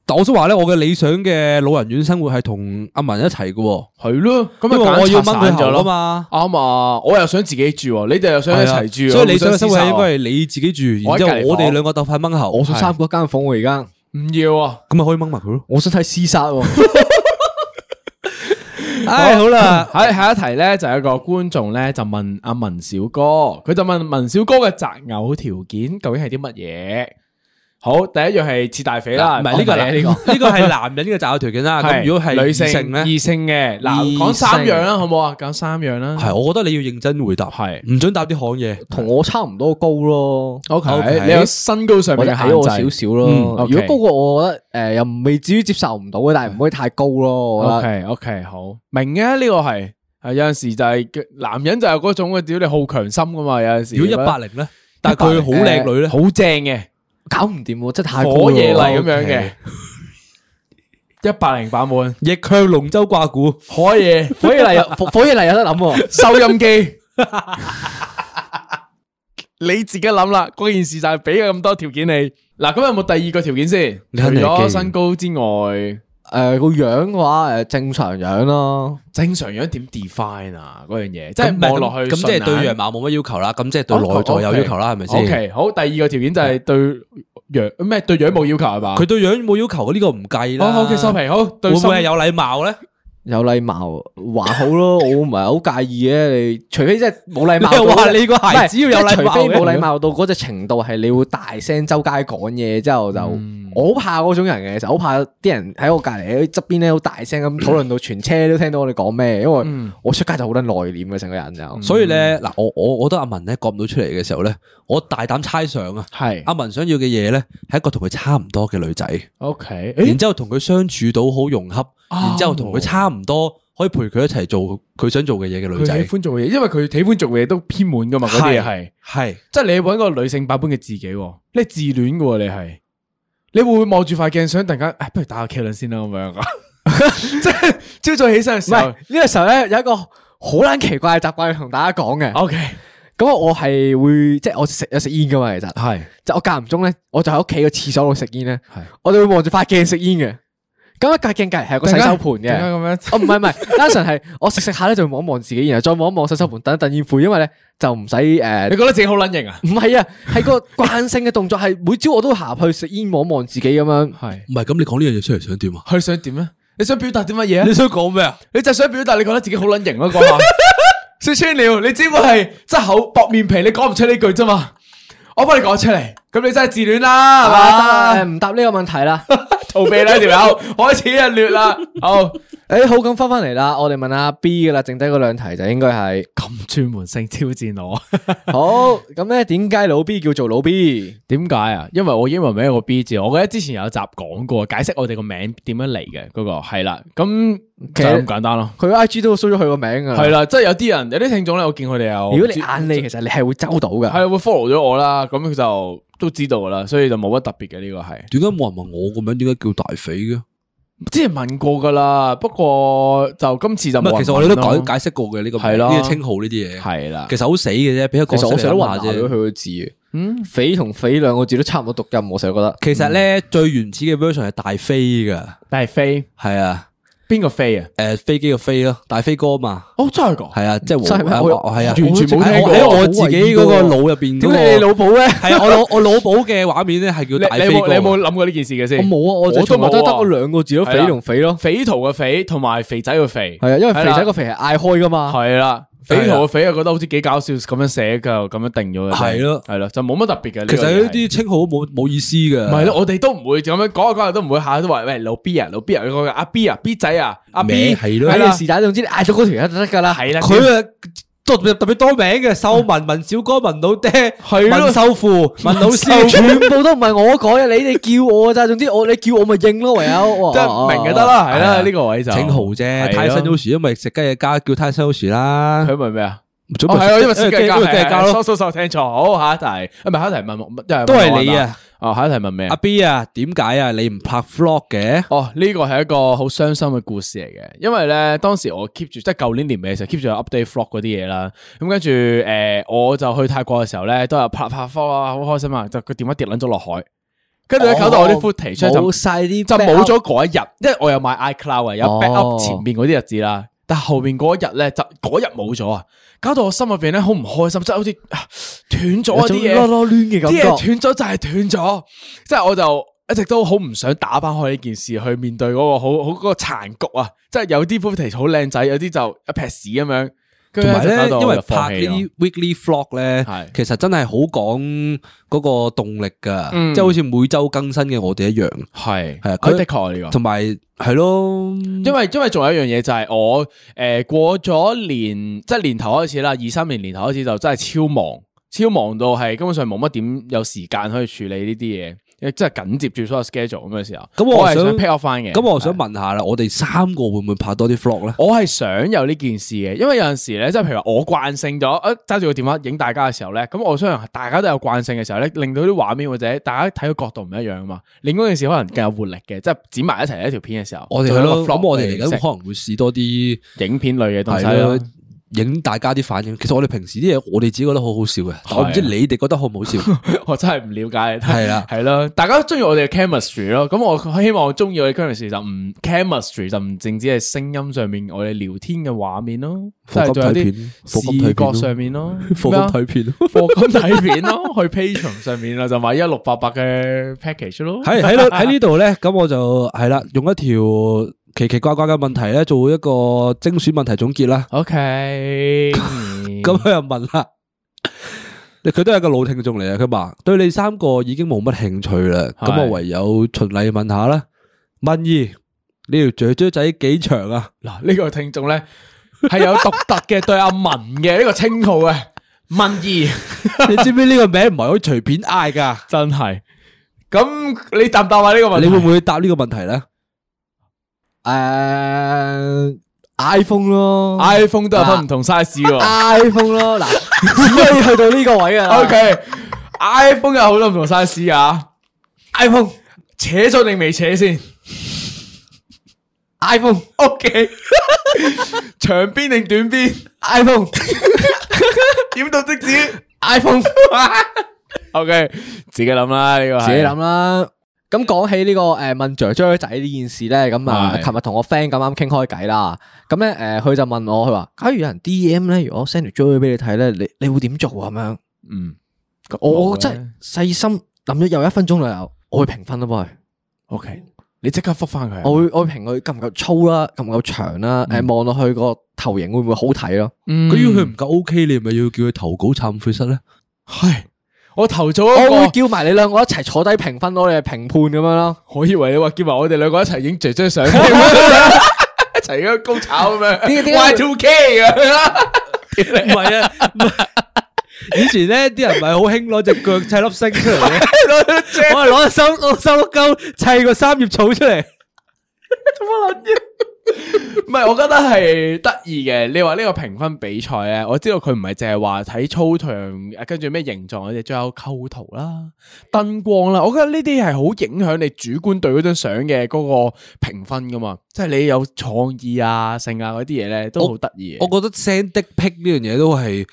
Speaker 3: 但我想話咧，我嘅理想嘅老人院生活係同阿文一齊嘅喎，
Speaker 1: 系咯，咁
Speaker 3: 因
Speaker 1: 咪
Speaker 3: 為我要掹佢
Speaker 1: 咗
Speaker 3: 喉啊。嘛。啊
Speaker 1: 啱啊，我又想自己住喎，你哋又想一齊住，啊
Speaker 3: 所以理想嘅生活係應該
Speaker 1: 係
Speaker 3: 係你自己住，然
Speaker 1: 我喺
Speaker 3: 之
Speaker 1: 隔
Speaker 3: 後
Speaker 1: 離房
Speaker 3: 我哋兩個鬥快掹喉，
Speaker 2: 我想三個一間房喎，而家
Speaker 1: 唔要啊。
Speaker 3: 咁咪可以掹埋佢咯。
Speaker 2: 我想睇厮殺喎。
Speaker 3: 唉，好 啦，
Speaker 1: 喺下一題咧，就有一個觀眾咧就問阿文小哥，佢就問文小哥嘅擇偶條件究竟係啲乜嘢？好，第一样系切大肥啦，
Speaker 3: 唔係呢個
Speaker 1: 哦
Speaker 3: 係呢個呢個係男人嘅擇偶條件啦。咁
Speaker 1: 係
Speaker 3: 如果係
Speaker 1: 女
Speaker 3: 異性咧，
Speaker 1: 异性嘅，嗱，
Speaker 2: 異
Speaker 1: 讲三
Speaker 2: 性
Speaker 1: 样啦，好唔好啊？讲三样啦，
Speaker 3: 係我覺得你要認真回答，
Speaker 1: 係
Speaker 3: 唔准答啲行嘢。
Speaker 2: 同我差唔多高咯，
Speaker 1: O K，
Speaker 3: OK
Speaker 1: 你有身高上
Speaker 2: 或
Speaker 1: 面
Speaker 2: 者
Speaker 1: 嘅
Speaker 2: 矮我少
Speaker 1: 限制。
Speaker 2: 少咯。
Speaker 1: 嗯，OK
Speaker 2: 如果高過我，我覺得诶又未至於接受唔到嘅，但係唔可以太高咯。我覺得
Speaker 1: O K O K，好明嘅呢個係係有阵时就係男人就有嗰種嘅屌你好強心噶嘛，有阵时
Speaker 3: 如果一百零咧，但係佢好靚女咧，
Speaker 1: 好正嘅
Speaker 2: 搞唔掂喎，真係太高
Speaker 1: 火野
Speaker 2: 啦
Speaker 1: 麗咁樣嘅，一百零版本
Speaker 3: 逆向龍舟掛鼓，
Speaker 1: 可以
Speaker 2: 火野麗
Speaker 1: 啊
Speaker 2: 有火火野麗有得諗喎。
Speaker 1: 收音 機。你自己諗啦，嗰件事就係俾咗咁多條件你。嗱，咁有冇第二個條件先？
Speaker 3: 你
Speaker 1: 除
Speaker 3: 肯定係基
Speaker 1: 咗
Speaker 3: 嘅
Speaker 1: 身高之外，
Speaker 2: 诶個樣嘅話，诶正常樣咯。
Speaker 1: 正常樣點 define 啊？嗰樣嘢即
Speaker 3: 咁
Speaker 1: 係
Speaker 3: 唔係
Speaker 1: 望落
Speaker 3: 咁
Speaker 1: 去
Speaker 3: 咁即係對
Speaker 1: 順眼
Speaker 3: 樣貌冇乜要求啦，咁即係對內在有要求啦，係咪
Speaker 1: O
Speaker 3: 先？
Speaker 1: K，好，第二個條件就係對樣咩對樣冇要求係嘛？
Speaker 3: 佢對樣冇要求，呢個唔計啦。
Speaker 1: 好 O K 收皮，好
Speaker 3: 會
Speaker 1: 對
Speaker 3: 唔
Speaker 1: 心
Speaker 3: 會係有禮貌咧？
Speaker 2: 有禮貌還好咯，我唔係好介意嘅。你除非真係冇禮
Speaker 3: 你
Speaker 2: 貌到，
Speaker 3: 又話你個孩子
Speaker 2: 唔係
Speaker 3: 要有
Speaker 2: 即係
Speaker 3: 禮貌
Speaker 2: 除非冇
Speaker 3: 嘅
Speaker 2: 禮貌到嗰只程度係你會大聲周街講嘢之後就，我好怕嗰種人嘅，其實好怕啲人喺我隔離喺側邊咧好大聲咁討論到全車都聽到我哋講咩，因為我出街就好撚內斂嘅成個人就。
Speaker 3: 所以咧，嗱，我我我覺得阿文咧講唔到出嚟嘅時候咧，我大膽猜想啊，
Speaker 1: 係
Speaker 3: 阿文想要嘅嘢咧，係一個同佢差唔多嘅女仔，
Speaker 1: O K，
Speaker 3: 然之后同佢相處到好融洽，
Speaker 1: 啊
Speaker 3: 然之后同佢差唔多，可以陪佢一齊做佢想做嘅嘢嘅女
Speaker 1: 佢
Speaker 3: 仔
Speaker 1: 喜，歡做嘅嘢，因為佢喜歡做嘅嘢都偏滿噶嘛，嗰啲嘢係，
Speaker 3: 係
Speaker 1: 即係你揾個女性版本嘅自己喎，你係自戀嘅喎，你係，你會唔會望住塊鏡想突然間，哎唉，不如打個 K 輪先啦咁樣 啊？即係朝早起身嘅
Speaker 2: 唔
Speaker 1: 時
Speaker 2: 係
Speaker 1: 候
Speaker 2: 呢個時候咧有一個好撚奇怪嘅習慣要同大家講嘅，
Speaker 1: ，O K，
Speaker 2: 咁我係會即係我食有食煙噶嘛，其實。
Speaker 1: 係
Speaker 2: 就我間唔中咧，我就喺屋企個廁所度食煙咧
Speaker 1: 係，
Speaker 2: 我哋會望住塊鏡食煙嘅。咁一塊鏡隔離係有個洗手盤
Speaker 1: 點解
Speaker 2: 嘅。
Speaker 1: 咁樣？
Speaker 2: 哦，唔係唔係，單純係我食食下咧就望一望自己，然後再望一望洗手盤，等一等煙灰，因為咧就唔使诶
Speaker 1: 你，覺得自己好撚型啊？
Speaker 2: 唔係啊，係個慣性嘅動作，係每朝我都行入去食煙望一望自己咁樣。
Speaker 1: 係，
Speaker 3: 唔係咁？你講呢樣嘢出嚟想點啊？
Speaker 1: 佢想點咧？你想表達啲乜嘢啊？
Speaker 3: 你想講咩啊？
Speaker 1: 你就係想表達你覺得自己好撚型咯，啊嗰 下說穿了，你只不過係即係厚薄面皮，你講唔出呢句啫嘛。我幫你講出嚟，咁你真係自戀啦，係
Speaker 2: 啊得啦誒
Speaker 1: 嘛？
Speaker 2: 唔答呢個問題啦。
Speaker 1: 逃避啦條友，開始啊劣啦。好，
Speaker 2: 誒好，咁翻翻嚟啦，我哋問下 B 噶啦，剩低嗰兩題就應該 係
Speaker 1: 咁專門性挑戰我，
Speaker 2: 好。咁咧點解老 B 叫做老 B？
Speaker 1: 點解啊？因為我英文名有個 B 字，我記得之前有一集講過，解釋我哋個名點樣嚟嘅嗰個係啦。咁
Speaker 2: 其實
Speaker 1: 簡單咯。
Speaker 2: 佢 I G 都 show 咗佢個名噶。
Speaker 1: 係，啦，即係有啲人有啲聽眾咧，我見佢哋有。
Speaker 2: 如果你眼利，其實你係會周到噶。
Speaker 1: 係會 follow 咗我啦，咁佢就都知道噶啦，所以就冇乜特別嘅呢個係。
Speaker 3: 點解冇人問我個名？點解叫大肥嘅？唔
Speaker 1: 之前問過噶啦，不過就今次就冇人問
Speaker 3: 係，
Speaker 1: 咯。
Speaker 3: 其實我哋都解解釋過嘅呢個
Speaker 1: 係
Speaker 3: 名
Speaker 1: 咯
Speaker 3: 呢個稱號呢啲嘢，
Speaker 1: 係啦
Speaker 3: 其，實好死嘅啫，俾佢
Speaker 2: 其
Speaker 3: 講
Speaker 2: 實我成日都混淆
Speaker 3: 下
Speaker 2: 咗佢
Speaker 3: 啫。
Speaker 2: 個字嘅，嗯，匪同匪兩個字都差唔多讀音，我成日覺得
Speaker 3: 其實咧
Speaker 1: 嗯
Speaker 3: 最原始嘅 version 係大飛噶，
Speaker 1: 但係飛
Speaker 3: 係啊，
Speaker 1: 邊個飛啊？
Speaker 3: 誒飛機嘅飛咯，大飛哥嘛。
Speaker 1: 哦，真係噶，
Speaker 3: 系啊，即系
Speaker 2: 真係咩我
Speaker 3: 系啊，
Speaker 1: 完
Speaker 3: 係
Speaker 1: 全冇聽過
Speaker 3: 我喺我自己嗰個腦入边，
Speaker 2: 屌你老母咧！
Speaker 3: 系我老我老母嘅畫面咧係
Speaker 1: 你
Speaker 3: 叫
Speaker 1: 你
Speaker 3: 大飛
Speaker 1: 有冇你有
Speaker 3: 哥
Speaker 1: 冇諗過呢件事嘅先？
Speaker 2: 我冇啊，我
Speaker 1: 我
Speaker 2: 就
Speaker 1: 都
Speaker 2: 從來
Speaker 1: 冇
Speaker 2: 都係得
Speaker 1: 啊
Speaker 2: 嗰兩個字咯，
Speaker 1: 係
Speaker 2: 匪
Speaker 1: 啦
Speaker 2: 同匪咯，
Speaker 1: 匪徒嘅匪同埋肥仔嘅肥，
Speaker 2: 係啊，因為肥仔個
Speaker 1: 係啦
Speaker 2: 肥係嗌開噶嘛，
Speaker 1: 啊係啦，匪徒嘅匪啊我覺得好似幾搞笑咁樣寫㗎，咁樣定咗嘅。
Speaker 3: 係咯
Speaker 1: 係咯，就冇乜特別嘅。
Speaker 3: 其實
Speaker 1: 實
Speaker 3: 呢啲稱號冇冇意思嘅，
Speaker 1: 唔係咯，我哋都唔會咁樣講下講下都唔會下下都話喂老 B 啊老 B 啊嗰個阿 B 啊 B 仔啊阿 B
Speaker 3: 咩係咯
Speaker 1: 係
Speaker 2: 係
Speaker 1: 啦
Speaker 2: 啊，是但，總之你嗌咗嗰條友就得㗎啦，
Speaker 1: 係啦，
Speaker 3: 佢啊特別特別多名嘅，秀 文、文小哥、文老爹、
Speaker 1: 係咯
Speaker 3: 文秀父、 文老師，
Speaker 2: 全部都唔係我改啊，你哋叫我㗎咋，總之我你叫我咪應咯，唯有哦
Speaker 1: 即係明就得。啦，哦係啊啦呢個位 就
Speaker 3: 稱號啫。泰森 o s 因為食雞嘅家叫泰森 o s 啦，
Speaker 1: 佢咪咩啊？
Speaker 3: 準
Speaker 1: 哦，
Speaker 3: 備
Speaker 1: 系啊，因為設計家，哦
Speaker 3: 因為設計家
Speaker 1: 咯。
Speaker 3: 咯。
Speaker 1: sorry sorry，聽錯。好，下一題，唔係下一題問我，因為
Speaker 3: 都係你啊！
Speaker 1: 哦，下一題問咩
Speaker 3: 阿
Speaker 1: 啊？
Speaker 3: B 啊，點解啊你唔拍 vlog 嘅？
Speaker 1: 哦，呢個係一個好傷心嘅故事嚟嘅，因為咧當時我 keep 住，即係舊年年尾嘅時候 keep 住有 update vlog 嗰啲嘢啦。咁跟住誒，我就去泰國嘅時候咧，都有拍拍 vlog 啊，好開心啊！就個電話跌撚咗落海，跟住咧搞到我啲 footage 所以就
Speaker 2: 哦冇晒啲啊
Speaker 1: 就冇咗嗰一日，因為我有買 iCloud 啊，有
Speaker 2: 哦
Speaker 1: backup 前面嗰啲日子啦，但後面嗰一日咧就嗰日冇咗啊，搞到我心入邊咧好唔開心，即係好似啊斷
Speaker 2: 有
Speaker 1: 咗
Speaker 2: 種
Speaker 1: 啲
Speaker 2: 囉
Speaker 1: 嘢，
Speaker 2: 囉攣嘅
Speaker 1: 啲嘢
Speaker 2: 感覺。
Speaker 1: 斷咗就係斷咗，即係我就。一直都好唔想打翻開呢件事去面對嗰、個好好嗰個殘局啊！即係有啲 footage 好靚仔，有啲就一劈屎咁樣，跟
Speaker 3: 同埋
Speaker 1: 住就
Speaker 3: 咧，因
Speaker 1: 搞到我
Speaker 3: 為
Speaker 1: 就
Speaker 3: 拍
Speaker 1: 放
Speaker 3: 呢
Speaker 1: 棄咯
Speaker 3: 啲 weekly vlog 咧
Speaker 1: 係，
Speaker 3: 其實真係好講嗰個動力噶，
Speaker 1: 嗯
Speaker 3: 即係好似每周更新嘅我哋一樣，
Speaker 1: 係
Speaker 3: 係啊
Speaker 1: 佢
Speaker 3: 佢
Speaker 1: 的確係呢個
Speaker 3: 同。埋係咯，
Speaker 1: 因為因為仲有一樣嘢就係我诶、呃、过咗年即係年頭開始啦，二三年年頭開始就真係超忙，超忙到係根本上冇乜點有時間可以處理呢啲嘢，即係緊接住所有 schedule 咁嘅時候。
Speaker 3: 咁我
Speaker 1: 係
Speaker 3: 想
Speaker 1: 想 pick up 翻嘅。
Speaker 3: 咁我
Speaker 1: 係
Speaker 3: 想問下啦，我哋三個會唔會拍多啲 vlog 咧？
Speaker 1: 我係想有呢件事嘅，因為有陣時咧，即係譬如話我慣性咗，誒揸住個電話影大家嘅時候咧，咁我相信大家都有慣性嘅時候咧，令到啲畫面或者大家睇嘅角度唔一樣啊嘛，令嗰件事可能更有活力嘅，即係剪埋一齊一條片嘅時候，
Speaker 3: 我哋
Speaker 1: 做
Speaker 3: 係
Speaker 1: 一個
Speaker 3: 咯，
Speaker 1: vlog
Speaker 3: 咁我哋嚟緊
Speaker 1: 嘅形
Speaker 3: 可能會試多啲
Speaker 1: 式影片類嘅東
Speaker 3: 係
Speaker 1: 西
Speaker 3: 咯
Speaker 1: 咯。，
Speaker 3: 影大家啲反應。其實我哋平時啲嘢，我哋自己覺得好好笑嘅，但我唔知
Speaker 1: 係啊
Speaker 3: 你哋覺得好 唔好笑。
Speaker 1: 我真係唔了解，
Speaker 3: 係啦
Speaker 1: 係啦，大家中意我哋嘅 chemistry 咯，咁我希望中意我哋 chemistry 就唔 chemistry 就唔淨止係聲音上面，我哋聊天嘅畫面咯，即係仲有
Speaker 3: 課金睇
Speaker 1: 啲
Speaker 3: 片課金睇片
Speaker 1: 視
Speaker 3: 咯
Speaker 1: 覺上面 咯，
Speaker 3: 課
Speaker 1: 咩啊
Speaker 3: 金睇片 咯
Speaker 1: 課金睇片咯，去 Patreon 上面啦，就買一六八八嘅 package 咯，
Speaker 3: 喺喺度喺呢度咧，咁我就係啦，用一條奇奇怪怪嘅問題咧，做一個精選問題總結啦。
Speaker 1: ，OK，
Speaker 3: 咁佢又問啦，佢都係一個老聽眾嚟啊。佢話對你三個已經冇乜興趣啦，
Speaker 1: 係
Speaker 3: 咁我唯有循例問下啦。問二，呢條雀雀仔幾長 啊？
Speaker 1: 嗱呢個聽眾咧係有獨特嘅對阿文嘅呢個稱號嘅文怡。
Speaker 3: 你知唔知呢個名唔係可以隨便嗌 噶？
Speaker 1: 真系。咁你答唔答啊？呢個問題？
Speaker 3: 你會唔會答呢個問題咧？
Speaker 2: 诶，iPhone 咯
Speaker 1: iPhone 都有分唔同 size 喎。
Speaker 2: ，iPhone 咯，嗱，只可以去到呢 個位啊
Speaker 1: O K，iPhone 有好多唔同 size 啊。iPhone 扯咗定未扯先
Speaker 2: iPhone
Speaker 1: ？O K，長邊定短邊
Speaker 2: iPhone
Speaker 1: 點到即止。
Speaker 2: iPhone，
Speaker 1: O K，自己諗啦，呢個係
Speaker 2: 自己諗啦。咁講起呢個诶問雀雀仔呢件事咧，咁啊，
Speaker 1: 係
Speaker 2: 琴日同我 friend 咁啱傾開偈啦。咁咧诶，誒佢就問我，佢話：假如有人 D M 咧，如果 send 條雀俾你睇咧，你你會點做啊？咁樣。
Speaker 1: 嗯
Speaker 2: 我
Speaker 1: 冇
Speaker 2: 我
Speaker 1: 嘅
Speaker 2: 真系細心諗咗有一分鐘左右，我會評分咯噃，
Speaker 1: ，O K，你即刻覆翻佢啊。
Speaker 2: 我會我會評佢夠唔夠粗啦，夠唔夠長啦，诶望落去個頭型會唔會好睇咯？
Speaker 3: 佢
Speaker 1: 佢
Speaker 3: 要佢唔夠 OK，你咪要叫佢投稿懺悔室咧？
Speaker 1: 係我投咗一
Speaker 2: 我
Speaker 1: 個
Speaker 2: 會叫埋你兩個一齊坐低評分咯，你係評判咁樣咯。
Speaker 1: 我以為你話叫埋我哋兩個一齊影姐 姐相，一 齊咁高炒咁
Speaker 2: 點解
Speaker 1: 樣 Y two K 啊咁樣啦。
Speaker 3: 唔係啊，以前咧啲人咪好興攞只腳砌粒星出嚟嘅，我係 攞手攞手碌鳩砌個三葉草出嚟。
Speaker 1: 唔係，我覺得係得意嘅。你話呢個評分比賽咧，我知道佢唔係淨係話睇粗長，跟住咩形狀嗰啲，仲有構圖啦、燈光啦。我覺得呢啲係好影響你主觀對嗰張相嘅嗰個評分噶嘛。即係你有創意啊、性啊嗰啲嘢咧，都好得意嘅。啊
Speaker 3: 我覺得 send dick pic 呢樣嘢都係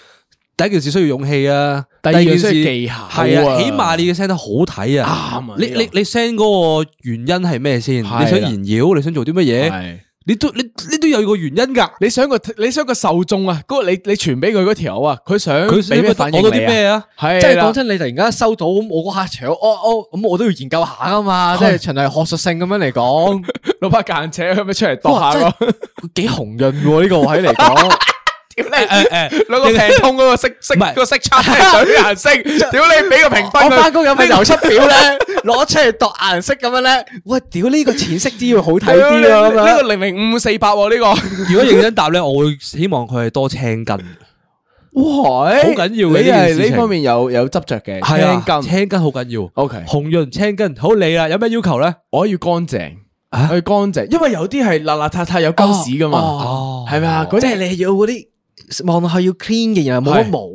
Speaker 3: 第一件事需要勇氣啊，
Speaker 1: 第二
Speaker 3: 件
Speaker 1: 樣需
Speaker 3: 事
Speaker 1: 要技巧啊
Speaker 3: 係啊，起碼你要 send 得好睇啊。
Speaker 1: 啱啊
Speaker 3: 你
Speaker 1: 呢個
Speaker 3: 你你 send 嗰個原因係咩先？你
Speaker 1: 係
Speaker 3: 想
Speaker 1: 啦
Speaker 3: 炫耀，你想做啲乜嘢？
Speaker 1: 係
Speaker 3: 你都你你都有個原因㗎。
Speaker 1: 你想個你想個受眾啊，嗰個你你傳俾佢嗰條友啊，佢想
Speaker 3: 佢想
Speaker 1: 俾咩反應
Speaker 3: 攞到啲咩
Speaker 1: 啊？
Speaker 3: 啊？
Speaker 1: 係
Speaker 2: 即係
Speaker 1: 啦
Speaker 2: 講真，你突然間收到咁，我嗰下除咗哦哦，咁我都要研究下噶 嘛，即係循例學術性咁樣嚟講，
Speaker 1: 老伯間扯咁樣出嚟度
Speaker 2: 哇
Speaker 1: 下
Speaker 2: 真
Speaker 1: 咯
Speaker 2: 係，幾紅潤喎呢個位嚟 講，
Speaker 1: 屌你！
Speaker 3: 誒誒
Speaker 1: 兩個平通嗰個色色
Speaker 3: 唔係
Speaker 1: 嗰個色差係水顏 色，屌你俾個評分
Speaker 2: 我翻
Speaker 1: 佢，
Speaker 2: 工有份流出表咧，攞出嚟度顏色咁樣咧，哇！屌呢個淺色啲會好睇啲
Speaker 1: 屌
Speaker 2: 啊咁
Speaker 1: 你呢
Speaker 2: 樣
Speaker 1: 個。零零五四八喎呢個，
Speaker 3: 如果認真答咧，我會希望佢係多青筋，
Speaker 1: 哇！好
Speaker 3: 緊要嘅呢件事情
Speaker 1: 面有有執着嘅
Speaker 3: 係啊
Speaker 1: 青筋
Speaker 3: 青筋好緊要。
Speaker 1: OK
Speaker 3: 紅潤青筋，好你啊啦，有咩要求咧？
Speaker 1: 我要乾淨，
Speaker 3: 啊
Speaker 1: 我要乾淨，因為有啲係邋邋遢遢有鳩屎噶嘛
Speaker 3: 哦，
Speaker 1: 係咪啊？嗰
Speaker 2: 即
Speaker 1: 啲
Speaker 2: 係你要嗰啲望落去要 clean 嘅，然後冇乜毛。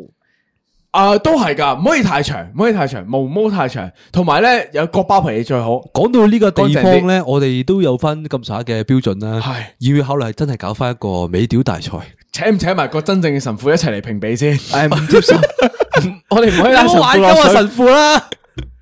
Speaker 1: 啊都係㗎，唔可以太長，唔可以太長，毛毛太長，同埋咧有割包皮嘢最好。
Speaker 3: 講到呢個地
Speaker 1: 乾淨
Speaker 3: 方咧，我哋都有翻咁上下嘅標準啦。
Speaker 1: 係
Speaker 3: 要唔要考慮真係搞翻一個美屌大賽？
Speaker 1: 請唔請埋個真正嘅神父一齊嚟評比先？
Speaker 2: 诶，唔接受，我哋唔可以拉
Speaker 3: 你唔好
Speaker 2: 哎神父
Speaker 3: 玩
Speaker 2: 落
Speaker 3: 鳩啊
Speaker 2: 水。
Speaker 3: 神父啦！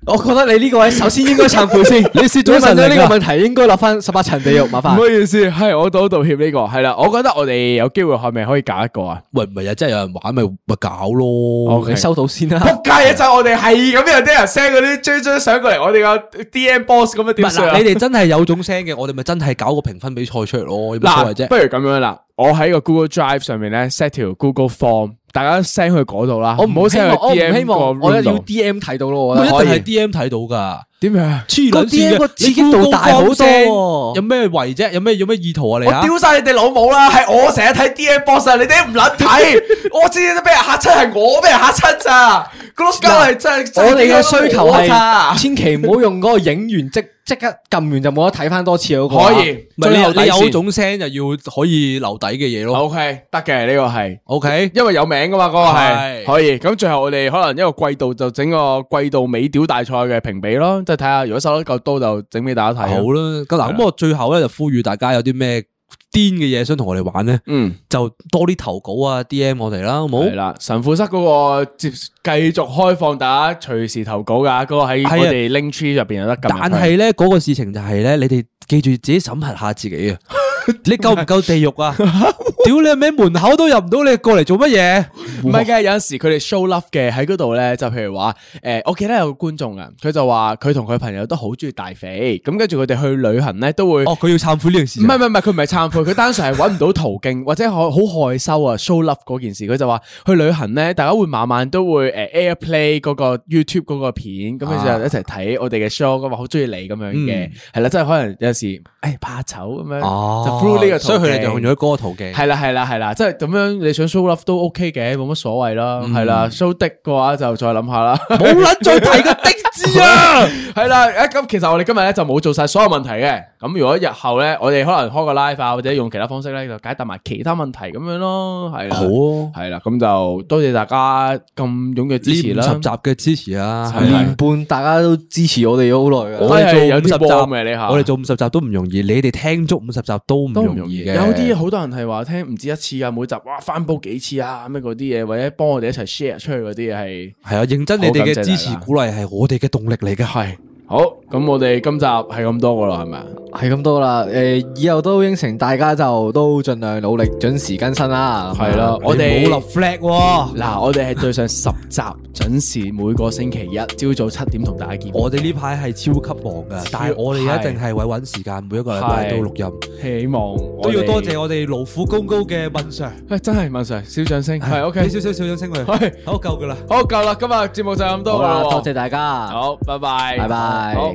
Speaker 2: 我覺得你呢個位首先應該 懺悔先。你
Speaker 1: 你
Speaker 2: 問咗
Speaker 3: 啊
Speaker 1: 嚟
Speaker 2: 呢
Speaker 1: 㗎
Speaker 2: 個問題，應該落翻十八層地獄，麻
Speaker 1: 啊唔好
Speaker 2: 煩。
Speaker 1: 意思，系我道道歉呢、個，个，系啦，我覺得我哋有機會係咪可以搞一個啊？
Speaker 3: 喂，唔系啊，真系有人玩咪咪搞咯。
Speaker 1: OK
Speaker 2: 你收到先啦。
Speaker 1: 仆街一陣，我哋係咁有啲人 send 嗰啲追追相過嚟，我哋個 D M boss 咁樣
Speaker 3: 唔
Speaker 1: 點
Speaker 3: 係
Speaker 1: 算
Speaker 3: 嗱
Speaker 1: 啊？
Speaker 3: 你哋真係有種聲嘅，我哋咪真係搞個評分比賽出嚟咯，有乜所謂
Speaker 1: 嗱，
Speaker 3: 啫
Speaker 1: 不？如咁樣啦，我喺個 Google Drive 上面咧 set 條 Google Form，大家 send 去嗰度啦。
Speaker 2: 我
Speaker 1: 唔好
Speaker 2: 唔希
Speaker 1: sell
Speaker 2: 望，
Speaker 1: 去
Speaker 2: 我唔
Speaker 1: D M
Speaker 2: 希望，我
Speaker 1: 個
Speaker 2: 要
Speaker 1: room 度
Speaker 2: D M 睇到咯。我
Speaker 3: 我一
Speaker 2: 覺得
Speaker 3: 定
Speaker 2: 可以
Speaker 3: 係 D M 睇到噶，
Speaker 1: 點樣啊？
Speaker 3: 黐
Speaker 2: 個
Speaker 3: 撚線
Speaker 2: DM 個
Speaker 3: 嘅，
Speaker 2: 刺激度大好多喎
Speaker 3: 有咩為啫？有咩有咩意圖啊？你
Speaker 1: 我
Speaker 3: 啊？
Speaker 1: 屌晒你哋老母啦！係我成日睇 D M boss 啊，你哋唔撚睇， 我知都俾人嚇親，係我俾人嚇親咋。嗰碌膠係真係真係
Speaker 2: 我哋嘅
Speaker 1: 點樣都
Speaker 2: 需求
Speaker 1: 冇啊
Speaker 2: 係，千祈唔好用嗰個影完即即刻撳完就冇得睇翻多次嗰個啊。
Speaker 1: 可以
Speaker 3: 唔係
Speaker 1: 最後
Speaker 3: 你
Speaker 1: 底
Speaker 3: 你有
Speaker 1: 線
Speaker 3: 種聲就要可以留底嘅嘢咯。
Speaker 1: O K，得嘅呢個係。
Speaker 3: O K，
Speaker 1: 因為有名噶嘛，嗰個
Speaker 3: 係
Speaker 1: 係可以。咁最後我哋可能一個季度就整個季度美屌大賽嘅評比咯，即係睇下如果收得夠多就整俾大家睇。啊
Speaker 3: 好，啦。咁
Speaker 1: 係
Speaker 3: 嗱，
Speaker 1: 啦
Speaker 3: 咁我最後咧就呼籲大家有啲咩癲嘅嘢想同我哋玩咧，
Speaker 1: 嗯，
Speaker 3: 就多啲投稿啊，D M 我哋啦，好冇
Speaker 1: 係？啦，神父室嗰個接繼續開放，大家隨時投稿噶，嗰個喺
Speaker 3: 係啊
Speaker 1: 我哋 link tree 入邊有得撳入去。
Speaker 3: 但係咧嗰個事情就係咧，你哋記住自己審核下自己啊！ 你夠唔夠地獄 啊？屌你咩門口都入唔到，你過嚟做乜嘢？
Speaker 1: 唔係嘅，有陣時佢哋 show love 嘅喺嗰度咧，就譬如話，诶、我記得有個觀眾啊，佢就話佢同佢朋友都好中意大肥，咁跟住佢哋去旅行咧都會。
Speaker 3: 哦，佢要懺悔呢件事
Speaker 1: 唔
Speaker 3: 情。
Speaker 1: 係唔係唔係，佢唔係懺悔，佢單純係揾唔到途徑，或者好好害羞啊，show love 嗰件事，佢就話去旅行咧，大家會晚晚都會誒 AirPlay 嗰個 YouTube 嗰個片，咁
Speaker 3: 啊
Speaker 1: 佢就一齊睇我哋嘅 show，咁話好中意你咁樣
Speaker 3: 嗯
Speaker 1: 嘅，係啦，即係可能有時誒怕醜咁樣，就 through 呢個途
Speaker 3: 哦所以佢哋就用
Speaker 1: 徑
Speaker 3: 咗嗰個途徑。
Speaker 1: 係啦係啦係啦，即係咁樣你想 show love 都 OK 嘅，冇乜所謂
Speaker 3: 嗯
Speaker 1: 啦，係啦，show 的嘅話就再諗下啦。
Speaker 3: 冇捻再提個的字啊！
Speaker 1: 係啦，誒咁其實我哋今日咧就冇做晒所有問題嘅，咁如果日後咧，我哋可能開個 live 啊，或者用其他方式咧就解答埋其他問題咁樣咯，係啦，
Speaker 3: 好啊
Speaker 1: 係啦，咁就多謝大家咁踴躍支
Speaker 3: 呢
Speaker 1: 持
Speaker 3: 五
Speaker 1: 啦，
Speaker 3: 十集嘅支持啊，
Speaker 1: 係啊
Speaker 2: 年半大家都支持我哋好耐㗎。
Speaker 3: 我哋
Speaker 1: 真係
Speaker 3: 做五
Speaker 1: 有啲
Speaker 3: 十集
Speaker 1: 幫嘅呢下
Speaker 3: 啊我哋做五十集都唔容易，你哋聽足五十集都唔
Speaker 1: 都唔
Speaker 3: 容
Speaker 1: 容易
Speaker 3: 易嘅。
Speaker 1: 嘅，有啲好多人係話聽唔止一次啊，每集哇翻煲幾次啊，咩嗰啲嘢，或者幫我哋一齊 share 出去嗰啲嘢係。
Speaker 3: 係啊，認真你哋
Speaker 1: 好感謝大
Speaker 3: 嘅
Speaker 1: 家
Speaker 3: 支持鼓勵係我哋嘅動力嚟嘅，係
Speaker 1: 好，咁我哋今集係咁多噶啦，係咪啊？
Speaker 2: 係咁多啦。诶，以後都應承大家就都盡量努力，準時更新啦。
Speaker 1: 係啦，我哋
Speaker 3: 冇立 flag 喎。
Speaker 1: 嗱，我哋係對上十集，準時每個星期一朝早七點同大家見面。
Speaker 3: 我哋呢排係超級忙㗎，但係我哋一定係會揾時間，每一個禮拜都錄音，
Speaker 1: 希望我
Speaker 3: 都要
Speaker 1: 哋
Speaker 3: 多謝我哋勞苦功高嘅問 Sir，
Speaker 1: 喂，真係問 Sir，小掌聲，係 OK，
Speaker 3: 俾少少少掌聲
Speaker 1: 係
Speaker 3: 佢，好夠㗎啦，
Speaker 1: 好夠啦，今日節目就咁多
Speaker 2: 好
Speaker 1: 啦
Speaker 2: 啦，
Speaker 1: 喎，
Speaker 2: 多謝大家。
Speaker 1: 好，拜拜，
Speaker 2: 拜拜
Speaker 1: 好，